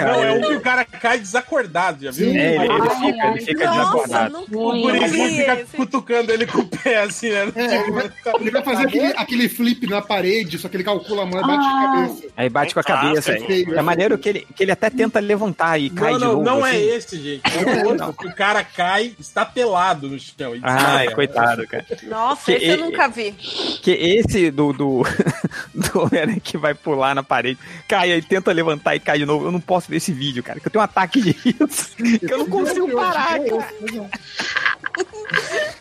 Speaker 1: Não, é um que o cara cai desacordado, já viu?
Speaker 9: Sim, é, ele- ele
Speaker 1: Ai,
Speaker 9: fica- ele
Speaker 1: ai,
Speaker 9: fica
Speaker 1: nossa,
Speaker 9: desacordado.
Speaker 1: não-
Speaker 6: Sim.
Speaker 1: O
Speaker 7: é.
Speaker 1: gurizinho
Speaker 6: Sim,
Speaker 1: fica cutucando ele com o pé, assim, né?
Speaker 6: É, ele vai- ele vai fazer aquele, aquele flip na parede, só que ele calcula a mão e bate
Speaker 2: Ah.
Speaker 6: a cabeça.
Speaker 2: Aí bate com a cabeça.
Speaker 6: clássico.
Speaker 2: É maneiro que ele, que ele até tenta levantar e cai
Speaker 1: Não,
Speaker 2: de
Speaker 1: não,
Speaker 2: novo.
Speaker 1: não é
Speaker 2: assim.
Speaker 1: esse, gente. É o outro que o cara cai, está pelado no chão. e
Speaker 2: Ai,
Speaker 1: desmaia.
Speaker 2: coitado, cara.
Speaker 7: Nossa,
Speaker 2: Que-
Speaker 7: esse eu nunca vi.
Speaker 2: Que esse do do, do Homem-Aranha que vai pular na parede, cai aí, tenta levantar e cai de novo. Eu não posso ver esse vídio, cara, que eu tenho um ataque de riso. que eu não consigo parar, cara.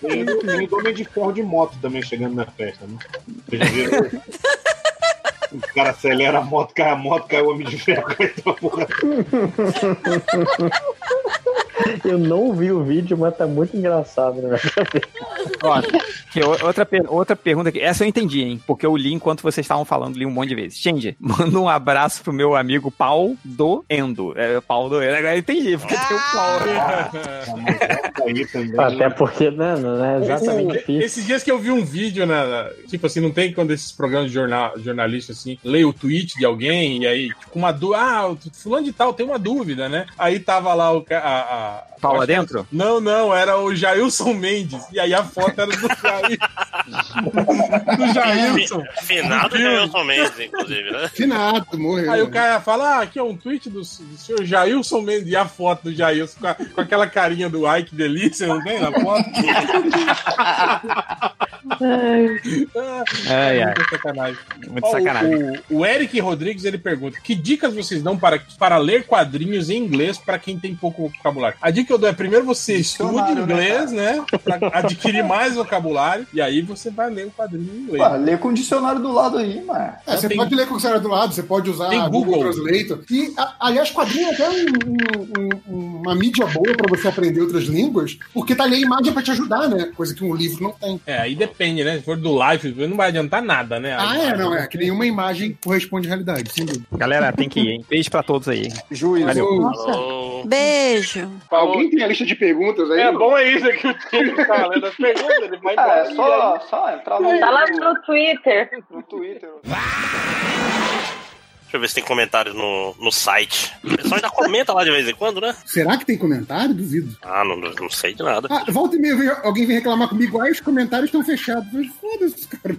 Speaker 9: Tem tem o Homem de Ferro de moto também chegando na festa, né? Vocês já viram isso? O cara acelera a moto, cai a moto, cai o Homem de Ferro, cai toda a porra.
Speaker 5: Eu não vi o vídeo, mas tá muito engraçado na minha cabeça.
Speaker 2: Ó, que o- outra, per- outra pergunta aqui. Essa eu entendi, hein? Porque eu li enquanto vocês estavam falando, li um monte de vezes. Change, manda um abraço pro meu amigo Paul do Endo. É, Paul do Endo. Agora eu entendi, porque
Speaker 10: Ah.
Speaker 2: tem o
Speaker 9: Ah.
Speaker 2: Paul.
Speaker 5: Até porque, né, não é exatamente
Speaker 1: O-
Speaker 5: difícil.
Speaker 1: Esses dias que eu vi um vídeo na. na- Tipo assim, não tem quando esses programas de jornal, jornalista assim, lê o tweet de alguém e aí, tipo, uma dúvida. Ah, o fulano de tal tem uma dúvida, né? Aí tava lá o. ca- A, a-
Speaker 2: Paula
Speaker 1: eu acho que-
Speaker 2: dentro?
Speaker 1: Não, não, era o Jailson Mendes. E aí a foto era do Jair. do Jailson.
Speaker 11: Finado Jailson Mendes, inclusive, né?
Speaker 6: Finado, morreu. né?
Speaker 1: Aí o cara fala: Ah, aqui é um tweet do, s- do senhor Jailson Mendes. E a foto do Jailson com, a- com aquela carinha do Ai, que delícia, não tem na foto?
Speaker 2: Ai, ai.
Speaker 1: Muito É sacanagem.
Speaker 2: Muito
Speaker 1: Ó, o-
Speaker 2: sacanagem.
Speaker 1: O, o Eric Rodrigues ele pergunta: que dicas vocês dão para, para ler quadrinhos em inglês para quem tem pouco vocabulário? A dica que eu dou é primeiro você estuda
Speaker 4: Dicionário,
Speaker 1: inglês, né? Para adquirir mais vocabulário, e aí você vai ler o um quadrinho em inglês.
Speaker 4: Pô, lê com o dicionário do lado aí, mano.
Speaker 6: É, você pode ler com o celular do lado, você pode usar
Speaker 1: Tem
Speaker 6: Google,
Speaker 1: Google.
Speaker 6: Translator. E, a- aliás, quadrinho é até um- um- um- uma mídia boa para você aprender outras línguas, porque tá ali a imagem para te ajudar, né? Coisa que um livro não tem.
Speaker 1: É, aí depende, né? Se for do live, não vai adiantar nada, né?
Speaker 6: Ah, é, não, é que nenhuma imagem corresponde à realidade, sem dúvida.
Speaker 2: Galera, tem que ir, hein? Beijo pra todos aí.
Speaker 6: Juízo.
Speaker 7: Beijo.
Speaker 6: Alguém tem a lista de perguntas aí?
Speaker 1: É bom é isso que o time tá lendo as perguntas, ele vai
Speaker 4: Ah, é só, só entrar no,
Speaker 12: Tá lá no Twitter.
Speaker 4: no Twitter.
Speaker 11: Deixa eu ver se tem comentários no, no site. O pessoal ainda comenta lá de vez em quando, né?
Speaker 6: Será que tem comentário? Duvido.
Speaker 11: Ah, não, não sei de nada.
Speaker 6: Ah, volta e meia, veio- alguém vem reclamar comigo, aí os comentários estão fechados. Mas Foda-se, cara.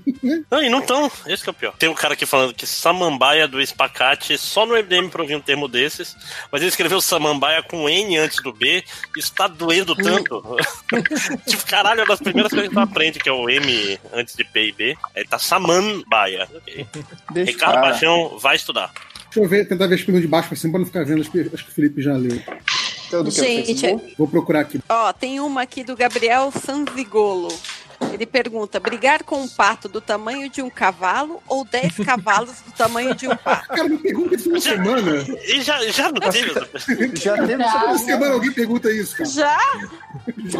Speaker 11: Não, e não tão. Esse que é o pior. Tem um cara aqui falando que samambaia do espacate, só no MDM pra ouvir um termo desses, mas ele escreveu samambaia com N antes do B, isso tá doendo tanto. tipo, caralho, é uma das primeiras coisas que tu aprende, que é o M antes de P e B. Aí tá samambaia. Ok.
Speaker 6: Deixa
Speaker 11: Ricardo
Speaker 6: pra lá.
Speaker 11: Paixão vai estudar.
Speaker 6: Deixa eu ver, tentar ver as perguntas de baixo pra cima pra não ficar vendo. Acho que, acho que o Felipe já leu.
Speaker 7: do que, do Gente, Facebook?
Speaker 6: Vou procurar aqui.
Speaker 7: Ó, tem uma aqui do Gabriel Sanzigolo. Ele pergunta: brigar com um pato do tamanho de um cavalo ou 10 cavalos do tamanho de um pato?
Speaker 6: Cara, me pergunta isso uma semana.
Speaker 11: E já, já não teve essa
Speaker 6: Já teve essa uma semana alguém pergunta isso, cara.
Speaker 7: Já?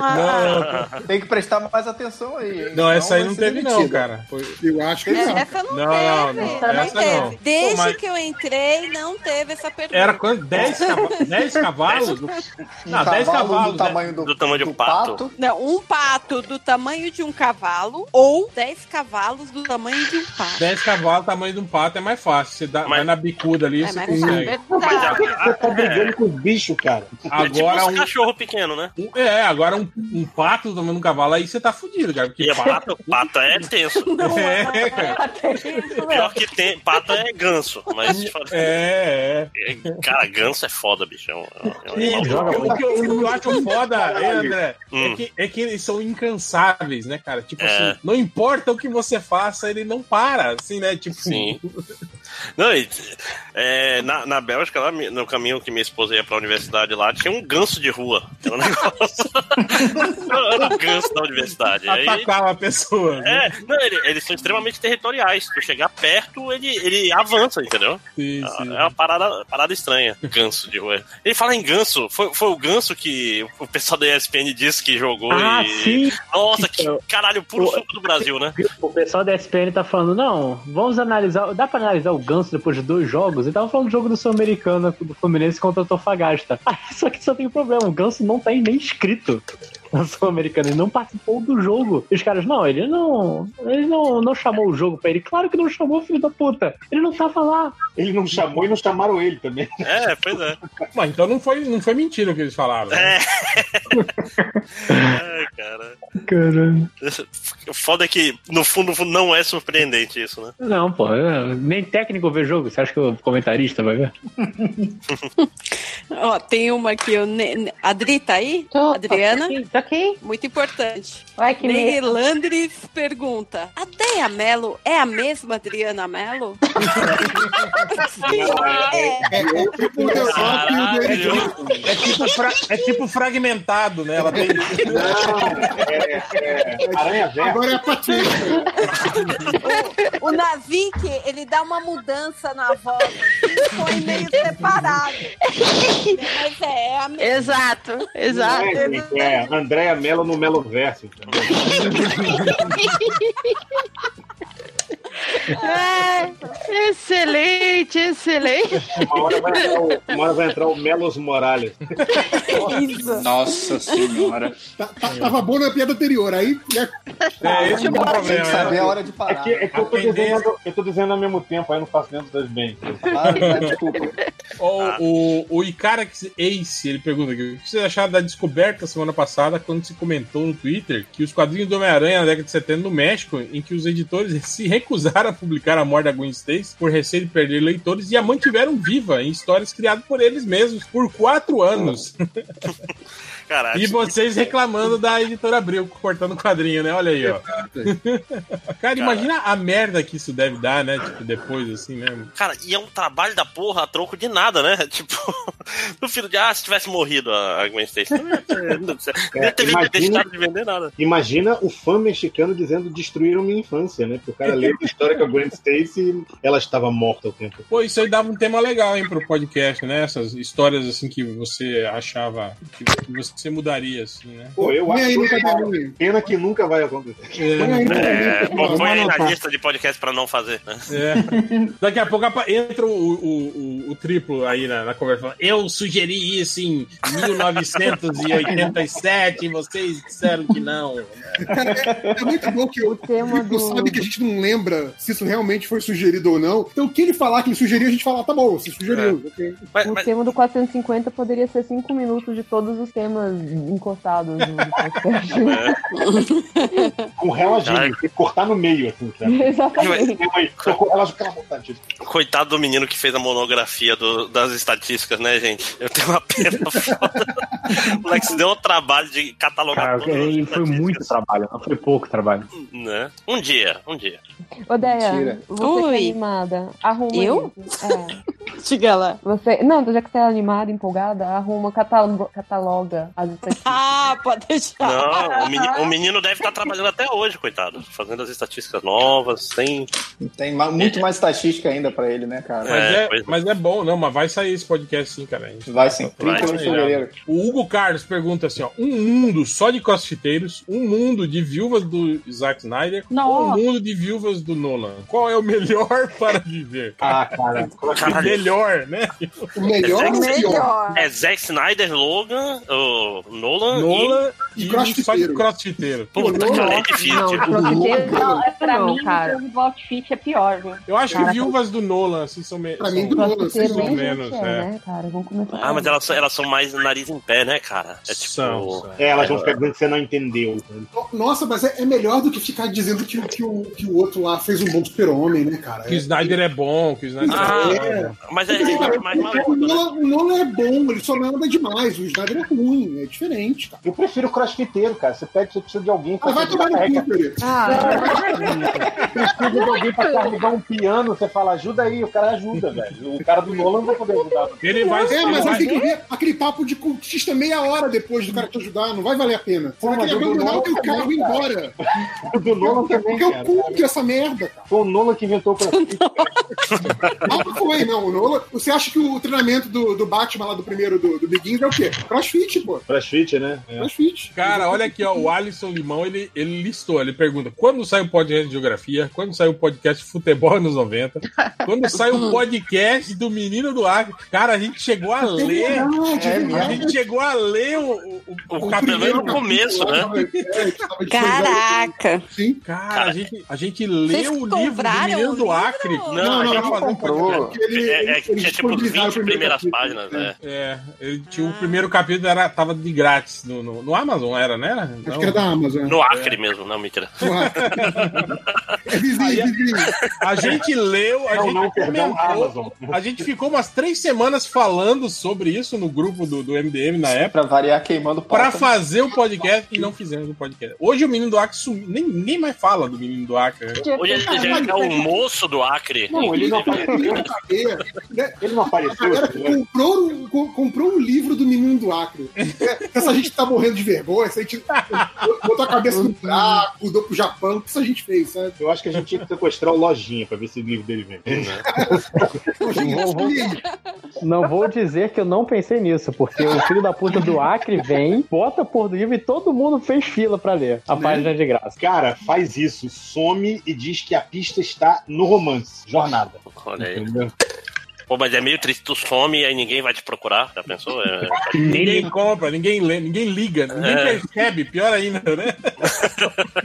Speaker 4: Ah. Tem que prestar mais atenção aí. hein?
Speaker 1: Não, essa aí
Speaker 4: vai
Speaker 1: não
Speaker 4: ser
Speaker 1: teve, não,
Speaker 4: demitido.
Speaker 1: cara. Eu acho
Speaker 7: É, Essa não, teve.
Speaker 1: Essa não. Pô,
Speaker 7: Desde
Speaker 1: mas
Speaker 7: que eu entrei, não teve essa pergunta.
Speaker 1: Era quando? 10 cavalos? 10 cavalos? Não,
Speaker 7: Tá
Speaker 1: 10
Speaker 4: cavalo do
Speaker 1: cavalos. né?
Speaker 4: tamanho do-
Speaker 11: Do tamanho de um pato.
Speaker 7: Não, um pato do tamanho de um cavalo ou 10 cavalos do tamanho de um pato.
Speaker 1: 10 cavalos, tamanho de um pato é mais fácil. Você dá, vai na bicuda ali,
Speaker 7: É
Speaker 1: você
Speaker 7: mais
Speaker 1: consegue.
Speaker 7: fácil, verdade.
Speaker 11: ah.
Speaker 9: Você tá brigando com os bichos, cara.
Speaker 11: É tipo
Speaker 1: Agora
Speaker 11: um
Speaker 1: um.
Speaker 11: cachorro pequeno, né?
Speaker 1: um- É, agora um, um pato tomando um cavalo, aí você tá fudido, cara. Porque
Speaker 11: E é pato, pato é tenso.
Speaker 1: É, cara.
Speaker 11: Pior que tem, pato é ganso, mas
Speaker 1: É,
Speaker 11: Cara, ganso é foda, bichão. É um
Speaker 1: E
Speaker 11: animal
Speaker 1: o que eu- o que eu, eu acho foda, é,
Speaker 11: Caralho.
Speaker 1: André, é,
Speaker 11: Hum.
Speaker 1: que, é que eles são incansáveis, né, cara? Tipo
Speaker 11: É.
Speaker 1: assim, não importa o que você faça, ele não para, assim, né? Tipo,
Speaker 11: Sim. Não, e, é, na, na Bélgica, lá, mi- no caminho que minha esposa ia pra universidade lá, tinha um ganso de rua. Era um negócio. Era um ganso da
Speaker 1: Tá
Speaker 11: universidade. Aí-
Speaker 1: atacava a pessoa. né?
Speaker 11: é, não, ele- eles são extremamente territoriais. Se tu chegar perto, ele, ele avança, entendeu? É uma parada, parada estranha. Ganso de rua. Ele fala em ganso. Foi, foi o ganso que o pessoal da ESPN disse que jogou
Speaker 5: Ah,
Speaker 11: e.
Speaker 5: sim.
Speaker 11: Nossa, que
Speaker 5: Então,
Speaker 11: caralho, puro
Speaker 5: o-
Speaker 11: suco do Brasil, né?
Speaker 5: O pessoal da SPN tá falando, não, vamos analisar. Dá pra analisar o Ganso depois de dois jogos? Ele tava falando do jogo do Sul-Americano, do Fluminense contra o Tofagasta. Só que só tem um problema, o Ganso não tá aí nem inscrito na Sul-Americana, ele não participou do jogo. E os caras, não, ele não. Ele não, não chamou o jogo pra ele. Claro que não chamou, filho da puta. Ele não tava lá.
Speaker 9: Ele não chamou e não chamaram ele também.
Speaker 11: É, pois é.
Speaker 1: Mas então não foi, não foi mentira o que eles falaram. né?
Speaker 11: Ai, cara.
Speaker 5: Caramba.
Speaker 11: O foda é que, no fundo, no fundo, não é surpreendente isso, né?
Speaker 5: Não, pô, eu- nem técnico vê jogo. Você acha que o comentarista vai ver?
Speaker 7: Ó, tem uma aqui, eu ne... ne- Adri tá aí? Adriana?
Speaker 8: aqui, tô aqui.
Speaker 7: Muito importante.
Speaker 8: Vai que
Speaker 7: Ney
Speaker 8: medo.
Speaker 7: Landris pergunta: A Deia Mello é a mesma Adriana Mello?
Speaker 6: É, é tipo o The Rock e o Dwayne Johnson.
Speaker 1: É tipo, fra- é tipo fragmentado, né? Ela tem.
Speaker 9: Aranha
Speaker 6: Agora é a Patrícia.
Speaker 7: o Navik, ele dá uma mudança na voz, assim, põe meio separado. Mas é, é a mesma.
Speaker 10: Exato, exato.
Speaker 9: É, gente, é. Andréa Mello no Melo Verso. então.
Speaker 10: É, excelente, excelente.
Speaker 9: Uma hora vai entrar o, uma hora vai entrar o Melos Morales.
Speaker 14: Nossa senhora.
Speaker 6: Tava boa na piada anterior, aí né,
Speaker 1: É, esse é o meu
Speaker 9: Tem que
Speaker 1: problema.
Speaker 9: saber
Speaker 1: né?
Speaker 9: a
Speaker 4: hora de parar.
Speaker 9: É que, é que eu, tô dizendo, eu tô dizendo ao mesmo tempo, aí não faço dentro das bens.
Speaker 4: Ah, tá,
Speaker 1: O, o, o Icarax Ace, ele pergunta aqui, o que vocês acharam da descoberta semana passada quando se comentou no Twitter que os quadrinhos do Homem-Aranha na década de 70 no México, em que os editores se recusaram a publicar a morte da Gwen Stacy por receio de perder leitores e a mantiveram viva em histórias criadas por eles mesmos por quatro anos.
Speaker 11: Caralho.
Speaker 1: E vocês reclamando da editora Abril cortando o quadrinho, né? Olha aí, ó. Cara, imagina a merda que isso deve dar, né? Tipo, depois, assim, né?
Speaker 11: Cara, e é um trabalho da porra a troco de nada, né? Tipo, no filho de, ah, se tivesse morrido a a Gwen Stacy. Não ia ter- não
Speaker 5: É,
Speaker 11: ia ter
Speaker 9: imagina-
Speaker 11: deixado de vender nada.
Speaker 9: Imagina o fã mexicano dizendo destruíram minha infância, né? Porque o cara leu a história com a Gwen Stacy ela estava morta o tempo.
Speaker 1: Pô, isso aí dava um tema legal, hein, pro podcast, né? Essas histórias, assim, que você achava que, que você mudaria, assim, né?
Speaker 9: Pô, eu
Speaker 6: Põe
Speaker 9: acho
Speaker 6: aí no
Speaker 9: que
Speaker 6: caderninho.
Speaker 9: pena que nunca vai acontecer.
Speaker 11: É,
Speaker 1: Vamos
Speaker 11: põe aí na
Speaker 1: anotar.
Speaker 11: lista de podcast pra não fazer, né?
Speaker 1: É. Daqui a pouco apa- entra o, o, o- o triplo aí na, na conversa. falando, Eu sugeri isso em 1987 e vocês disseram que não.
Speaker 6: É muito bom que o Rico sabe que a gente não lembra se isso realmente foi sugerido ou não. Então, o que ele falar que ele sugeriu, a gente fala, tá bom, você sugeriu.
Speaker 11: É.
Speaker 6: ok.
Speaker 3: O tema do 450 poderia ser assim. 5 minutos de todos os temas encostados do do podcast.
Speaker 9: Com relógio, tem que cortar no meio, assim, sabe?
Speaker 3: Exatamente.
Speaker 9: Tocou ela fica à vontade. assim.
Speaker 11: Coitado do menino que fez a monografia do- das estatísticas, né, gente? Eu tenho uma pena foda. O Lex deu o trabalho de catalogar
Speaker 5: Cara,
Speaker 11: tudo.
Speaker 5: e foi muito trabalho, não foi pouco trabalho.
Speaker 11: Né? Um dia, um dia.
Speaker 3: Odeia,
Speaker 5: Mentira.
Speaker 3: você que
Speaker 10: Oi.
Speaker 3: é animada, arruma
Speaker 10: Eu?
Speaker 3: isso. É.
Speaker 10: Diga lá.
Speaker 3: Você... Não, já que você é animada, empolgada, arruma, cataloga, cataloga as estatísticas.
Speaker 10: Ah, pode deixar.
Speaker 11: Não, o meni- o menino, deve estar trabalhando até hoje, coitado. Fazendo as estatísticas novas, sem.
Speaker 4: Tem ma- muito mais estatística ainda pra ele, né, cara?
Speaker 1: Mas é, mas é bom, não, mas vai sair esse podcast sim, cara.
Speaker 4: Vai sim, 31 de
Speaker 1: sair,
Speaker 4: fevereiro.
Speaker 1: já. O Hugo Carlos pergunta assim, ó, um mundo só de crossfiteiros, um mundo de viúvas do Zack Snyder, ou um mundo de viúvas do Nolan. Qual é o melhor para viver?
Speaker 9: Ah, cara.
Speaker 1: melhor, né?
Speaker 6: O
Speaker 11: é Zack- É Zack Snyder, Logan, o Nolan,
Speaker 1: Nolan
Speaker 11: e,
Speaker 1: e só de crossfiteiro.
Speaker 11: Puta, cara, é difícil.
Speaker 8: Não, é pra
Speaker 1: Não,
Speaker 8: mim,
Speaker 1: cara.
Speaker 8: o Outfit é pior, viu?
Speaker 1: Eu acho que
Speaker 8: Cara,
Speaker 1: viúvas do Nolan, assim, são, me...
Speaker 6: Pra
Speaker 1: são,
Speaker 6: mim, do Nolan,
Speaker 1: são
Speaker 3: Ser bem
Speaker 1: menos,
Speaker 3: gente
Speaker 1: é.
Speaker 3: é, né, cara? Vamos começar.
Speaker 11: Ah, mas elas, elas são mais nariz em pé, né, cara? É tipo.
Speaker 9: É, elas vão pegando que você não entendeu.
Speaker 6: Nossa, mas é, é melhor do que ficar dizendo que, o- que o, que o outro lá fez um bom super-homem, né, cara?
Speaker 1: Que o Snyder é bom, que o Snyder é
Speaker 11: Ah,
Speaker 1: bom.
Speaker 11: mas é,
Speaker 6: Porque, cara,
Speaker 11: é mais
Speaker 6: o- o,
Speaker 11: maluco, né?
Speaker 6: Nolan, o Nolan é bom, ele só não anda demais. O Snyder é ruim, é diferente, cara.
Speaker 9: Eu prefiro crossfiteiro, cara. Você pede, você precisa de alguém pra
Speaker 6: Ah, vai
Speaker 9: fazer
Speaker 6: tomar no
Speaker 9: careca.
Speaker 6: cu, Pereira.
Speaker 10: Ah.
Speaker 9: Precisa de alguém pra carregar um piano, você fala, ajuda aí, o cara ajuda, velho. O cara do Nolan não vai poder ajudar.
Speaker 1: Ele vai- um.
Speaker 6: É,
Speaker 1: ele
Speaker 6: mas
Speaker 1: vai-
Speaker 6: aí tem que ver aquele papo de cultista meia hora depois do cara te ajudar, não vai valer a pena. Você
Speaker 9: Não,
Speaker 6: vai
Speaker 9: mas
Speaker 6: querer
Speaker 9: o do
Speaker 6: abandonar
Speaker 9: Nolan
Speaker 6: o teu
Speaker 9: também,
Speaker 6: cargo e ir
Speaker 9: cara.
Speaker 11: Tá
Speaker 6: embora.
Speaker 9: O do Nolan também,
Speaker 6: Porque é o
Speaker 9: cara.
Speaker 6: culto essa merda, cara.
Speaker 9: Foi o Nolan que inventou o crossfit.
Speaker 6: Não foi, não. O Nolan, você acha que o treinamento do, do Batman lá do primeiro, do, do Begins, é o quê? Crossfit, pô.
Speaker 9: Crossfit, né?
Speaker 6: Crossfit.
Speaker 1: Cara, olha aqui, ó, o Alisson Limão, ele, ele listou, ele pergunta, quando sai o podcast de geografia, quando sai o podcast de futebol nos 90, quando sai o podcast do Menino do Acre, cara, a gente chegou a ler,
Speaker 6: É verdade, é
Speaker 1: a
Speaker 6: verdade.
Speaker 1: gente chegou a ler o, o, o,
Speaker 11: O cabelo no começo, né?
Speaker 10: Caraca.
Speaker 6: É, Sim.
Speaker 1: Cara, a gente, a gente leu o livro do
Speaker 10: compraram
Speaker 1: Menino
Speaker 10: o
Speaker 1: do Acre.
Speaker 11: Não, a
Speaker 1: pra
Speaker 11: gente
Speaker 1: fazer um
Speaker 11: comprou.
Speaker 1: podcast.
Speaker 6: Ele-
Speaker 11: É, é que
Speaker 6: ele
Speaker 11: tinha tipo
Speaker 6: disponibilizaram
Speaker 11: 20
Speaker 6: o primeiro
Speaker 11: primeiras
Speaker 6: capítulo,
Speaker 11: páginas, né?
Speaker 1: É, ele tinha o primeiro capítulo, era, tava de grátis no, no, no Amazon, era, né?
Speaker 6: Acho que era da Amazon.
Speaker 11: No Acre mesmo, não, mentira.
Speaker 6: É vizinho, vizinho.
Speaker 1: A gente leu, a
Speaker 9: Não,
Speaker 1: gente
Speaker 9: não, perdão,
Speaker 1: comentou,
Speaker 9: Amazon.
Speaker 1: a gente ficou umas três semanas falando sobre isso no grupo do, do MDM na época.
Speaker 4: Pra variar queimando pau.
Speaker 1: Pra fazer o podcast e não fizemos o podcast. Hoje o menino do Acre sumiu. Nem, ninguém mais fala do menino do Acre. né?
Speaker 11: Hoje ele já é
Speaker 1: um
Speaker 11: o moço do Acre.
Speaker 9: Não, ele não
Speaker 11: inclusive.
Speaker 9: apareceu.
Speaker 6: É, né?
Speaker 9: Ele não
Speaker 6: A galera
Speaker 9: apareceu. né?
Speaker 6: comprou, um- co- comprou um livro do Menino do Acre. É, Essa gente tá morrendo de vergonha, essa gente botou a cabeça no buraco, mudou pro Japão, o que essa gente fez, sabe?
Speaker 9: Eu acho que a gente tinha que sequestrar o Lojinha pra ver se o livro dele vem. Uhum.
Speaker 5: Não vou dizer que eu não pensei nisso, porque o filho da puta do Acre vem, bota por do livro e todo mundo fez fila pra ler a página de graça.
Speaker 9: Cara, faz isso. Some e diz que a pista está no romance. Jornada.
Speaker 11: Olha aí.
Speaker 9: Entendeu?
Speaker 11: Pô, mas é meio triste, tu some e aí ninguém vai te procurar, já pensou? É,
Speaker 1: Ninguém compra, ninguém lê, ninguém liga, ninguém
Speaker 11: É.
Speaker 1: percebe, pior ainda, né?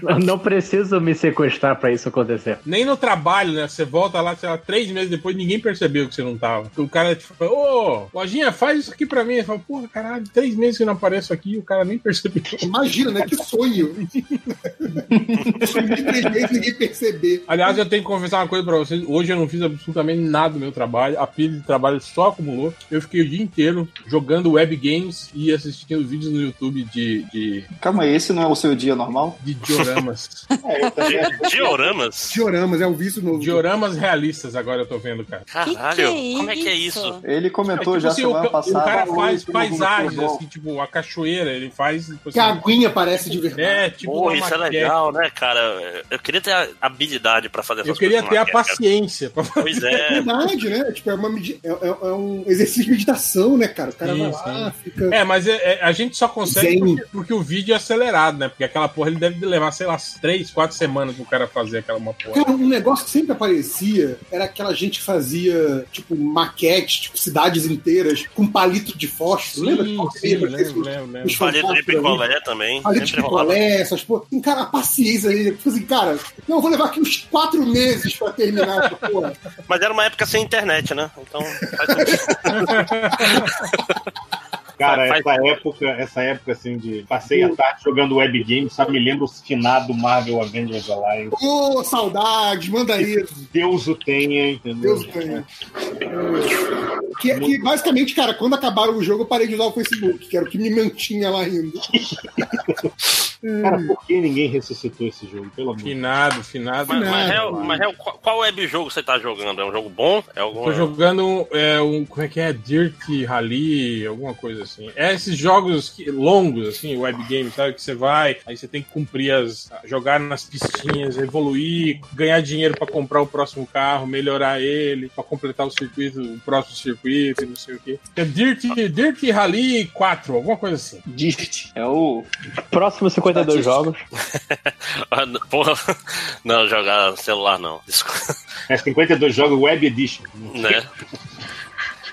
Speaker 5: Eu Não preciso me sequestrar pra isso acontecer.
Speaker 1: Nem no trabalho, né? Você volta lá, sei lá, três meses depois, ninguém percebeu que você não tava. O cara te fala, ô, lojinha, faz isso aqui pra mim. Você fala, porra, caralho, três meses que eu não apareço aqui, o cara nem percebeu.
Speaker 6: Imagina, né? Que sonho. Sumir três meses, ninguém perceber.
Speaker 1: Aliás, eu tenho que confessar uma coisa pra vocês. Hoje eu não fiz absolutamente nada do meu trabalho. A pilha de trabalho só acumulou. Eu fiquei o dia inteiro jogando web games e assistindo vídeos no YouTube de, de,
Speaker 4: Calma aí, esse não é o seu dia normal? É,
Speaker 1: de dioramas.
Speaker 11: di-
Speaker 4: assim.
Speaker 11: dioramas?
Speaker 6: Dioramas, é
Speaker 4: um
Speaker 6: o vício novo.
Speaker 1: dioramas realistas agora eu tô vendo, cara.
Speaker 11: Caralho,
Speaker 10: Que que é
Speaker 11: como é que é isso?
Speaker 4: Ele comentou
Speaker 1: É, tipo
Speaker 4: já
Speaker 1: assim,
Speaker 4: semana
Speaker 1: o, ca-
Speaker 4: passada.
Speaker 1: o cara faz
Speaker 4: Oi, tudo
Speaker 1: paisagens,
Speaker 4: bom?
Speaker 1: assim, tipo a cachoeira, ele faz. tipo
Speaker 6: Que a
Speaker 1: assim,
Speaker 6: aguinha parece de verdade.
Speaker 1: é, tipo.
Speaker 11: Pô,
Speaker 1: uma
Speaker 11: isso é
Speaker 1: maquete.
Speaker 11: legal, né, cara? Eu queria ter a habilidade pra fazer essas
Speaker 1: Eu queria
Speaker 11: coisas
Speaker 1: ter a
Speaker 11: com maquete,
Speaker 1: paciência pra
Speaker 11: cara. Pois
Speaker 6: É
Speaker 11: é.
Speaker 6: verdade, né? Tipo, é, uma, medi- é, é- é um exercício de meditação, né, cara? O cara vai
Speaker 1: Sim,
Speaker 6: lá, fica.
Speaker 1: É, mas é- é- a gente só consegue
Speaker 6: Zen.
Speaker 1: porque, porque o vídeo é acelerado, né? Porque aquela porra ele deve levar, sei lá, três, quatro semanas pro cara fazer aquela uma porra.
Speaker 6: Cara, um negócio que sempre aparecia era aquela gente que fazia, tipo, maquete, tipo, cidades inteiras, com palito de fósforo. Lembra?
Speaker 1: Sim,
Speaker 6: Qual que
Speaker 1: sim,
Speaker 6: lembra
Speaker 1: lembro,
Speaker 6: desses-
Speaker 1: lembro, lembro.
Speaker 6: os
Speaker 11: Palito de
Speaker 6: fantásticos ali?
Speaker 11: picolé também.
Speaker 6: Palito de
Speaker 11: Sempre rolava.
Speaker 6: né? picolé, essas porra. Tem cara, a paciência aí. Tipo assim, cara, não, eu vou levar aqui uns quatro meses pra terminar essa porra.
Speaker 11: Mas era uma época sem internet, né? Então faz sentido.
Speaker 9: Cara,
Speaker 11: Faz-
Speaker 9: essa época, essa época assim de passei a tarde jogando web games, só me lembro o finado Marvel Avengers Alliance.
Speaker 6: Ô, saudades, manda isso.
Speaker 9: Deus o tenha, entendeu?
Speaker 6: Deus do céu. Que, que basicamente, cara, quando acabaram o jogo, eu parei de usar o Facebook, que era o que me mantinha lá Hum. ainda.
Speaker 9: Cara, por que ninguém ressuscitou esse jogo? Pelo amor de Deus.
Speaker 1: Finado, finado.
Speaker 11: Mas,
Speaker 1: finado.
Speaker 11: mas, Hel, mas Hel, qual, qual webjogo você tá jogando? É um jogo bom? É algum...
Speaker 1: Tô jogando é, um. Como é que é? Dirt Rally, alguma coisa assim. É esses jogos que- longos, assim, web games, sabe? Que você vai, aí você tem que cumprir as. jogar nas pistinhas, evoluir, ganhar dinheiro pra comprar o próximo carro, melhorar ele, pra completar o circuito, o próximo circuito, e não sei o quê. É Dirt, Dirt Rally 4, alguma coisa assim.
Speaker 14: Dirt. É o.
Speaker 5: Próximo 52 jogos.
Speaker 11: Ah, n- Porra. Não, jogar no celular não. Desculpa.
Speaker 9: É 52 jogos Web Edition.
Speaker 11: Né?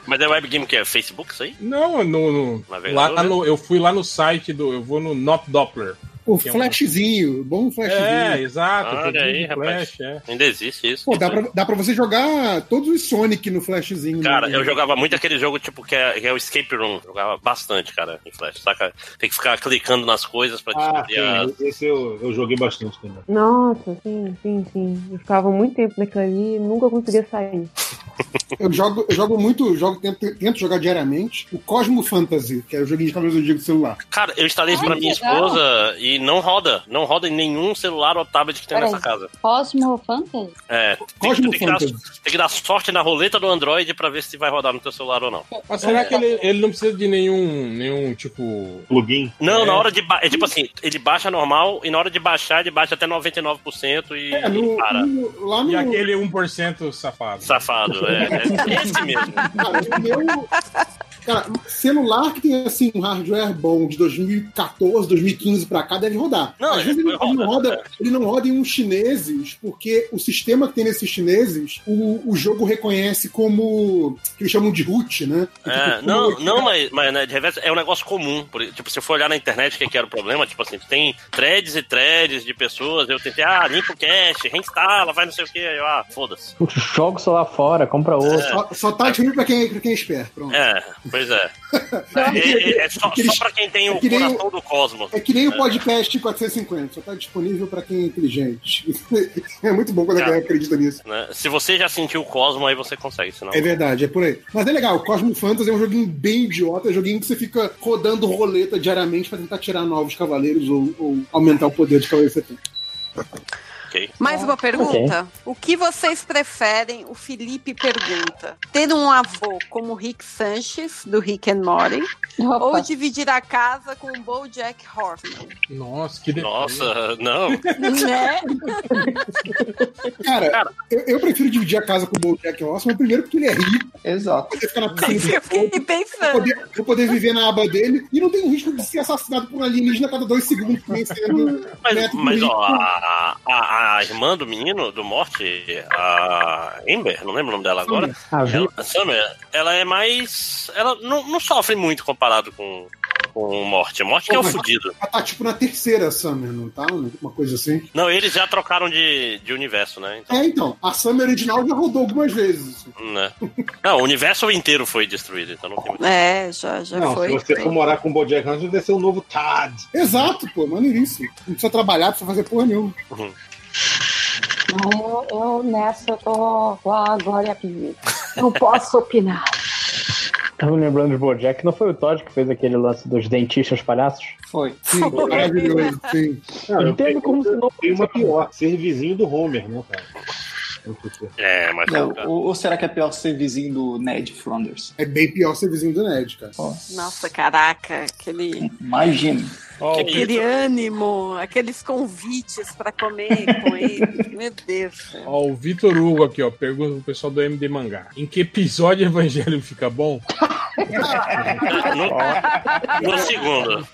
Speaker 11: Mas é webgame que é Facebook isso aí?
Speaker 1: Não, no, no-
Speaker 11: Navegador,
Speaker 1: lá
Speaker 11: né?
Speaker 1: no- eu fui lá no site do. Eu vou no Not Doppler.
Speaker 6: O
Speaker 1: que é um-
Speaker 6: flashzinho, bom flashzinho.
Speaker 1: É, exato.
Speaker 11: Olha
Speaker 1: tem
Speaker 11: aí,
Speaker 1: um
Speaker 11: rapaz.
Speaker 1: flash, é.
Speaker 11: Ainda existe isso.
Speaker 6: Pô, dá pra, dá pra você jogar todos os Sonic no flashzinho.
Speaker 11: Cara,
Speaker 8: é.
Speaker 6: né?
Speaker 11: eu jogava muito aquele jogo tipo que é, que é o Escape Room. Jogava bastante, cara, em Flash. Saca? Tem que ficar clicando nas coisas pra
Speaker 9: Ah,
Speaker 11: descobrir as.
Speaker 9: sim, esse eu, eu joguei bastante também.
Speaker 3: Nossa, sim, sim, sim. Eu ficava muito tempo naquilo ali e nunca conseguia sair.
Speaker 6: Eu jogo, eu jogo muito, jogo, tento, tento jogar diariamente o Cosmo Fantasy, que é o joguinho de Cavaleiros do Digo do celular.
Speaker 11: Cara, eu instalei isso
Speaker 8: Ah,
Speaker 11: pra minha
Speaker 8: legal.
Speaker 11: esposa e não roda. Não roda em nenhum celular ou tablet que tem
Speaker 8: Peraí.
Speaker 11: nessa casa.
Speaker 8: Cosmo Fantasy?
Speaker 11: É. Tem,
Speaker 6: Cosmo
Speaker 11: tem que dar,
Speaker 6: Fantasy.
Speaker 11: tem que dar sorte na roleta do Android pra ver se vai rodar no teu celular ou não.
Speaker 1: Mas
Speaker 6: É.
Speaker 1: será
Speaker 8: É,
Speaker 1: que ele, ele não precisa de nenhum, nenhum tipo.
Speaker 9: Plugin?
Speaker 11: Não, na hora de. Ba... É tipo assim, ele baixa normal e na hora de baixar, ele baixa até 99% e,
Speaker 1: É, no-
Speaker 11: e para.
Speaker 6: lá no...
Speaker 1: E aquele 1% safado.
Speaker 11: Safado, é. é esse mesmo.
Speaker 6: Cara, o meu. Cara, celular que tem assim um hardware bom de 2014, 2015 pra cá deve rodar.
Speaker 11: Não,
Speaker 6: Às vezes ele, ele não roda, ele não roda em uns chineses, porque o sistema que tem nesses chineses, o, o jogo reconhece como que eles chamam de root, né?
Speaker 11: É, não, não, mas, mas né, de reverso é um negócio comum. Por, tipo, se eu for olhar na internet o que, que era o problema, tipo assim, tem threads e threads de pessoas, eu tentei, ah, limpa o cache, reinstala, vai não sei o que, aí eu, ah, foda-se.
Speaker 5: Joga o celular fora, compra
Speaker 14: É.
Speaker 5: outro.
Speaker 6: Só, só tá disponível pra quem, pra quem é esperto. Pronto.
Speaker 11: É, pois é. É, é- é só, só pra quem tem o
Speaker 6: É que nem o-
Speaker 11: coração do cosmos.
Speaker 6: É que nem o podcast 450, só tá disponível pra quem é inteligente. É muito bom quando a galera acredita nisso.
Speaker 11: Né? Se você já sentiu o cosmo, aí você consegue, senão.
Speaker 6: É verdade, é por aí. Mas é legal, Cosmo Fantasy é um joguinho bem idiota, é um joguinho que você fica rodando roleta diariamente pra tentar tirar novos cavaleiros ou, ou aumentar o poder de cavaleiros que você tem.
Speaker 11: Ok.
Speaker 7: Mais uma pergunta. O que vocês preferem, o Felipe pergunta, ter um avô como Rick Sanchez, do Rick and Morty,
Speaker 8: Opa.
Speaker 7: ou dividir a casa com o BoJack Horseman?
Speaker 1: Nossa, que
Speaker 11: Nossa, não.
Speaker 7: né?
Speaker 6: Cara, Eu, eu prefiro dividir a casa com o Bojack Horseman, primeiro porque ele é rico. Exato. Poder ficar na piscina,
Speaker 7: Eu fiquei
Speaker 6: eu
Speaker 7: pensando.
Speaker 6: poder, eu poder viver na aba dele e não tem o risco de ser assassinado por um alienígena a cada dois segundos, que vem sendo.
Speaker 11: Mas,
Speaker 6: método
Speaker 11: mas ó,
Speaker 6: político.
Speaker 11: a, a- a irmã do menino, do Morte, a Amber, não lembro o nome dela agora.
Speaker 5: A vida.
Speaker 11: Ela, Summer, ela é mais. Ela não, não sofre muito comparado com, com o Morte. O Morte que é o
Speaker 6: Porra.
Speaker 11: fudido.
Speaker 6: Ela tá tipo na terceira Summer, não tá? Uma coisa assim.
Speaker 11: Não, eles já trocaram de, de universo, né?
Speaker 6: É, então, a Summer original já rodou algumas vezes.
Speaker 11: Então, né? Não, o universo inteiro foi destruído, então não tem muito.
Speaker 7: É, já, já
Speaker 9: Não,
Speaker 7: foi.
Speaker 9: se você for morar com o Bojack Horseman, vai ser o novo Tad.
Speaker 6: Exato, pô, maneiríssimo. Não precisa trabalhar, não precisa fazer porra nenhuma.
Speaker 8: Eu, eu nessa eu tô com a Glória Pires. Não posso opinar.
Speaker 5: Tava me lembrando de Bojack. Não foi o Todd que fez aquele lance dos dentistas palhaços?
Speaker 14: Foi.
Speaker 6: Sim, maravilhoso, sim.
Speaker 9: Não, eu
Speaker 5: Entendo
Speaker 9: tenho,
Speaker 5: como se não
Speaker 9: tenho uma pior. Ser vizinho do Homer, né, cara? Não sei se-
Speaker 11: É, mas.
Speaker 14: Não, ou, ou será que é pior ser vizinho do Ned Flanders?
Speaker 6: É bem pior ser vizinho do Ned, cara.
Speaker 7: Nossa, caraca, aquele,
Speaker 14: Imagina.
Speaker 1: Ó, o
Speaker 7: aquele ânimo, aqueles convites pra comer com ele. Meu Deus.
Speaker 1: Ó, o Vitor Hugo aqui, ó, pergunta pro pessoal do MD Mangá. Em que episódio o Evangelho fica bom?
Speaker 11: Ah, No, no segundo.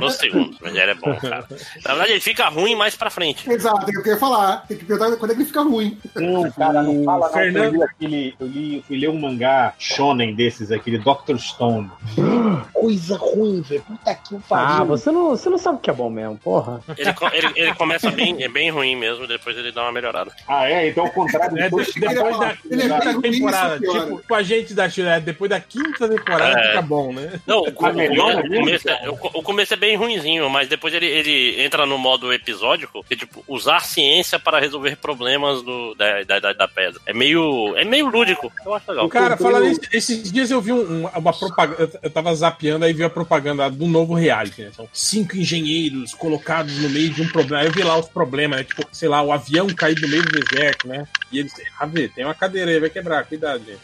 Speaker 11: No segundo. Mas ele é bom, cara. Na verdade, ele fica ruim mais pra frente.
Speaker 6: Exato, é o que eu ia falar. Tem que perguntar quando é que ele fica ruim.
Speaker 9: Não, cara, não fala não.
Speaker 1: Fernando-
Speaker 9: Eu, li aquele, eu, li, eu fui ler um mangá shonen desses, aquele Doctor Stone. Coisa ruim, velho. Puta que
Speaker 5: Ah, você não, você não sabe o que é bom mesmo, porra.
Speaker 11: Ele, co- ele, ele começa bem, é bem ruim mesmo, depois ele dá uma melhorada.
Speaker 9: Ah, é? Então, ao contrário.
Speaker 1: É, de-
Speaker 9: depois-
Speaker 1: depois da
Speaker 6: Ele é
Speaker 1: quinta
Speaker 6: ruim,
Speaker 1: temporada,
Speaker 6: isso é pior.
Speaker 1: tipo, com a gente da Chile, é depois da quinta temporada
Speaker 11: É.
Speaker 1: fica bom, né?
Speaker 11: Não,
Speaker 9: É
Speaker 11: o,
Speaker 1: Tá
Speaker 11: o-
Speaker 1: melhor
Speaker 11: o
Speaker 1: ainda,
Speaker 11: começo,
Speaker 1: cara.
Speaker 11: é- o co- o começo é bem ruinzinho, mas depois ele, ele entra no modo episódico, que é tipo, usar ciência para resolver problemas do, da, da, da- da pedra. É meio. É meio lúdico. Eu acho legal.
Speaker 1: O cara, falando isso, esses dias eu vi um- um- uma propaganda, eu- eu tava zapeando, aí vi a propaganda do novo reality, né? São cinco engenheiros colocados no meio de um problema. Aí eu vi lá os problemas, né? Tipo, sei lá, o avião cair do meio do deserto, né? E eles, ah, vê, tem uma cadeira aí, vai quebrar, cuidado, gente.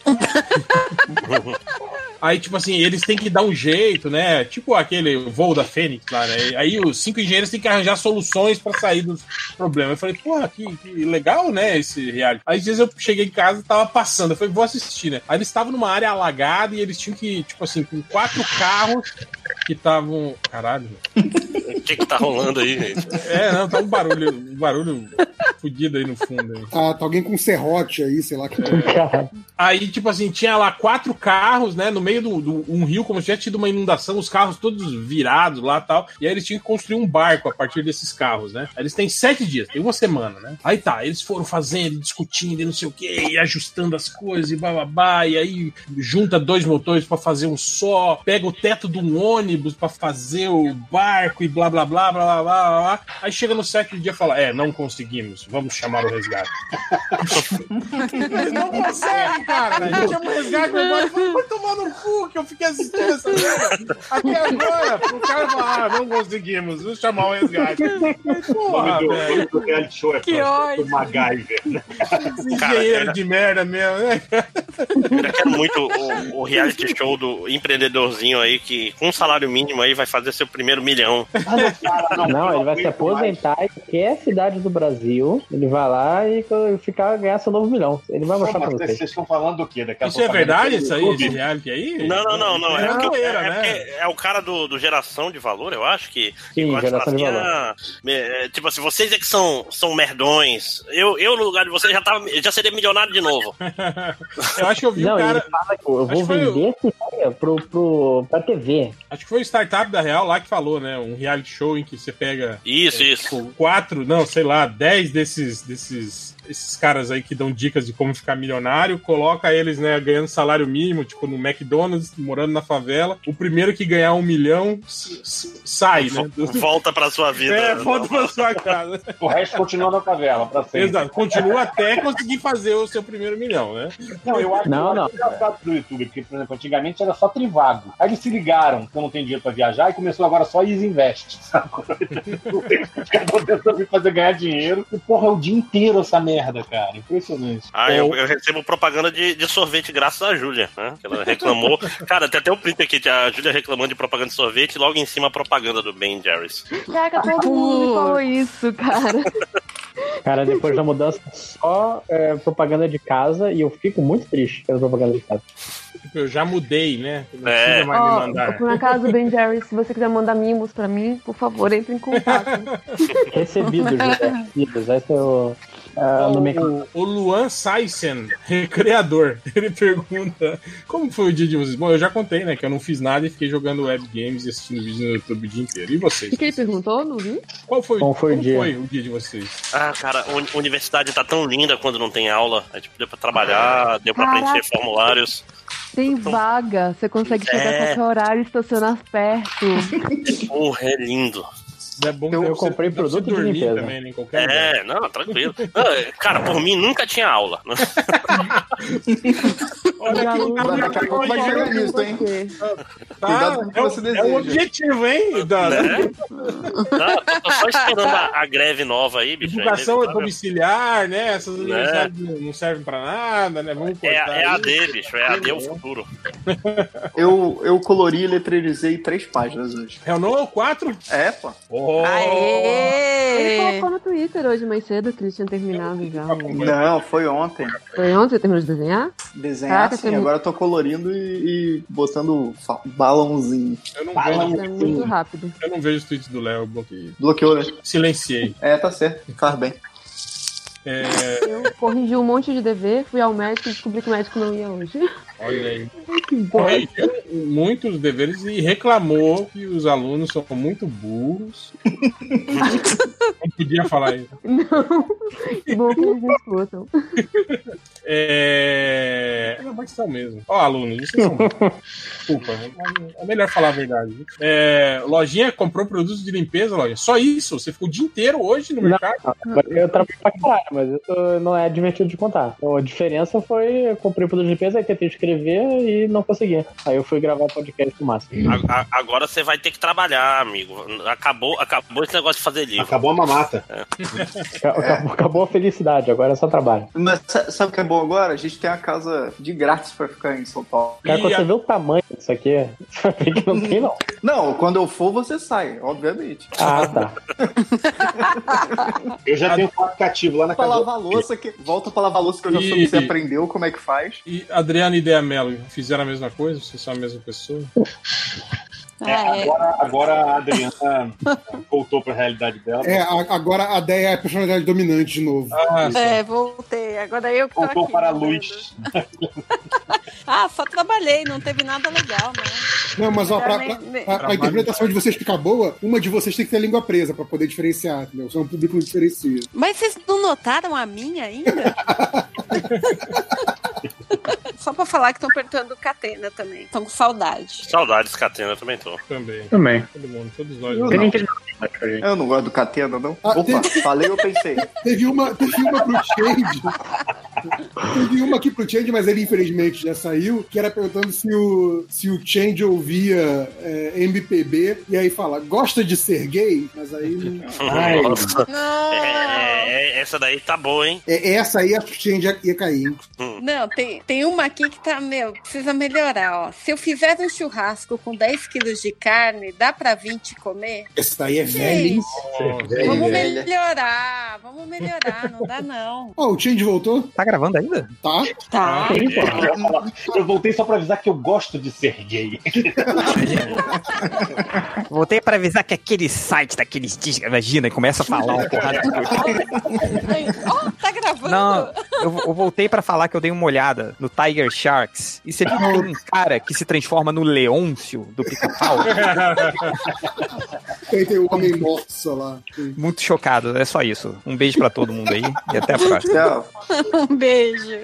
Speaker 1: Aí, tipo assim, eles têm que dar um jeito, né? Tipo aquele voo da Fênix lá, né? Aí os cinco engenheiros têm que arranjar soluções pra sair dos problemas. Eu falei, porra, que, que legal, né? Esse reality. Aí, às vezes, eu cheguei em casa e tava passando. Eu falei, vou assistir, né? Aí eles estavam numa área alagada e eles tinham que, tipo assim, com quatro carros que estavam. Caralho.
Speaker 11: O que, que tá rolando aí, gente?
Speaker 1: É, não, tá um barulho, um barulho fudido aí no fundo. Aí.
Speaker 6: Ah, tá alguém com um serrote aí, sei lá. Que...
Speaker 1: Aí, tipo assim, tinha lá quatro carros, né? No meio do, do- um rio, como se tivesse tido uma inundação, os carros todos virados lá e tal. E aí eles tinham que construir um barco a partir desses carros, né? Aí Eles têm sete dias, tem uma semana, né? Aí tá, eles foram fazendo, discutindo e não sei o quê, e ajustando as coisas e bababá. E aí junta dois motores pra fazer um só, pega o teto de um ônibus pra fazer o barco e blá blá blá blá blá blá. blá. Aí chega no sétimo dia e fala: É, não conseguimos, vamos chamar o resgate. Eles não conseguem, cara. A gente chama o resgate agora. Vai tomar no cu que eu fiquei assistindo essa merda. Até agora, o cara fala, ah, não conseguimos, vamos chamar o resgate.
Speaker 9: O nome
Speaker 1: Porra,
Speaker 9: do-
Speaker 1: velho.
Speaker 9: do reality show é
Speaker 1: Que
Speaker 9: Francisco
Speaker 1: ódio.
Speaker 9: MacGyver. né?
Speaker 1: Engenheiro de merda mesmo, né?
Speaker 11: Eu quero é muito o, o reality show do empreendedorzinho aí que com um salário mínimo aí vai fazer seu primeiro milhão.
Speaker 5: Não, ele vai se aposentar em qualquer cidade do Brasil. Ele vai lá e co- ficar ganhar seu novo milhão. Ele vai mostrar pra
Speaker 9: Mas
Speaker 5: vocês.
Speaker 9: Vocês estão falando do quê? Daqui a
Speaker 1: Isso
Speaker 9: pouco
Speaker 1: é verdade,
Speaker 9: tá
Speaker 1: isso aí?
Speaker 9: YouTube?
Speaker 1: Esse reality aí?
Speaker 11: Não, não, não, não. É,
Speaker 1: É
Speaker 11: porque-
Speaker 1: zoeira,
Speaker 11: é- é
Speaker 1: né?
Speaker 11: porque é o cara do, do geração de valor, eu acho, que, que
Speaker 5: Sim,
Speaker 11: gosta de falar
Speaker 5: Geração de
Speaker 11: assim,
Speaker 5: Valor.
Speaker 11: "Ah, é, tipo assim, vocês é que são, são merdões. Eu, eu, no lugar de vocês, já, tava, já seria milionário de novo.
Speaker 1: Eu acho que eu vi
Speaker 5: não,
Speaker 1: um cara.
Speaker 5: ele fala que eu
Speaker 1: acho que
Speaker 5: vou
Speaker 1: foi o-
Speaker 5: vender essa ideia pro, pro, pra TV.
Speaker 1: Acho que foi o Startup da Real lá que falou, né? Um reality show em que você pega. é, tipo,
Speaker 11: Isso, isso.
Speaker 1: Quatro, não, sei lá, dez desses, desses esses caras aí que dão dicas de como ficar milionário, coloca eles, né, ganhando salário mínimo, tipo no McDonald's, morando na favela. O primeiro que ganhar um milhão s- s- sai, né?
Speaker 11: Volta pra sua vida.
Speaker 1: É, volta pra sua casa.
Speaker 9: O resto continua na favela, pra sempre.
Speaker 1: Exato, continua até conseguir fazer o seu primeiro milhão, né?
Speaker 9: Não, eu acho
Speaker 1: Não,
Speaker 9: que
Speaker 1: não.
Speaker 9: o engraçado do YouTube, porque, por exemplo, antigamente era só trivago. Aí eles se ligaram que eu não tenho dinheiro pra viajar e começou agora só Easy Invest, sabe? Os caras tentando me fazer ganhar dinheiro. E, porra, é o dia inteiro essa merda, cara. Impressionante.
Speaker 11: Ah, eu, eu recebo propaganda de, de sorvete graças à Júlia, né? Que Ela reclamou. Cara, tem até o print aqui, a Júlia reclamando de propaganda de sorvete e logo em cima a propaganda do Ben Jerry's.
Speaker 13: Caraca, todo mundo me falou isso, cara.
Speaker 5: Cara, depois da mudança, só é, propaganda de casa e eu fico muito triste pela propaganda de casa.
Speaker 1: Tipo, eu já mudei, né? Não
Speaker 11: É.
Speaker 1: precisa mais me
Speaker 13: Ó,
Speaker 1: mandar.
Speaker 13: por acaso, Ben Jerry, se você quiser mandar mimos pra mim, por favor, entre em contato.
Speaker 5: Recebido, Júlia. Recebidos. Essa é o. a nomenclatura.
Speaker 1: O, o Luan Saisen, recreador, ele pergunta como foi o dia de vocês? Bom, eu já contei, né? Que eu não fiz nada e fiquei jogando web games e assistindo vídeo no YouTube o dia inteiro. E
Speaker 13: O
Speaker 1: vocês?
Speaker 13: que, que ele perguntou? Não vi?
Speaker 1: Qual foi,
Speaker 5: Como foi o
Speaker 1: como
Speaker 5: dia?
Speaker 1: foi o dia de vocês?
Speaker 11: Ah, cara, a uni- universidade tá tão linda quando não tem aula. A gente deu pra trabalhar, deu pra
Speaker 13: Caraca.
Speaker 11: preencher formulários.
Speaker 13: Tem vaga, você consegue chegar a
Speaker 11: É.
Speaker 13: qualquer horário e estacionar perto.
Speaker 11: Porra, é lindo.
Speaker 1: É bom eu
Speaker 5: comprei produto de limpeza.
Speaker 1: né, em qualquer
Speaker 11: É, não, tranquilo. Ah, Cara, por mim nunca tinha aula.
Speaker 1: Olha aqui,
Speaker 4: Daqui a pouco vai chegar nisso, hein? Cuidado com o que
Speaker 1: é,
Speaker 4: você
Speaker 1: o- é o
Speaker 4: deseja.
Speaker 1: objetivo, hein? Da,
Speaker 11: Né? Não, eu tô só esperando a, a greve nova aí, bicho. é
Speaker 1: Educação
Speaker 11: inevitável.
Speaker 1: domiciliar, né? Essas
Speaker 11: Né?
Speaker 1: universidades não- não servem pra nada, né? Vamos
Speaker 11: É,
Speaker 1: cortar
Speaker 11: é a
Speaker 1: isso.
Speaker 11: D, bicho. É a D o futuro.
Speaker 4: Eu, eu colori e letreirizei três páginas hoje.
Speaker 1: É o não? Quatro? Oh.
Speaker 4: É, pô.
Speaker 13: Ele colocou no Twitter hoje mais cedo que ele tinha terminado já.
Speaker 4: Não, foi ontem.
Speaker 13: Foi ontem? Você terminou de desenhar?
Speaker 4: Desenhar
Speaker 13: Caraca,
Speaker 4: assim,
Speaker 13: tem-
Speaker 4: agora eu tô colorindo e, e botando fa- balãozinho.
Speaker 1: Eu não
Speaker 13: É muito rápido.
Speaker 1: Eu não vejo os tweets do Léo, eu bloqueei.
Speaker 4: Bloqueou, né?
Speaker 1: Silenciei.
Speaker 4: É, tá certo. Faz bem.
Speaker 1: É,
Speaker 13: Eu corrigi um monte de dever, fui ao médico e descobri que o médico não ia hoje.
Speaker 1: olha aí.
Speaker 13: Que bosta.
Speaker 1: Corrigiu muitos deveres e reclamou que os alunos são muito burros. não podia falar isso.
Speaker 13: Não. Que bom que eles me escutam.
Speaker 1: É. Não, mas são mesmo. Ó, alunos, vocês são. Desculpa, mas é melhor falar a verdade. viu? É, lojinha comprou produtos de limpeza, lojinha. Só isso. Você ficou o dia inteiro hoje no mercado.
Speaker 5: Eu trabalho pra caralho, mas isso não é divertido de contar. Então, a diferença foi eu comprei o produto de limpeza, aí tentei escrever e não consegui. Aí eu fui gravar o podcast com o Márcio.
Speaker 11: A- a- agora você vai ter que trabalhar, amigo. Acabou, acabou esse negócio de fazer livro. É.
Speaker 9: Acabou a mamata.
Speaker 5: Acabou, acabou a felicidade, agora é só trabalho.
Speaker 4: Mas sa- sabe o que é bom agora? A gente tem a casa de grátis pra ficar em São Paulo.
Speaker 5: Cara, quando você vê o tamanho disso aqui, você vai ver que não tem, não.
Speaker 4: Não, quando eu for, você sai, obviamente.
Speaker 5: Ah, tá.
Speaker 9: Eu já tenho um aplicativo lá na
Speaker 4: Pra
Speaker 9: casa.
Speaker 4: lavar a louça, que... volta pra lavar a louça que eu já soube que você
Speaker 1: E-
Speaker 4: aprendeu como é que faz.
Speaker 1: E Adriana e Dea Mello fizeram a mesma coisa? Vocês são a mesma pessoa?
Speaker 9: É,
Speaker 1: Ah,
Speaker 9: agora, agora a Adriana voltou pra realidade dela.
Speaker 6: É, a- agora a Deia é a personalidade dominante de novo.
Speaker 4: Ah,
Speaker 7: É, voltei. Agora eu que tô
Speaker 9: Voltou
Speaker 7: aqui. né?
Speaker 9: para a luz.
Speaker 7: Ah, só trabalhei, não teve nada legal, né?
Speaker 6: Não, mas ó, pra,
Speaker 7: Também-
Speaker 6: pra- pra- pra interpretação de vocês ficar boa, uma de vocês tem que ter a língua presa pra poder diferenciar, entendeu? Senão o público não diferencia.
Speaker 7: Mas vocês não notaram a minha ainda? Só pra falar que estão perguntando Catena também. Estão com saudade.
Speaker 11: Saudades, Catena, eu também tô.
Speaker 1: Também.
Speaker 5: Também.
Speaker 1: Todo mundo, todos nós.
Speaker 4: Eu não. Eu não gosto do Catena, não.
Speaker 9: Ah,
Speaker 4: Opa, falei, eu pensei.
Speaker 6: Teve uma, teve uma pro Change. teve uma aqui pro Change, mas ele infelizmente já saiu, que era perguntando se o, se o Change ouvia é, MPB, e aí fala, gosta de ser gay? Mas aí. não-
Speaker 11: Nossa. É, é, é, essa daí tá boa, hein?
Speaker 6: É, essa aí a Change ia- ia cair. hein?
Speaker 7: Não, tem, tem uma aqui que tá, meu, precisa melhorar, ó. Se eu fizer um churrasco com 10 quilos de carne, dá pra 20 comer?
Speaker 6: Essa daí é
Speaker 7: Gente,
Speaker 6: velha, hein?
Speaker 7: vamos melhorar, vamos melhorar, não dá não.
Speaker 6: Ó, o Change voltou?
Speaker 2: Tá gravando ainda?
Speaker 6: Tá.
Speaker 7: Tá.
Speaker 9: então. Eu voltei só pra avisar que eu gosto de ser gay.
Speaker 2: Voltei para avisar que aquele site daqueles discos. Imagina, e começa a falar uma
Speaker 10: tá
Speaker 2: porrada de coisa.
Speaker 7: Ó, tá gravando.
Speaker 2: Não, eu, eu voltei pra falar que eu dei uma olhada no Tiger Sharks e você viu que tem um cara que se transforma no Leôncio do pica-pau?
Speaker 6: Tem, tem o Homem Morto sei lá.
Speaker 2: Muito chocado, é só isso. Um beijo pra todo mundo aí e até a próxima.
Speaker 6: Tchau.
Speaker 7: Um beijo.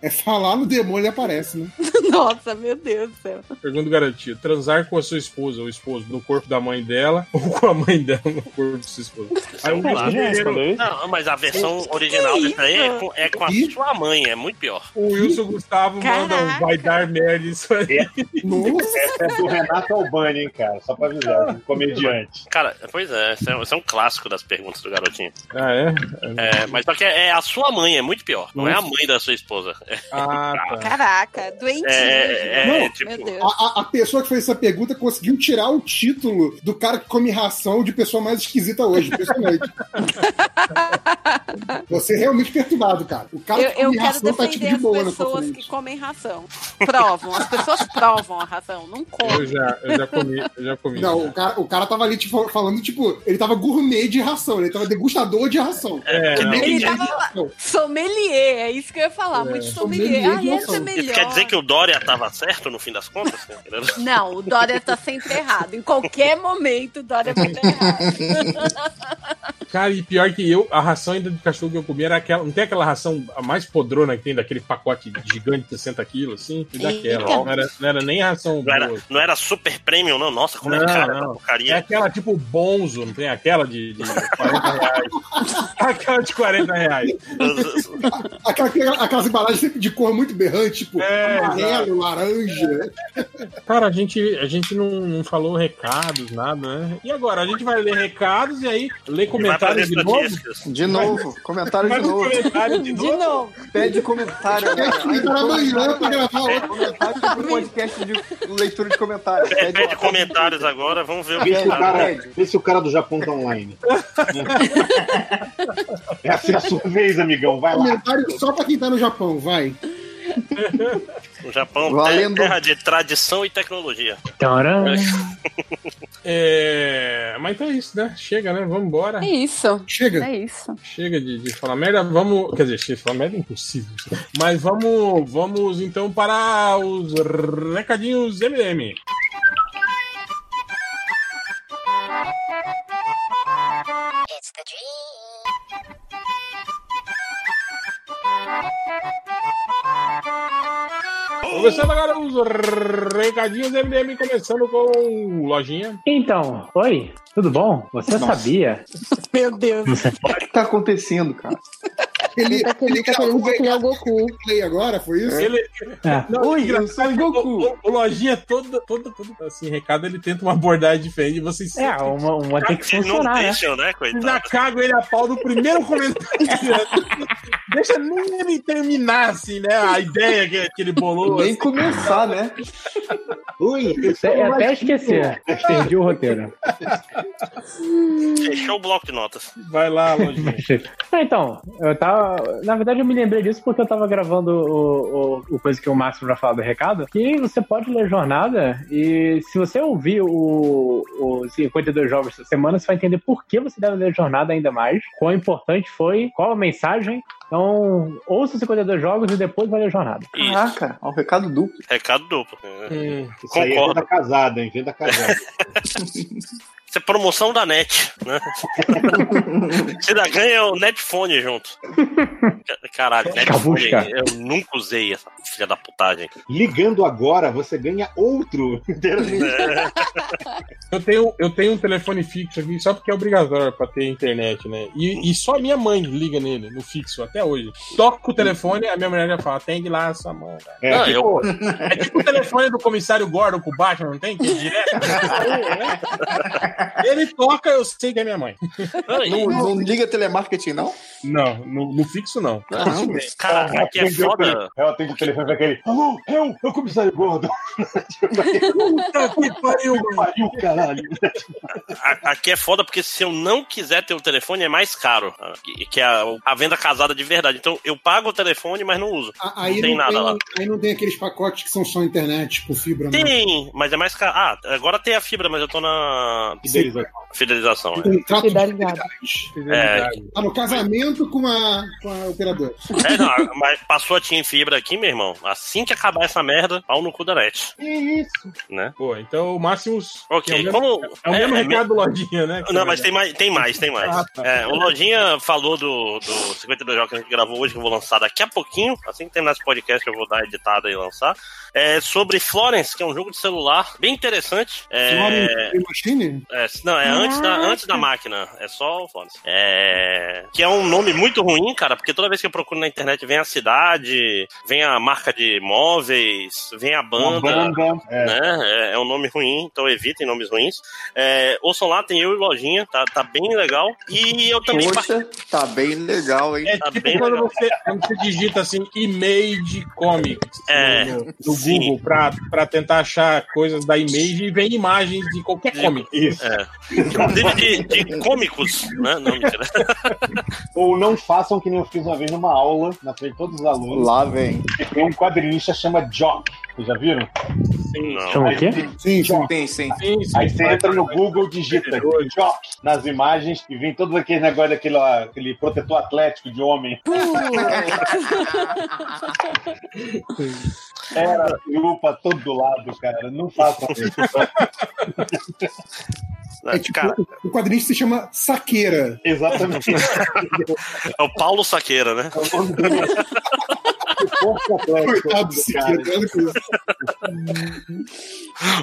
Speaker 6: É falar no demônio ele aparece, né?
Speaker 7: Nossa, meu Deus do céu.
Speaker 1: Pergunta garantida. Transar com a sua esposa ou esposo no corpo da mãe dela ou com a mãe dela no corpo de sua esposa? Aí um o Wilson Guerreiro,
Speaker 11: Não, mas a versão original
Speaker 1: que
Speaker 11: dessa aí
Speaker 1: isso?
Speaker 11: é com, é com a
Speaker 1: Ih.
Speaker 11: sua mãe, é muito pior.
Speaker 1: o Wilson Gustavo manda um
Speaker 11: Caraca.
Speaker 1: vai dar merda isso aí.
Speaker 9: Essa é do Renato Albani, hein, cara? Só pra avisar, um comediante.
Speaker 11: Cara, pois é, esse é, um- esse é um clássico das perguntas do garotinho.
Speaker 1: Ah, é?
Speaker 11: É, mas só que é, é a sua mãe, é muito pior. Não é a
Speaker 1: Nossa.
Speaker 11: mãe da sua esposa.
Speaker 1: Ah,
Speaker 7: Caraca, doente.
Speaker 11: É, é,
Speaker 6: Não,
Speaker 11: é, tipo,
Speaker 7: Meu Deus.
Speaker 6: A, a- a pessoa que fez essa pergunta conseguiu tirar o título do cara que come ração de pessoa mais esquisita hoje. Impressionante. Você é realmente perturbado, cara. O cara
Speaker 7: eu
Speaker 6: que
Speaker 7: eu
Speaker 6: come
Speaker 7: quero
Speaker 6: ração tá tipo de
Speaker 7: defender
Speaker 6: boa
Speaker 7: as
Speaker 6: na sua
Speaker 7: pessoas
Speaker 6: frente.
Speaker 7: que comem ração. Provam, as pessoas provam a ração, não comem.
Speaker 1: Eu já, eu já comi, eu já comi.
Speaker 6: Não, o cara, o cara tava ali tipo, falando, tipo, ele tava gourmet de ração, ele tava degustador de ração.
Speaker 1: É,
Speaker 6: Ele
Speaker 1: não.
Speaker 6: nem-
Speaker 7: Ele tava lá, sommelier, é isso que eu ia falar,
Speaker 11: É.
Speaker 7: muito sommelier. Ah, esse é
Speaker 11: Isso
Speaker 7: melhor.
Speaker 11: quer dizer que o Dória tava certo no fim das contas? né?
Speaker 7: Não, o Dória tá sempre errado. Em qualquer momento, o Dória tá errado.
Speaker 1: Cara, e pior que eu, a ração ainda de cachorro que eu comi era aquela. Não tem aquela ração a mais podrona que tem daquele pacote gigante de 60 quilos, assim? E daquela.
Speaker 11: Eita.
Speaker 1: Não era, não era nem ração
Speaker 11: Não era,
Speaker 1: boa.
Speaker 11: não era super premium, não? Nossa, como é
Speaker 1: Não,
Speaker 11: cara essa
Speaker 1: não.
Speaker 11: porcaria.
Speaker 1: É aquela tipo Bonzo, não tem aquela de, de 40 reais. aquela de 40 reais.
Speaker 6: Aquela, aquela- aquelas embalagens de cor muito berrante, tipo,
Speaker 11: É,
Speaker 6: amarelo, laranja.
Speaker 1: Cara, a gente, a gente não, não falou recados, nada, né? E agora? A gente vai ler recados e aí ler comentários de
Speaker 4: fazer
Speaker 1: novo?
Speaker 4: estatísticas. De novo, comentário de
Speaker 1: Vai no
Speaker 9: um
Speaker 4: novo.
Speaker 1: comentário de novo?
Speaker 4: Pede comentário.
Speaker 6: Pede comentário amanhã pra gravar
Speaker 4: outro. Comentário sobre o podcast de leitura de comentários.
Speaker 9: É.
Speaker 11: Pede,
Speaker 4: Pede
Speaker 1: É
Speaker 11: pede comentários agora, vamos ver o
Speaker 9: Vê se,
Speaker 11: que tá, né?
Speaker 9: o cara, vê se o cara do Japão tá online. Essa é a sua vez, amigão. Vai lá.
Speaker 6: Comentário só pra quem tá no Japão, vai.
Speaker 11: O Japão
Speaker 6: Valendo.
Speaker 11: é terra de tradição e tecnologia.
Speaker 5: Tcharam.
Speaker 1: É, mas então é isso, né? Chega, né? Vamos embora.
Speaker 7: É isso.
Speaker 1: Chega.
Speaker 7: É isso.
Speaker 1: Chega de, de falar merda, vamos. Quer dizer, chega de falar merda é impossível. Mas vamos, vamos então para os recadinhos MM.
Speaker 15: It's the dream.
Speaker 1: Começando agora os recadinhos do MDM, começando com o Lojinha.
Speaker 5: Então, oi, tudo bom? Você
Speaker 1: Nossa.
Speaker 5: sabia?
Speaker 7: Meu Deus.
Speaker 4: O que tá acontecendo, cara?
Speaker 6: Ele um
Speaker 13: tá querendo, tá querendo dizer que ele é o Goku.
Speaker 6: Play agora, foi isso?
Speaker 1: Ele...
Speaker 5: É.
Speaker 1: Não,
Speaker 6: Oi,
Speaker 1: engraçado
Speaker 6: eu sou
Speaker 1: que o Goku. O, o Lojinha, todo, todo, todo assim, recado, ele tenta uma abordagem diferente e vocês...
Speaker 5: É, uma, uma tem que funcionar,
Speaker 1: não
Speaker 5: né?
Speaker 1: deixam, né, coitado? Já cago ele a pau do primeiro comentário. Deixa nem ele terminar, assim, né, a ideia que, que ele bolou.
Speaker 4: Nem começar, né?
Speaker 1: Ui,
Speaker 5: Até, até esquecer. Perdi o roteiro.
Speaker 11: Fechou o bloco de notas.
Speaker 1: Vai lá, Lojinha.
Speaker 5: Ah, então, eu tava. Na verdade, eu me lembrei disso porque eu tava gravando o, o, o coisa que o Máximo já falou do recado. Que você pode ler jornada e se você ouvir o, o 52 jogos essa semana, você vai entender por que você deve ler jornada ainda mais. Quão importante foi, qual a mensagem. Então, ouça os 52 jogos e depois vai ler jornada.
Speaker 4: Caraca, é um recado duplo.
Speaker 11: Recado duplo. É.
Speaker 9: Isso aí é venda
Speaker 11: Concordo.
Speaker 9: casada, hein? Venda casada.
Speaker 11: Isso é promoção da net, né? Você ainda ganha é o netfone junto. Ca- Caralho, netfone.
Speaker 9: Cavusca.
Speaker 11: Eu nunca usei essa filha da putagem.
Speaker 9: Ligando agora, você ganha outro.
Speaker 1: Eu tenho, eu tenho um telefone fixo aqui só porque é obrigatório pra ter internet, né? E, e só a minha mãe liga nele, no fixo, até hoje. Toca o telefone, a minha mulher já fala, atende lá essa mão. cara."
Speaker 11: É,
Speaker 1: Não,
Speaker 9: Ah,
Speaker 11: tipo-
Speaker 1: eu- é tipo o telefone do comissário Gordon com o Batman, não tem? Que é direto. Ele toca, eu sei que é minha mãe.
Speaker 4: Não, não liga telemarketing, não?
Speaker 1: Não, no, no fixo não.
Speaker 4: Caramba.
Speaker 11: Caraca, que é foda.
Speaker 9: Ela tem o telefone pra aquele. Alô, eu, eu comissário gordo.
Speaker 1: Puta que pariu,
Speaker 9: pariu, caralho.
Speaker 11: A- Aqui é foda porque se eu não quiser ter o telefone é mais caro. ah, que- Que é a, a venda casada de verdade. Então eu pago o telefone, mas não uso.
Speaker 6: A- Aí
Speaker 11: Ah, não tem um- nada lá.
Speaker 6: Aí não tem aqueles pacotes que são só internet, tipo fibra, né?
Speaker 11: Tem, mas é mais caro. Ah, agora tem a fibra, mas eu tô na.
Speaker 6: Fidelização.
Speaker 11: Fidelização, é.
Speaker 6: Um Contrato de
Speaker 11: É,
Speaker 6: Tá no casamento com a, com a operadora.
Speaker 11: é, não, mas passou a Tim Fibra aqui, meu irmão. Assim que acabar essa merda, pau no cu da net.
Speaker 6: Que isso?
Speaker 11: Né?
Speaker 1: Pô, então o Máximos.
Speaker 11: Ok,
Speaker 1: é o mesmo,
Speaker 11: como-
Speaker 1: é o mesmo
Speaker 11: é- é
Speaker 1: recado do
Speaker 11: me-
Speaker 1: Lodinha, né?
Speaker 11: Não, mas tem mais, tem mais, tem mais.
Speaker 1: Ah, tá.
Speaker 11: É, o Lojinha falou do, do 52 jogos que a gente gravou hoje, que eu vou lançar daqui a pouquinho. Assim que terminar esse podcast, eu vou dar editada e lançar. É sobre Florence, que é um jogo de celular bem interessante. É,
Speaker 6: Florence Machine?
Speaker 11: é, não, é antes da,
Speaker 6: Caraca.
Speaker 11: antes da máquina. É só o Florence. É, que é um nome muito ruim, cara, porque toda vez que eu procuro na internet vem a cidade, vem a marca de móveis, vem a banda.
Speaker 9: banda, é.
Speaker 11: Né? É, é um nome ruim, então evitem nomes ruins. É, ouçam lá, tem eu e Lojinha, tá, tá bem legal. E eu também.
Speaker 4: Poxa, tá bem legal, hein?
Speaker 1: É
Speaker 11: Tá
Speaker 1: tipo
Speaker 11: bem
Speaker 1: quando
Speaker 11: legal.
Speaker 1: você, quando você digita assim, Image Comics
Speaker 11: É,
Speaker 1: no, no Google pra, pra tentar achar coisas da Image e vem imagens de qualquer comic.
Speaker 11: É. Inclusive de, de cômicos, né? Não, mentira.
Speaker 9: Ou não façam que nem eu fiz uma vez numa aula, na frente de todos os alunos.
Speaker 4: Lá vem.
Speaker 9: Tem um quadrinista que chama Jock. Vocês já viram?
Speaker 5: Chama o quê?
Speaker 4: Sim, sim, sim. sim.
Speaker 9: Aí você entra no Google, digita Jock nas imagens e vem todo aquele negócio daquele ó, aquele protetor atlético de homem. Era lupa todo lado, cara. Não faça isso.
Speaker 11: É
Speaker 6: tipo,
Speaker 11: cara.
Speaker 6: o quadrinho se chama Saqueira.
Speaker 9: Exatamente. É
Speaker 11: É o Paulo Saqueira, né?
Speaker 6: Coitado do Siqueira. olha que isso.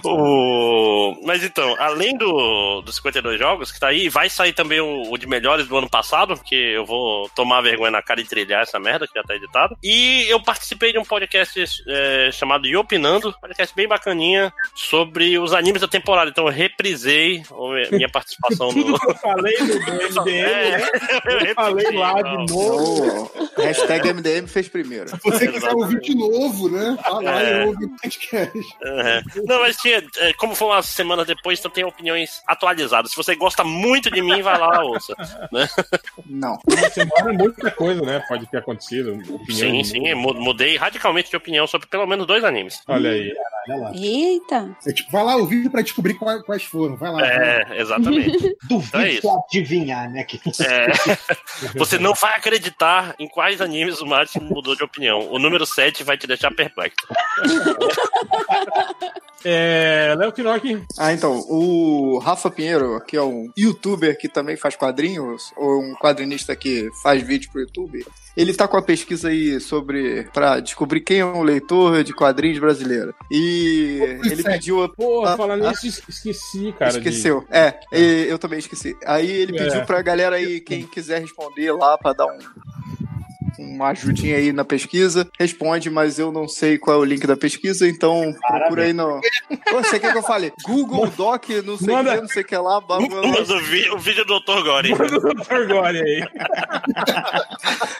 Speaker 11: O- Mas então, além do, dos 52 jogos que tá aí, vai sair também o, o de melhores do ano passado, porque eu vou tomar vergonha na cara e trilhar essa merda que já tá editado. E eu participei de um podcast é, chamado Yopinando, um podcast bem bacaninha, sobre os animes da temporada. Então eu reprisei o- minha participação no.
Speaker 1: Tudo que eu falei
Speaker 11: É.
Speaker 1: no MDM, né? Eu falei lá de novo.
Speaker 4: Oh, hashtag MDM fez primeiro.
Speaker 6: Se você quiser ouvir de novo, né? Vai lá
Speaker 11: É.
Speaker 6: e ouve o podcast.
Speaker 11: É. Não, mas tinha, é, como foi uma semana depois, então tem opiniões atualizadas. Se você gosta muito de mim, vai lá, ouça. né?
Speaker 4: Não.
Speaker 1: Uma semana é muita coisa, né? Pode ter acontecido. Opinião
Speaker 11: Sim, sim, mu- mudei radicalmente de opinião sobre pelo menos dois animes.
Speaker 1: Olha aí.
Speaker 6: olha lá.
Speaker 10: Eita!
Speaker 6: É tipo, vai lá ouvir pra descobrir quais, quais foram. Vai lá. vai lá.
Speaker 11: É, exatamente.
Speaker 9: Duvido
Speaker 11: Então é isso.
Speaker 9: adivinhar, né? Que...
Speaker 11: É. Você não vai acreditar em quais animes o Martin mudou de opinião. O número 7 vai te deixar perplexo.
Speaker 1: É, Léo Pinocchio.
Speaker 4: Ah, então, o Rafa Pinheiro, que é um youtuber que também faz quadrinhos, ou um quadrinista que faz vídeo pro YouTube, ele tá com a pesquisa aí sobre. pra descobrir quem é um leitor de quadrinhos brasileiro. E ele pediu. a-
Speaker 1: Pô,
Speaker 4: a-
Speaker 1: falando
Speaker 4: a-
Speaker 1: nisso, es- esqueci, cara.
Speaker 4: Esqueceu. É, e- eu também esqueci. Aí ele
Speaker 1: É.
Speaker 4: pediu pra galera aí, quem quiser responder lá, pra dar um. Uma ajudinha aí na pesquisa. Responde, mas eu não sei qual é o link da pesquisa, então procura aí no. Você quer que eu fale? Google Doc, não sei o que, não sei o que lá. blá, blá, blá.
Speaker 11: Mas o, vi- o vídeo do Dr. Gore.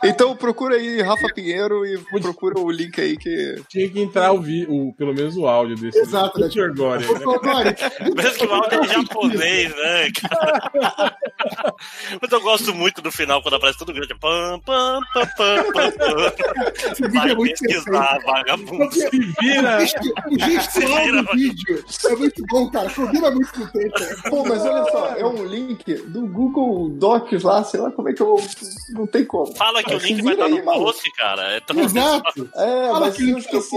Speaker 4: Então procura aí Rafa Pinheiro e procura o link aí que.
Speaker 1: Tinha que entrar o, vi- o- pelo menos o áudio desse.
Speaker 4: Exato, né?
Speaker 1: Dr. Gore, né?
Speaker 11: Mesmo que o áudio é em japonês, né, cara? Mas eu gosto muito do final, quando aparece tudo grande. Pam, pam, pam, pam, pam, pam. Vai pesquisar, vagabundo.
Speaker 6: Porque O gesto- o gestual do vídeo é muito bom, cara. Combina muito com o tempo. né?
Speaker 4: Pô, mas olha só, é um link do Google Docs lá, sei lá como é que eu. Não tem como.
Speaker 11: Fala que o link vai estar Tá no post, cara. É tão-
Speaker 6: Exato.
Speaker 4: É,
Speaker 6: Fala
Speaker 4: mas
Speaker 6: que eu
Speaker 4: se
Speaker 6: esqueci.
Speaker 4: eu esqueci- se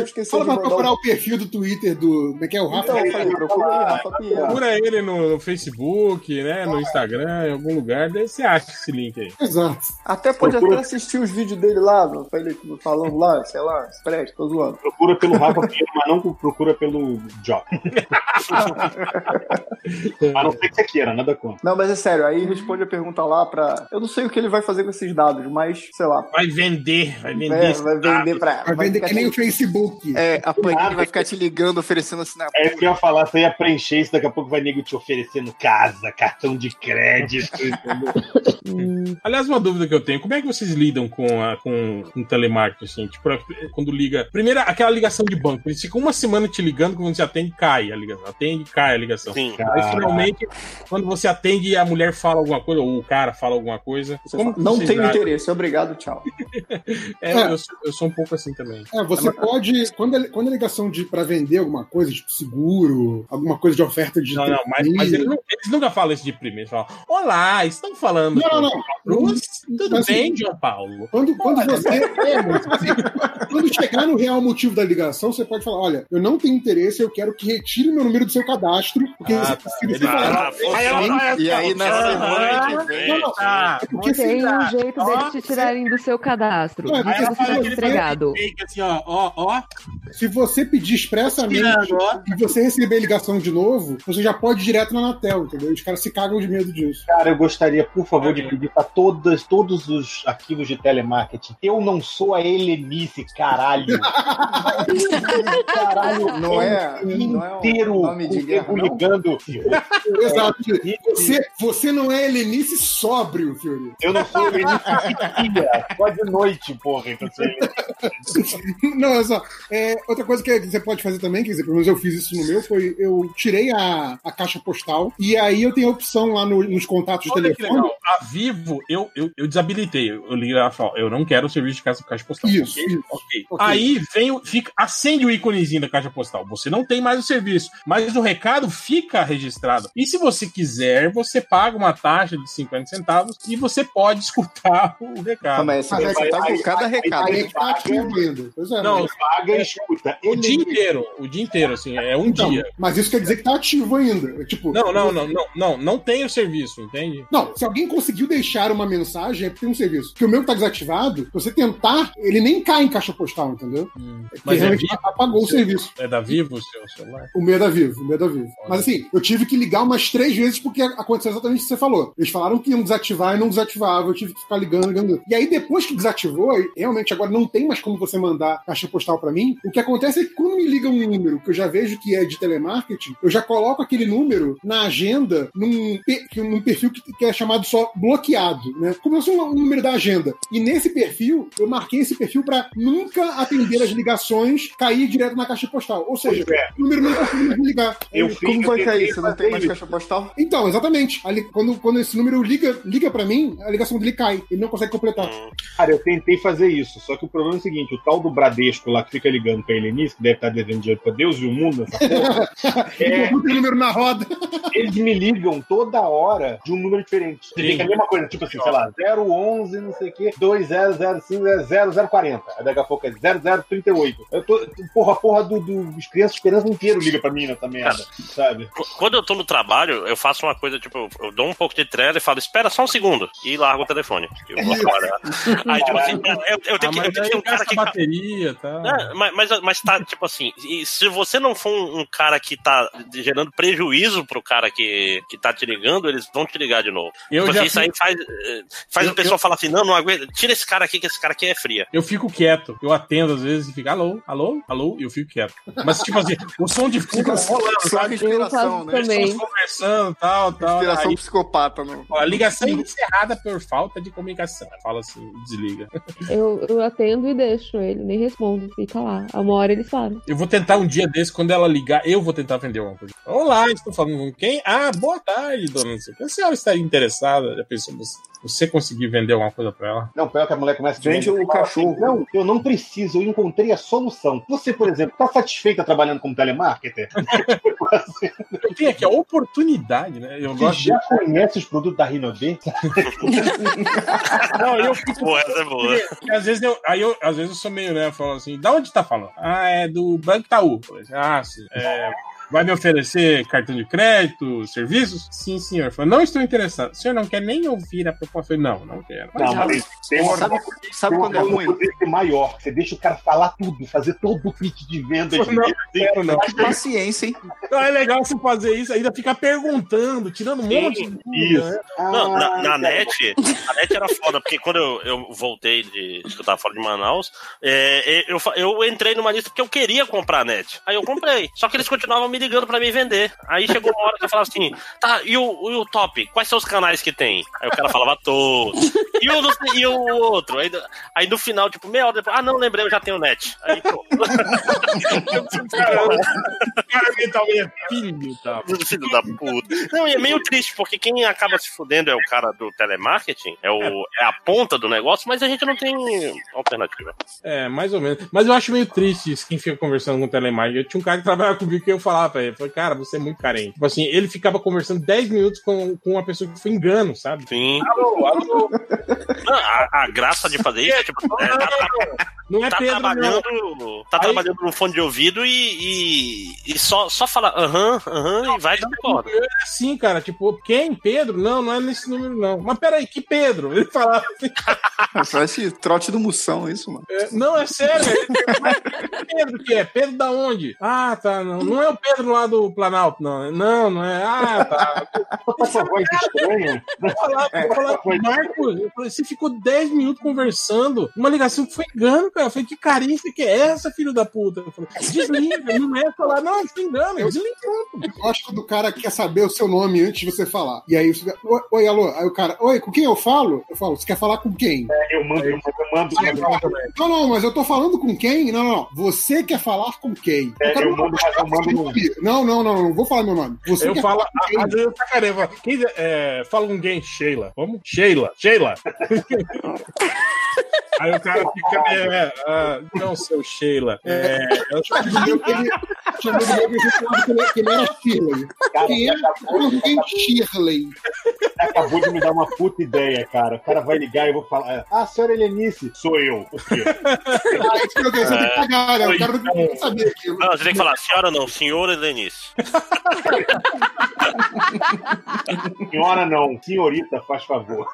Speaker 4: eu
Speaker 6: de-
Speaker 4: esqueci
Speaker 6: Fala
Speaker 4: de
Speaker 6: pra
Speaker 4: mandar
Speaker 6: procurar
Speaker 4: um-
Speaker 6: o perfil do Twitter do. Como é que é o Rafa?
Speaker 4: Então, eu falei, procura aí, Rafa Pinheiro.
Speaker 6: É.
Speaker 1: Procura ele no, no Facebook, né? No Instagram, em algum lugar, daí você acha esse link aí.
Speaker 6: Exato.
Speaker 4: Até pode
Speaker 1: Procura.
Speaker 4: até assistir os vídeos dele lá, meu, pra ele falando lá, sei lá, spread, tô zoando.
Speaker 9: Procura pelo Rafa Pinheiro, mas não procura pelo Job. a não ser que você queira, né? nada contra.
Speaker 4: Não, mas é sério, aí responde a pergunta lá pra. Eu não sei o que ele vai fazer com esses dados, mas sei lá.
Speaker 1: Vai vender, vai vender.
Speaker 4: É,
Speaker 1: esse
Speaker 4: vai
Speaker 1: dado.
Speaker 4: vender pra.
Speaker 6: Vai vender
Speaker 4: ficar
Speaker 6: que nem
Speaker 4: te-
Speaker 6: o Facebook.
Speaker 4: É, a Panini vai ficar te ligando, oferecendo assinatura.
Speaker 9: É isso que eu ia falar, você ia preencher isso, daqui a pouco vai nego te oferecendo casa, cartão de crédito, entendeu?
Speaker 1: Hum, Aliás, uma dúvida que eu tenho: como é que vocês lidam com, a, com, com telemarketing? Assim? Tipo, quando liga. Primeiro, aquela ligação de banco. Eles ficam uma semana te ligando, quando você atende, cai a ligação. Atende, cai a ligação.
Speaker 11: Sim.
Speaker 6: Ah.
Speaker 1: Aí finalmente, quando você atende e a mulher fala alguma coisa, ou o cara fala alguma coisa.
Speaker 4: Você
Speaker 1: como
Speaker 4: fala, não
Speaker 1: vocês
Speaker 4: tenho
Speaker 1: acham?
Speaker 4: interesse, obrigado, tchau.
Speaker 1: É,
Speaker 6: É.
Speaker 1: Eu, sou, eu sou um pouco assim também.
Speaker 6: É, você pode. Quando é, quando é ligação de para vender alguma coisa, tipo seguro, alguma coisa de oferta de.
Speaker 1: Não, não, mas, mas eles, não- eles nunca falam isso de primeiro. Eles falam, olá, estão falando.
Speaker 6: Não, não,
Speaker 1: com
Speaker 6: não.
Speaker 1: Cruz? Tudo
Speaker 6: Mas,
Speaker 1: bem,
Speaker 6: assim,
Speaker 1: João Paulo?
Speaker 6: Quando, quando você. é, mas, assim, quando chegar no real motivo da ligação, você pode falar: olha, eu não tenho interesse, eu quero que retire meu número do seu cadastro, porque é
Speaker 1: Ah,
Speaker 6: você se você
Speaker 1: tá.
Speaker 6: falar.
Speaker 1: Ah, você- E aí, na semana que vem, tá.
Speaker 6: Porque
Speaker 13: Tem um
Speaker 6: assim,
Speaker 13: jeito
Speaker 6: ó,
Speaker 13: deles te tirarem do seu cadastro.
Speaker 6: Não, é
Speaker 13: porque
Speaker 6: porque
Speaker 13: você tá
Speaker 6: ele foi-
Speaker 13: desempregado.
Speaker 1: assim, ó, ó, ó.
Speaker 6: Se você pedir expressamente
Speaker 1: Tá Tirando, ó.
Speaker 6: e você receber a ligação de novo, você já pode ir direto na Anatel, entendeu? Os caras se cagam de medo disso.
Speaker 9: Cara, eu gostaria, por favor, de pedir para todas, todos os arquivos de telemarketing. Eu não sou a Helenice, caralho. caralho,
Speaker 4: Não é- não é um
Speaker 9: inteiro
Speaker 4: nome de guerra,
Speaker 9: comigo
Speaker 4: não?
Speaker 9: ligando.
Speaker 6: Exato. Você, você não é helenice sóbrio, Fiori.
Speaker 9: Eu não sou a Helenice filha. Só de noite, porra. Então, você-
Speaker 6: Não, olha só. É, outra coisa que você pode fazer também, quer dizer, pelo menos eu fiz isso no meu, foi eu tirei a, a caixa postal e aí eu tenho a opção lá no- nos contatos de
Speaker 1: Olha que
Speaker 6: telefone.
Speaker 1: legal. A Vivo, eu, eu, eu desabilitei. Eu eu liguei lá e falei, ó, eu não quero o serviço de caixa, caixa postal.
Speaker 6: Isso,
Speaker 1: Ok?
Speaker 6: isso.
Speaker 1: Ok.
Speaker 6: Ok.
Speaker 1: Aí vem, o- fica, acende o íconezinho da caixa postal. Você não tem mais o serviço, mas o recado fica registrado. E se você quiser, você paga uma taxa de 50 centavos e você pode escutar o Um recado.
Speaker 4: Ah, mas 50 centavos por cada recado,
Speaker 6: Aí
Speaker 4: né?
Speaker 6: é que tá ativo ainda. Pois é,
Speaker 1: Não,
Speaker 6: mas-
Speaker 9: paga e escuta.
Speaker 1: O dia inteiro, o dia inteiro, assim, é um
Speaker 6: Então,
Speaker 1: dia.
Speaker 6: mas isso quer dizer que tá ativo ainda. É Tipo,
Speaker 1: Não, não, não, não, não, não tem o serviço, entende?
Speaker 6: Não, se alguém conseguiu deixar uma mensagem, é porque tem um serviço. Porque o meu que tá desativado, se você tentar, ele nem cai em caixa postal, entendeu? É porque
Speaker 1: mas é
Speaker 6: realmente
Speaker 1: vivo,
Speaker 6: apagou o
Speaker 1: você-
Speaker 6: serviço.
Speaker 1: É da Vivo o seu celular?
Speaker 6: O medo é vivo, o medo é vivo. Mas assim, eu tive que ligar umas três vezes porque aconteceu exatamente o que você falou. Eles falaram que iam desativar e não desativava, eu tive que ficar ligando, ligando. E aí depois que desativou, e realmente agora não tem mais como você mandar caixa postal pra mim. O que acontece é que quando me ligam um número que eu já vejo que é de telemarketing, eu já coloco aquele número na agenda num, pe- num perfil que, que é chamado só estava bloqueado, né? Começou um, um número da agenda. E nesse perfil, eu marquei esse perfil para nunca atender as ligações, cair direto na caixa postal. Ou seja,
Speaker 4: Pois é.
Speaker 6: o número não conseguiu mais ligar.
Speaker 4: Eu fiz, Como vai eu cair? tentei Você não tem fazer mais isso. caixa postal?
Speaker 6: Então, exatamente. Ali, quando, quando esse número liga, liga para mim, a ligação dele cai. Ele não consegue completar.
Speaker 4: Hum.
Speaker 9: Cara, eu tentei fazer isso, só que o problema é o seguinte: o tal do Bradesco lá que fica ligando pra Helenice, que deve estar devendo dinheiro pra Deus e o mundo nessa porra.
Speaker 6: Ele
Speaker 4: É.
Speaker 6: botou o número na roda.
Speaker 9: Eles me ligam toda hora de um número diferente. Você fica a mesma coisa, tipo assim, sei lá, 011, não sei o quê, 2005, é 0040. Aí daqui a pouco é 0038. Eu tô, porra, porra do, do os crianças, esperança inteiro liga pra mim nessa merda, sabe?
Speaker 11: Qu- Quando eu tô no trabalho, eu faço uma coisa, tipo, eu- eu dou um pouco de trela e falo, espera só um segundo. E largo o telefone. que eu vou trabalhar. Aí, tipo assim, cara, eu, eu
Speaker 1: Ah,
Speaker 11: tenho que. Eu tenho que ter um cara que.
Speaker 1: bateria, tá?
Speaker 11: É, mas, mas, mas tá, tipo assim, e se você não for um, um cara que tá gerando prejuízo pro cara que, que tá te ligando, eles vão te ligar de novo.
Speaker 1: Eu
Speaker 11: Porque
Speaker 1: já
Speaker 11: isso aí
Speaker 1: fiz-
Speaker 11: faz, eh, faz o pessoal falar assim, não, não aguenta, tira esse cara aqui, que esse cara aqui é fria.
Speaker 1: Eu fico quieto. Eu atendo às vezes e fico, alô, alô, alô, e eu fico quieto. Mas, tipo assim, o som de fundo tá rolando,
Speaker 4: Só a
Speaker 1: sabe?
Speaker 4: respiração, né?
Speaker 1: Eles estão conversando, tal, tal.
Speaker 4: Respiração
Speaker 1: Aí,
Speaker 4: psicopata, né? não.
Speaker 1: ó, a ligação encerrada por falta de comunicação. Fala assim, desliga.
Speaker 13: Eu, eu atendo e deixo ele, nem respondo, fica lá. A uma hora eles param.
Speaker 1: Eu vou tentar um dia desse, quando ela ligar, eu vou tentar vender uma coisa. Olá, estou falando com quem? Ah, boa tarde, dona. não sei o quê. A senhora estaria interessada? Já pensou, você- você conseguir vender alguma coisa pra ela?
Speaker 9: Não, pior que a mulher começa a
Speaker 1: Vende
Speaker 9: vender,
Speaker 1: o
Speaker 9: fala
Speaker 1: cachorro.
Speaker 9: assim, não, eu não preciso, eu encontrei a solução. Você, por exemplo, tá satisfeita trabalhando como telemarketer? Tipo assim.
Speaker 1: eu tenho aqui a oportunidade, né? Eu
Speaker 9: Você
Speaker 1: gosto
Speaker 9: já
Speaker 1: de-
Speaker 9: conhece os produtos da Rinode?
Speaker 1: Não, eu fico.
Speaker 11: Boa, essa é boa.
Speaker 1: Porque às vezes eu, aí eu, às vezes eu sou meio, né? Eu falo assim, da onde tá falando? Ah, é do Banco Itaú. Eu falei assim, Ah, sim. É, vai me oferecer cartão de crédito, serviços? Sim, senhor. Eu falei, não estou interessado. O senhor não quer nem ouvir a proposta? Eu falei, não, não quero.
Speaker 9: Não, mas tem uma
Speaker 1: Sabe-
Speaker 9: sabe
Speaker 1: quando é ruim?
Speaker 9: maior, que você deixa o cara falar tudo, fazer todo o pitch de venda.
Speaker 1: Não, não quero, não.
Speaker 9: Mas
Speaker 4: paciência, hein?
Speaker 1: Não, é legal você fazer isso, ainda ficar perguntando, tirando um monte de dúvida, né?
Speaker 11: Não, na, na net, a net era foda, porque quando eu, eu voltei de que eu tava fora de Manaus, é, eu, fa- eu entrei numa lista porque eu queria comprar a net. Aí eu comprei. Só que eles continuavam me ligando pra me vender. Aí chegou uma hora que eu falava assim: tá, e o, e o top? Quais são os canais que tem? Aí o cara falava todos. E o, não sei- e o outro? Aí, do- aí no final, tipo, meia hora depois, ah, não, lembrei, eu já tenho net. Aí, pô.
Speaker 1: cara mentalmente é filho da
Speaker 11: puta. Filho da puta. Não, e é meio triste, porque quem acaba se fudendo é o cara do telemarketing, é, o, é a ponta do negócio, mas a gente não tem alternativa.
Speaker 1: É, mais ou menos. Mas eu acho meio triste isso, quem fica conversando com o telemarketing. Eu tinha um cara que trabalhava comigo que eu falava pra ele, eu falei, cara, você é muito carente. Tipo assim, ele ficava conversando 10 minutos com, com uma pessoa que foi engano, sabe?
Speaker 11: Sim.
Speaker 1: Alô, alô.
Speaker 11: Não, a, a graça de fazer isso é tipo. é, tá,
Speaker 1: Não é
Speaker 11: tá
Speaker 1: Pedro,
Speaker 11: trabalhando, tá
Speaker 1: Aí-
Speaker 11: trabalhando no fone de ouvido e, e, e só, só fala aham, aham, e vai dar
Speaker 1: não.
Speaker 11: corda.
Speaker 1: Eu era assim, cara, tipo, quem? Pedro? Não, não é nesse número, não. Mas peraí, que Pedro? Ele falava assim,
Speaker 4: Parece trote do Mussão, isso, mano.
Speaker 1: é, não, é sério. Ele pergunta, mas que Pedro que é? Pedro da onde? Ah, tá, não. Não é o Pedro lá do Planalto, não. Não, não é. Ah, tá.
Speaker 9: Essa voz estranha.
Speaker 1: Eu falava, eu falava com o Marcos, eu falei, você ficou 10 minutos conversando, uma ligação que foi engano, cara. Eu falei, que carência que é essa, filho da puta? Eu falei, desliga, não é falar, não, foi engano, eu desligando.
Speaker 6: Eu gosto do cara que quer saber o seu nome antes de você falar. E aí você fica, "Oi, oi, alô. Aí o cara, oi, com quem eu falo? Eu falo, você quer falar com quem?
Speaker 9: É, Eu mando, eu mando, eu mando.
Speaker 6: Aí eu falo,
Speaker 10: né?
Speaker 6: não, não, mas eu tô falando com quem? Não, não, não. Você quer falar com quem?
Speaker 9: É,
Speaker 6: O cara
Speaker 9: eu
Speaker 6: não
Speaker 9: mando,
Speaker 6: vai falar
Speaker 9: mas eu
Speaker 6: seu
Speaker 9: mando
Speaker 6: nome. Não, não, não, não vou falar meu nome. Você
Speaker 1: eu
Speaker 6: quer
Speaker 1: falo,
Speaker 6: falar com quem?
Speaker 1: às vezes eu sacarei, eu falo, quem, é, fala com quem? Sheila. Vamos? Sheila, Sheila. Aí o cara fica, é, ah, não, seu Sheila. É, eu
Speaker 6: Chamou do meu que ele- chamou do meu que ele falava que ele- que ele era Shirley. Quem é Morgan Shirley?
Speaker 9: Acabou
Speaker 1: é
Speaker 9: de me dar uma puta ideia, cara. O cara vai ligar e eu vou falar. Ah, senhora Helenice, sou eu. O quê?
Speaker 6: Ah, isso que eu tenho, você tem que pagar, né? O cara não
Speaker 1: É.
Speaker 6: tem que saber aqui.
Speaker 11: Não, você tem que falar, senhora não, senhora Lenice.
Speaker 9: Senhora não, senhorita, faz favor.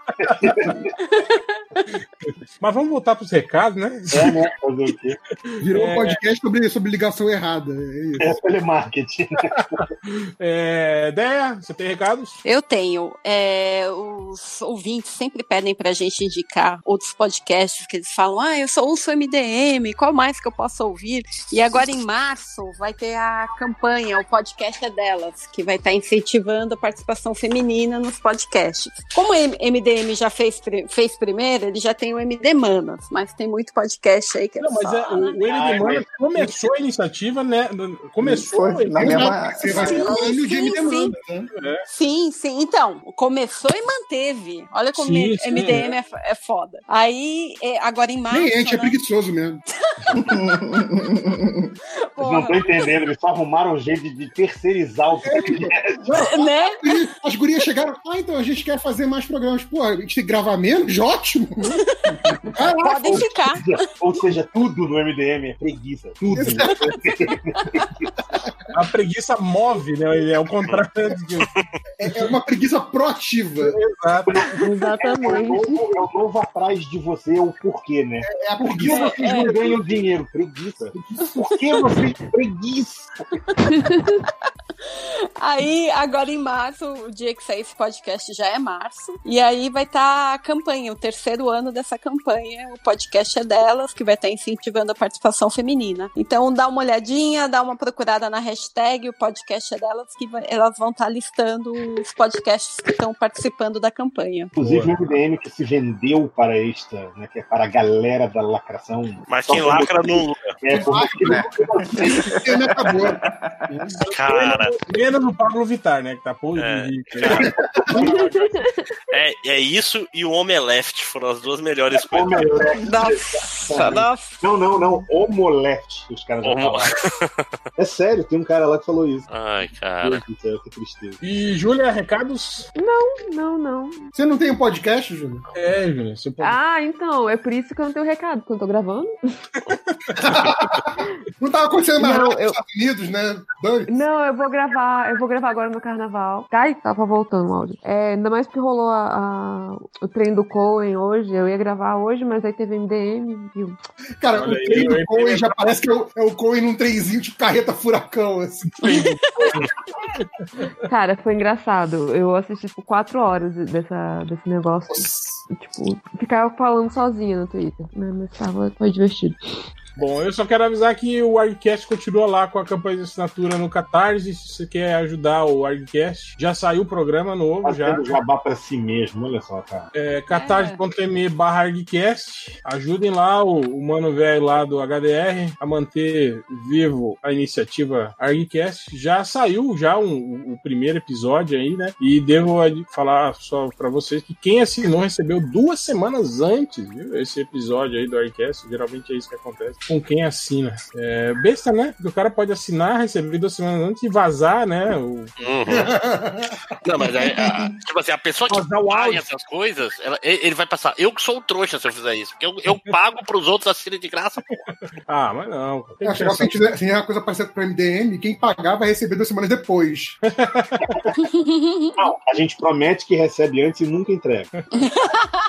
Speaker 1: Mas vamos voltar pros recados, né?
Speaker 9: É, né? Fazer o quê?
Speaker 6: Virou
Speaker 1: É.
Speaker 6: um podcast sobre, sobre ligação errada. É isso.
Speaker 9: É telemarketing.
Speaker 1: É, Déia, você tem recados?
Speaker 7: Eu tenho. É, os ouvintes sempre pedem pra gente indicar outros podcasts que eles falam: ah, eu só ouço MDM, qual mais que eu posso ouvir? E agora em março vai ter a campanha, o podcast é delas, que vai estar incentivando a participação feminina nos podcasts. Como o M- MDM já fez, pri- fez primeiro, ele já tem o MD Manas, mas tem muito podcast aí que é
Speaker 1: Não, mas
Speaker 7: só-
Speaker 1: é, o, o Ele
Speaker 6: Ah,
Speaker 7: Ai,
Speaker 1: Demanda
Speaker 7: mas-
Speaker 1: começou a iniciativa, né? Começou.
Speaker 7: Foi, na
Speaker 1: ele-
Speaker 7: mesma-
Speaker 1: Você vai ter
Speaker 7: Sim,
Speaker 1: o Ele
Speaker 7: sim,
Speaker 1: Demanda,
Speaker 7: sim.
Speaker 1: né?
Speaker 7: Sim, sim. Então, começou e manteve. Olha como
Speaker 6: Sim, sim,
Speaker 7: MDM
Speaker 6: é.
Speaker 7: é. é foda. Aí, é, agora em março.
Speaker 6: Nem é, a gente é
Speaker 7: né?
Speaker 6: preguiçoso mesmo.
Speaker 9: Eles não estão entendendo, eles só arrumaram um jeito de terceirizar
Speaker 1: É,
Speaker 9: o podcast.
Speaker 7: né?
Speaker 6: As gurias chegaram, ah, então a gente quer fazer mais programas. Pô, a gente tem que gravar menos? Ótimo!
Speaker 7: Podem ficar.
Speaker 9: Ou seja, tudo no MDM é preguiça. Tudo.
Speaker 1: A preguiça move, né? Ele é o contrário. de-
Speaker 6: É uma preguiça proativa.
Speaker 1: Exato.
Speaker 9: É o novo, é o novo atrás de você, é o porquê, né?
Speaker 6: É a
Speaker 9: Por que vocês não ganham dinheiro? Preguiça. Por que vocês preguiça?
Speaker 7: Aí, agora em março, o dia que sair esse podcast já é março. E aí vai estar a campanha, o terceiro ano dessa campanha. O podcast é delas, que vai estar incentivando a participação feminina. Então, dá uma olhadinha, dá uma procurada na hashtag, o podcast é delas, que vai- elas vão estar listando os podcasts que estão participando da campanha.
Speaker 9: Inclusive o MDM que se vendeu para esta, né, que é para a galera da lacração.
Speaker 11: Mas quem
Speaker 9: Só por
Speaker 11: lacra
Speaker 9: motivo-
Speaker 11: não lucra.
Speaker 9: É, por motivo-
Speaker 11: Cara.
Speaker 1: Menos o Pablo Vittar, né? Que tá pô. de-
Speaker 11: É, é isso e o Omeleft foram as duas melhores
Speaker 1: É,
Speaker 11: coisas.
Speaker 9: Omelete.
Speaker 11: Tá, Nossa,
Speaker 9: Não, não, não. Omolete. que Os caras já
Speaker 11: Omo-
Speaker 9: falaram. É sério, tem um cara lá que falou isso.
Speaker 11: Ai, Ah, cara.
Speaker 9: Meu Deus do céu, que tristeza.
Speaker 1: E, Júlia, recados?
Speaker 13: Não, não, não.
Speaker 6: Você não tem um podcast, Júlio?
Speaker 1: É, Júlia. Você pode...
Speaker 13: Ah, então, é por isso que eu não tenho recado, porque eu não tô gravando.
Speaker 6: Não tava acontecendo mais
Speaker 13: Não,
Speaker 6: nada nos Estados Unidos, né? Dane.
Speaker 13: Não, eu vou gravar, eu vou gravar agora no carnaval. Tá, e tava voltando o áudio. É, ainda mais porque rolou a- a- o trem do Cohen hoje, eu ia gravar hoje, mas aí teve MDM, viu?
Speaker 6: Cara,
Speaker 1: Olha
Speaker 6: o
Speaker 1: aí,
Speaker 6: trem
Speaker 1: eu
Speaker 6: do Coen
Speaker 1: entrei-
Speaker 6: já parece que é o, é o Coen num trenzinho de carreta furacão, assim.
Speaker 13: Cara, foi engraçado. Eu assisti, tipo, quatro horas dessa, desse negócio. Tipo, ficava falando sozinha no Twitter. né? Mas tava, foi divertido.
Speaker 1: Bom, eu só quero avisar que o Argcast continua lá com a campanha de assinatura no Catarse. Se você quer ajudar o Argcast, já saiu o programa novo já.
Speaker 9: Fazendo Tá jabá pra si mesmo, olha só, cara.
Speaker 1: É, catarse.me barra Argcast. Ajudem lá o, o mano velho lá do HDR a manter vivo a iniciativa Argcast. Já saiu já um- o primeiro episódio aí, né? E devo ad- falar só pra vocês que quem assinou recebeu duas semanas antes, viu? Esse episódio aí do Argcast. Geralmente é isso que acontece com quem assina. É besta, né? Porque o cara pode assinar, receber duas semanas antes e vazar, né? O,
Speaker 11: Uhum. Não, mas aí, a, tipo assim, a pessoa que paga essas coisas, ela- e- ele vai passar. Eu que sou o trouxa se eu fizer isso. Porque eu, eu pago pros outros assistirem de graça, porra.
Speaker 1: Ah, mas não. tem que
Speaker 6: Acho que se a gente fizer- se fizer né, uma coisa parecida pro MDM, quem pagar vai receber duas semanas depois.
Speaker 9: A gente promete que recebe antes e nunca entrega.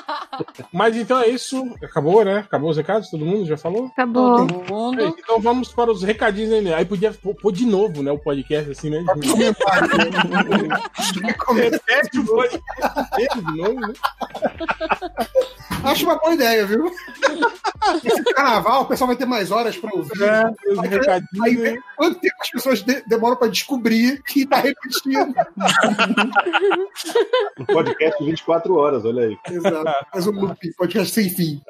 Speaker 1: Mas então é isso. Acabou, né? Acabou os recados? Todo mundo já falou?
Speaker 13: Acabou.
Speaker 1: Todo mundo. Então vamos para os recadinhos ainda. Aí podia pô- pôr de novo, né? O podcast assim, né? Repete o podcast dele de novo, né?
Speaker 6: Acho uma boa ideia, viu? Esse carnaval, o pessoal vai ter mais horas pra ouvir.
Speaker 1: É, os recadinhos.
Speaker 6: Aí, vê quanto tempo as pessoas de- demoram pra descobrir que tá repetindo?
Speaker 9: Um podcast de 24 horas, olha aí.
Speaker 6: Exato. Faz um loop, podcast sem fim.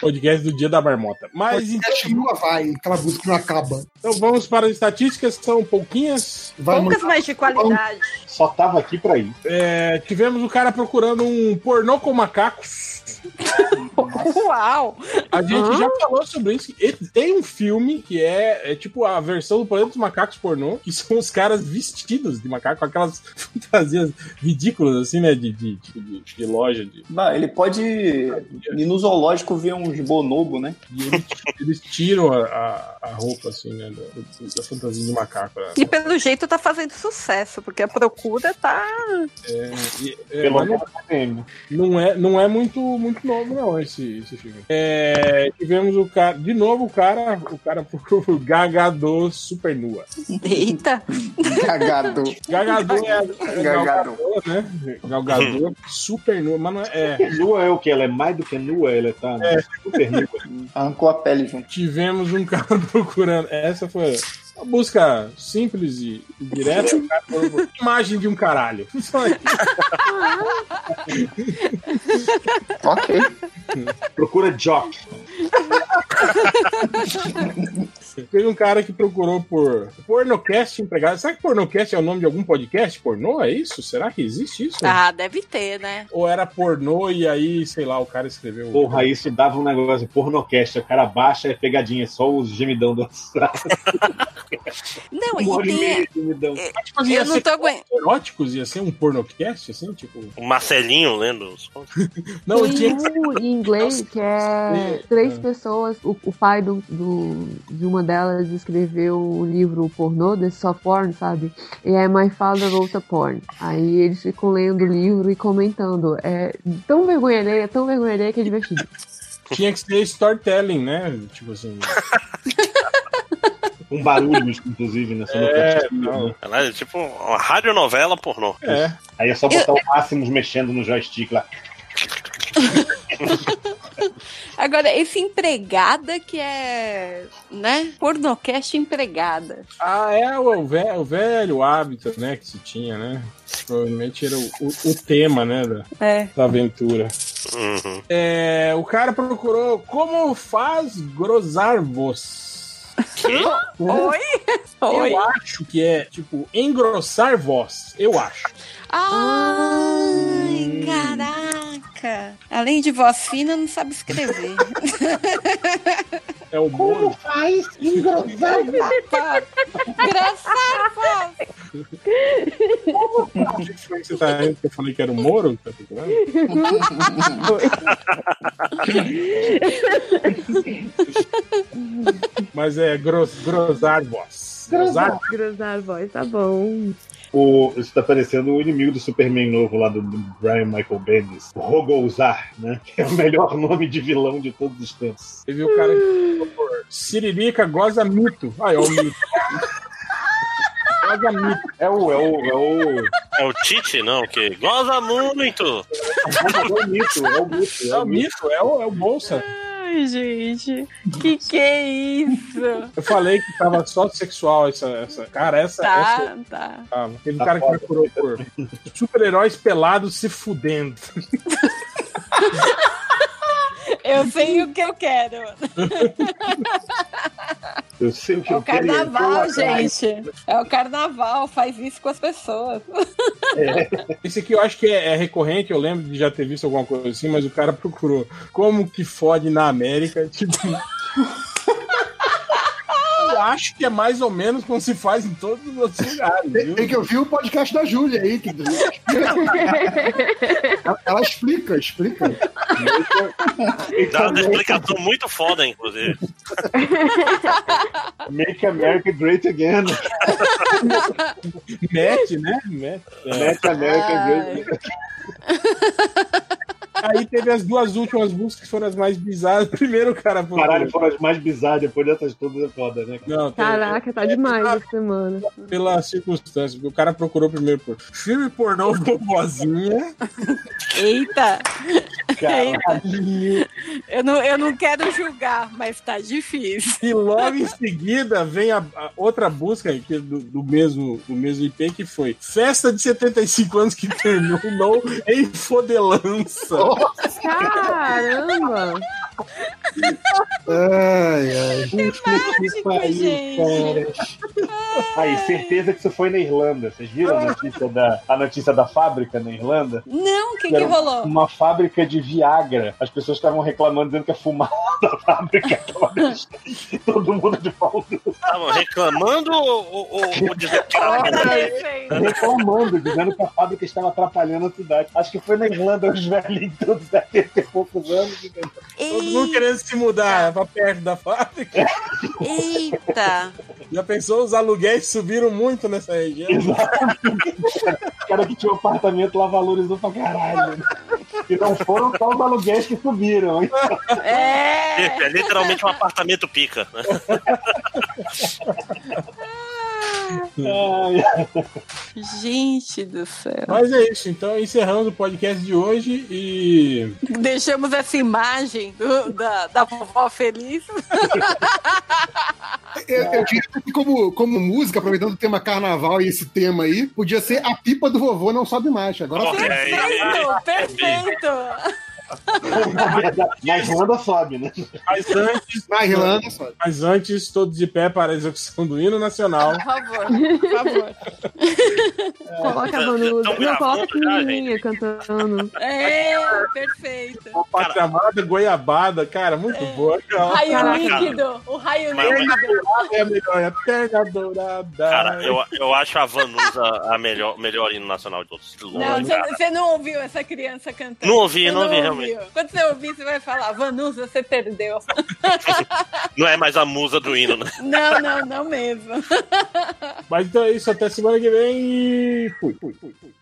Speaker 1: Podcast do Dia da Marmota. Mas
Speaker 6: podcast nunca vai, aquela música que não acaba.
Speaker 1: então vamos para as estatísticas, que são pouquinhas.
Speaker 16: Poucas, mas de qualidade.
Speaker 9: Só tava aqui pra ir.
Speaker 1: É, tivemos o cara procurando um pornô com macacos.
Speaker 15: Uau!
Speaker 1: A gente já falou sobre isso. E Tem um filme que é, é tipo a versão do Planeta dos Macacos pornô, que são os caras vestidos de macaco, com aquelas fantasias ridículas, assim, né? De, de, tipo, de, de loja. De...
Speaker 14: Não, ele pode ir no zoológico ver uns bonobo, né?
Speaker 1: E eles, eles tiram a, a, a roupa, assim, né? Da, da fantasia de macaco. né?
Speaker 15: E pelo jeito tá fazendo sucesso, porque a procura tá.
Speaker 1: É, e- é,
Speaker 9: Pelo
Speaker 1: mas não-
Speaker 9: menos tem.
Speaker 1: Não é, não é muito, muito novo, não, esse, esse filme. É, tivemos o cara. De novo, o cara. O cara procurou o Gagador Super Nua.
Speaker 15: Eita!
Speaker 4: Gagador.
Speaker 1: Gagador é.
Speaker 4: Gagador.
Speaker 1: Galgador, né? Galgador Super Nua. Mas não é. é.
Speaker 9: Nua é o que? Ela é mais do que nua, ela tá
Speaker 1: É.
Speaker 9: super rica.
Speaker 14: Arrancou a pele junto.
Speaker 1: Tivemos um cara procurando. Essa foi. Uma busca simples e e direta. O cara procurou imagem de um caralho. Só isso.
Speaker 4: ok.
Speaker 9: Procura jock.
Speaker 1: Teve um cara que procurou por Pornocast empregado. Será que Pornocast é o nome de algum podcast pornô? É isso? Será que existe
Speaker 7: Tá
Speaker 1: isso?
Speaker 15: Ah, deve ter, né?
Speaker 1: Ou era pornô e aí, sei lá, o cara escreveu.
Speaker 9: Porra, isso dava um negócio pornocast. O cara baixa, é pegadinha, é só os gemidão do WhatsApp.
Speaker 15: Não,
Speaker 9: Um
Speaker 15: e
Speaker 9: olho
Speaker 15: tem. é,
Speaker 9: meio gemidão.
Speaker 1: Tipo, ia
Speaker 15: Eu não
Speaker 1: ser
Speaker 15: tô aguentando.
Speaker 1: Eróticos ia ser um pornocast, assim, tipo.
Speaker 11: O Marcelinho lendo os
Speaker 1: Não,
Speaker 13: tem
Speaker 1: tinha
Speaker 13: um em inglês que é três pessoas. O, o pai do, do- de uma delas escreveu um livro pornô, desse só porn, sabe? E é My Father Wrote a Porn. Aí eles ficam lendo o livro e comentando. É tão vergonha alheia, tão vergonha alheia que é divertido.
Speaker 1: Tinha que ser storytelling, né? Tipo assim.
Speaker 9: Com barulhos, inclusive, né?
Speaker 1: É,
Speaker 9: não.
Speaker 11: Ela é tipo uma radionovela pornô.
Speaker 1: É.
Speaker 9: Aí é só botar o Máximos mexendo no joystick lá.
Speaker 15: Agora, esse empregada que é, né? Pornocast empregada.
Speaker 1: Ah, é o velho, o velho hábito, né? Que se tinha, né? Provavelmente era o, o- o tema, né? Da,
Speaker 15: É.
Speaker 1: da aventura.
Speaker 11: Uhum.
Speaker 1: É, o cara procurou como faz grosarvos.
Speaker 15: Oi? Oi?
Speaker 1: Eu acho que é, tipo, engrossar voz. Eu acho.
Speaker 15: Ai, caraca! Além de voz fina, não sabe escrever.
Speaker 1: É o bolo.
Speaker 9: faz engrossar
Speaker 15: Engraçado, voz.
Speaker 1: Você tá rindo que eu falei que era o Moro? que Tá procurando?
Speaker 10: É
Speaker 1: Mas é gros, grosar voz. Grosar.
Speaker 13: Grosar voz, tá bom.
Speaker 9: O, isso tá parecendo o inimigo do Superman novo lá do, do Brian Michael Bendis. Rogozar, né? Que é o melhor nome de vilão de todos os tempos.
Speaker 1: Teve o cara que falou por Siririca goza mito. Aí, ó, o mito. Goza mito.
Speaker 9: É o. É o. É o.
Speaker 11: É o Tite, não, que goza muito.
Speaker 9: É o mito, é o mito.
Speaker 1: É o mito, é o, é o bolsa.
Speaker 10: Ai, gente. Que que é isso?
Speaker 1: Eu falei que tava só sexual essa. essa cara, essa.
Speaker 10: Tá,
Speaker 1: essa
Speaker 10: tá.
Speaker 1: ah, teve um cara que procurou por super-heróis pelados se fudendo.
Speaker 7: Eu sei o que eu quero.
Speaker 9: Eu sei o que
Speaker 7: É
Speaker 9: eu
Speaker 7: o
Speaker 9: quero.
Speaker 7: carnaval, gente. É o carnaval, faz isso com as pessoas. É.
Speaker 1: Esse aqui eu acho que é, é recorrente, eu lembro de já ter visto alguma coisa assim, mas o cara procurou como que fode na América. Tipo. eu acho que é mais ou menos como se faz em todos os outros lugares. Viu?
Speaker 6: Tem que ouvir o podcast da Júlia aí. Que... Ela- Ela explica, explica.
Speaker 11: Dá uma explicação muito foda, inclusive.
Speaker 9: Make America Great Again.
Speaker 1: Mete, né? Mete.
Speaker 9: É. Make America Great Again.
Speaker 1: Aí teve as duas últimas buscas que foram as mais bizarras. Primeiro o cara procurou.
Speaker 9: Caralho, foram as mais bizarras. Depois dessas todas é foda, né?
Speaker 1: Não, tem-
Speaker 13: Caraca, tá demais essa semana.
Speaker 1: pela circunstância, porque o cara procurou primeiro por filme pornô vovozinha.
Speaker 7: Eita!
Speaker 9: Caralho.
Speaker 7: Eu não, eu não quero julgar, mas tá difícil.
Speaker 1: E logo em seguida vem a, a outra busca que é do, do mesmo, do mesmo IP que foi Festa de 75 anos que terminou em Fodelança.
Speaker 13: Caramba!
Speaker 9: Ai, ai.
Speaker 7: Temático, gente.
Speaker 9: Aí, certeza que isso foi na Irlanda. Vocês viram a notícia da, a notícia da fábrica na Irlanda?
Speaker 7: Não, o que, que
Speaker 9: Era
Speaker 7: rolou?
Speaker 9: Uma fábrica de Viagra. As pessoas estavam reclamando, dizendo que a fumada da fábrica tava deixando todo mundo de pau duro.
Speaker 11: Estavam reclamando ou, ou, ou dizendo que tava
Speaker 9: Reclamando, dizendo que a fábrica estava atrapalhando a cidade. Acho que foi na Irlanda, os velhinhos todos, 70 e poucos anos.
Speaker 1: Todo mundo querendo se mudar é pra perto da fábrica.
Speaker 7: Eita!
Speaker 1: Já pensou? Os aluguéis subiram muito nessa região.
Speaker 9: O cara que tinha um apartamento lá valorizou pra caralho. né? E não foram só os aluguéis que subiram, hein?
Speaker 11: É literalmente um apartamento pica. né?
Speaker 15: Gente do céu.
Speaker 1: Mas é isso, então encerramos o podcast de hoje e.
Speaker 15: Deixamos essa imagem do- da, da vovó feliz.
Speaker 6: Eu, eu diria que como, como música, aproveitando o tema carnaval e esse tema aí, podia ser A Pipa do Vovô Não Sobe Mais. Agora
Speaker 9: Ok.
Speaker 7: Perfeito, perfeito!
Speaker 9: Na Irlanda sobe, né?
Speaker 1: Mas antes.
Speaker 6: Na Irlanda sobe.
Speaker 1: Mas antes, todos de pé para a execução do hino nacional.
Speaker 7: Por favor, por favor.
Speaker 13: Coloca a Manu. Não,
Speaker 1: Tão
Speaker 13: coloca a
Speaker 1: gravando já,
Speaker 13: menininha cantando.
Speaker 7: É, perfeito.
Speaker 1: Uma chamada goiabada, cara, muito boa. cara.
Speaker 7: É. Raio líquido, né? o raio
Speaker 11: Mas-
Speaker 7: líquido.
Speaker 1: É a melhor, é a perna dourada.
Speaker 11: Cara, eu, eu acho a Vanusa a melhor, melhor hino nacional de todos. De é longe,
Speaker 7: Não, você-
Speaker 11: cara.
Speaker 7: você não ouviu essa criança cantando.
Speaker 11: Não ouvi,
Speaker 7: Você
Speaker 11: não ouvi,
Speaker 7: ouviu. Quando você ouvir, você vai falar, Vanus, você perdeu.
Speaker 11: Não é mais a musa do hino, né?
Speaker 7: Não, não, não mesmo.
Speaker 1: Mas então é isso, até semana que vem e fui, fui, fui. fui.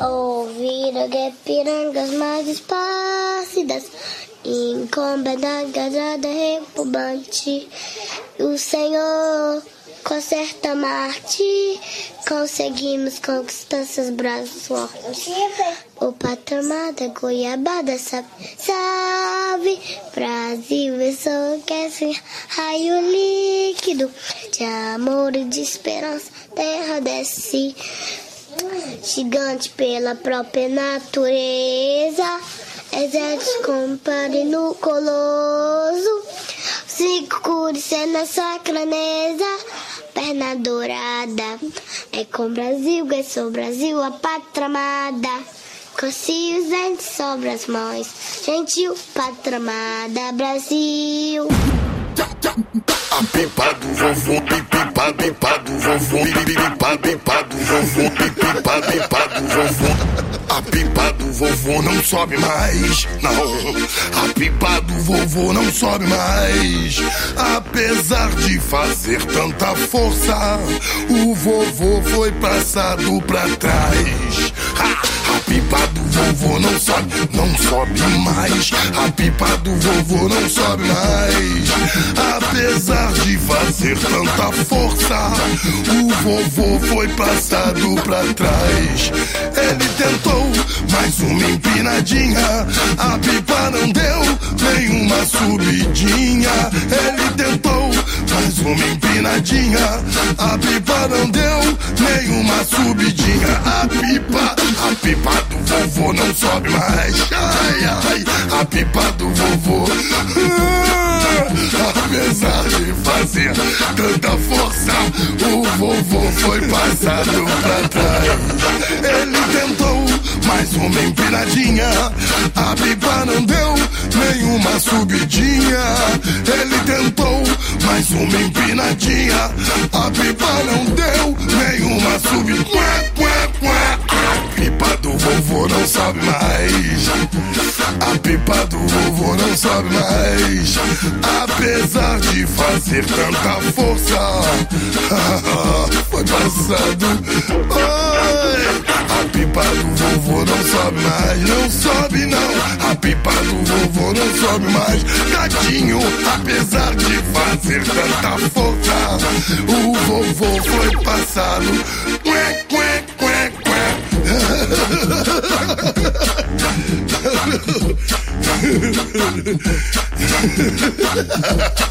Speaker 17: Ouvir que pirangas mais espácidas, encomendada da reprobante, o Senhor conserta Marte, conseguimos conquistar seus braços fortes. O patamar da goiabada sabe, sabe, Brasil ensoquece, raio líquido, de amor e de esperança, terra desce gigante pela própria natureza. Exército compare no coloso. Cinco cores é na sacraneza. Perna dourada. É com Brasil, que sou Brasil, a pátria amada. Cocinhos dentes sobre as mãos. Gentil, pátria amada, Brasil.
Speaker 18: A pipa do vovô, pipa, pipa do vovô, pipa, pipa do vovô, pipa, pipa do vovô. A pipa do vovô não sobe mais, não. A pipa do vovô não sobe mais. Apesar de fazer tanta força, o vovô foi passado pra trás. Ha! A pipa do vovô não sobe, não sobe mais. A pipa do vovô não sobe mais. Apesar de fazer tanta força, o vovô foi passado pra trás. Ele tentou mais uma empinadinha, a pipa não deu nenhuma subidinha. Ele tentou mais uma empinadinha, a pipa não deu nenhuma subidinha. A pipa, a pipa do vovô não sobe mais. Ai, ai, a pipa do vovô. Ah, apesar de fazer tanta força, o vovô foi passado pra trás. Ele tentou mais uma empinadinha, a pipa não deu nenhuma subidinha. Ele tentou mais uma empinadinha, a pipa não deu nenhuma subidinha. Quá, quá, quá. A pipa do vovô não sobe mais. A pipa do vovô não sobe mais. Apesar de fazer tanta força, foi passado. Oi! A pipa do vovô não sobe mais, não sobe não. A pipa do vovô não sobe mais. Tadinho, apesar de fazer tanta força, o vovô foi passado. Quê, quê, quê, quê.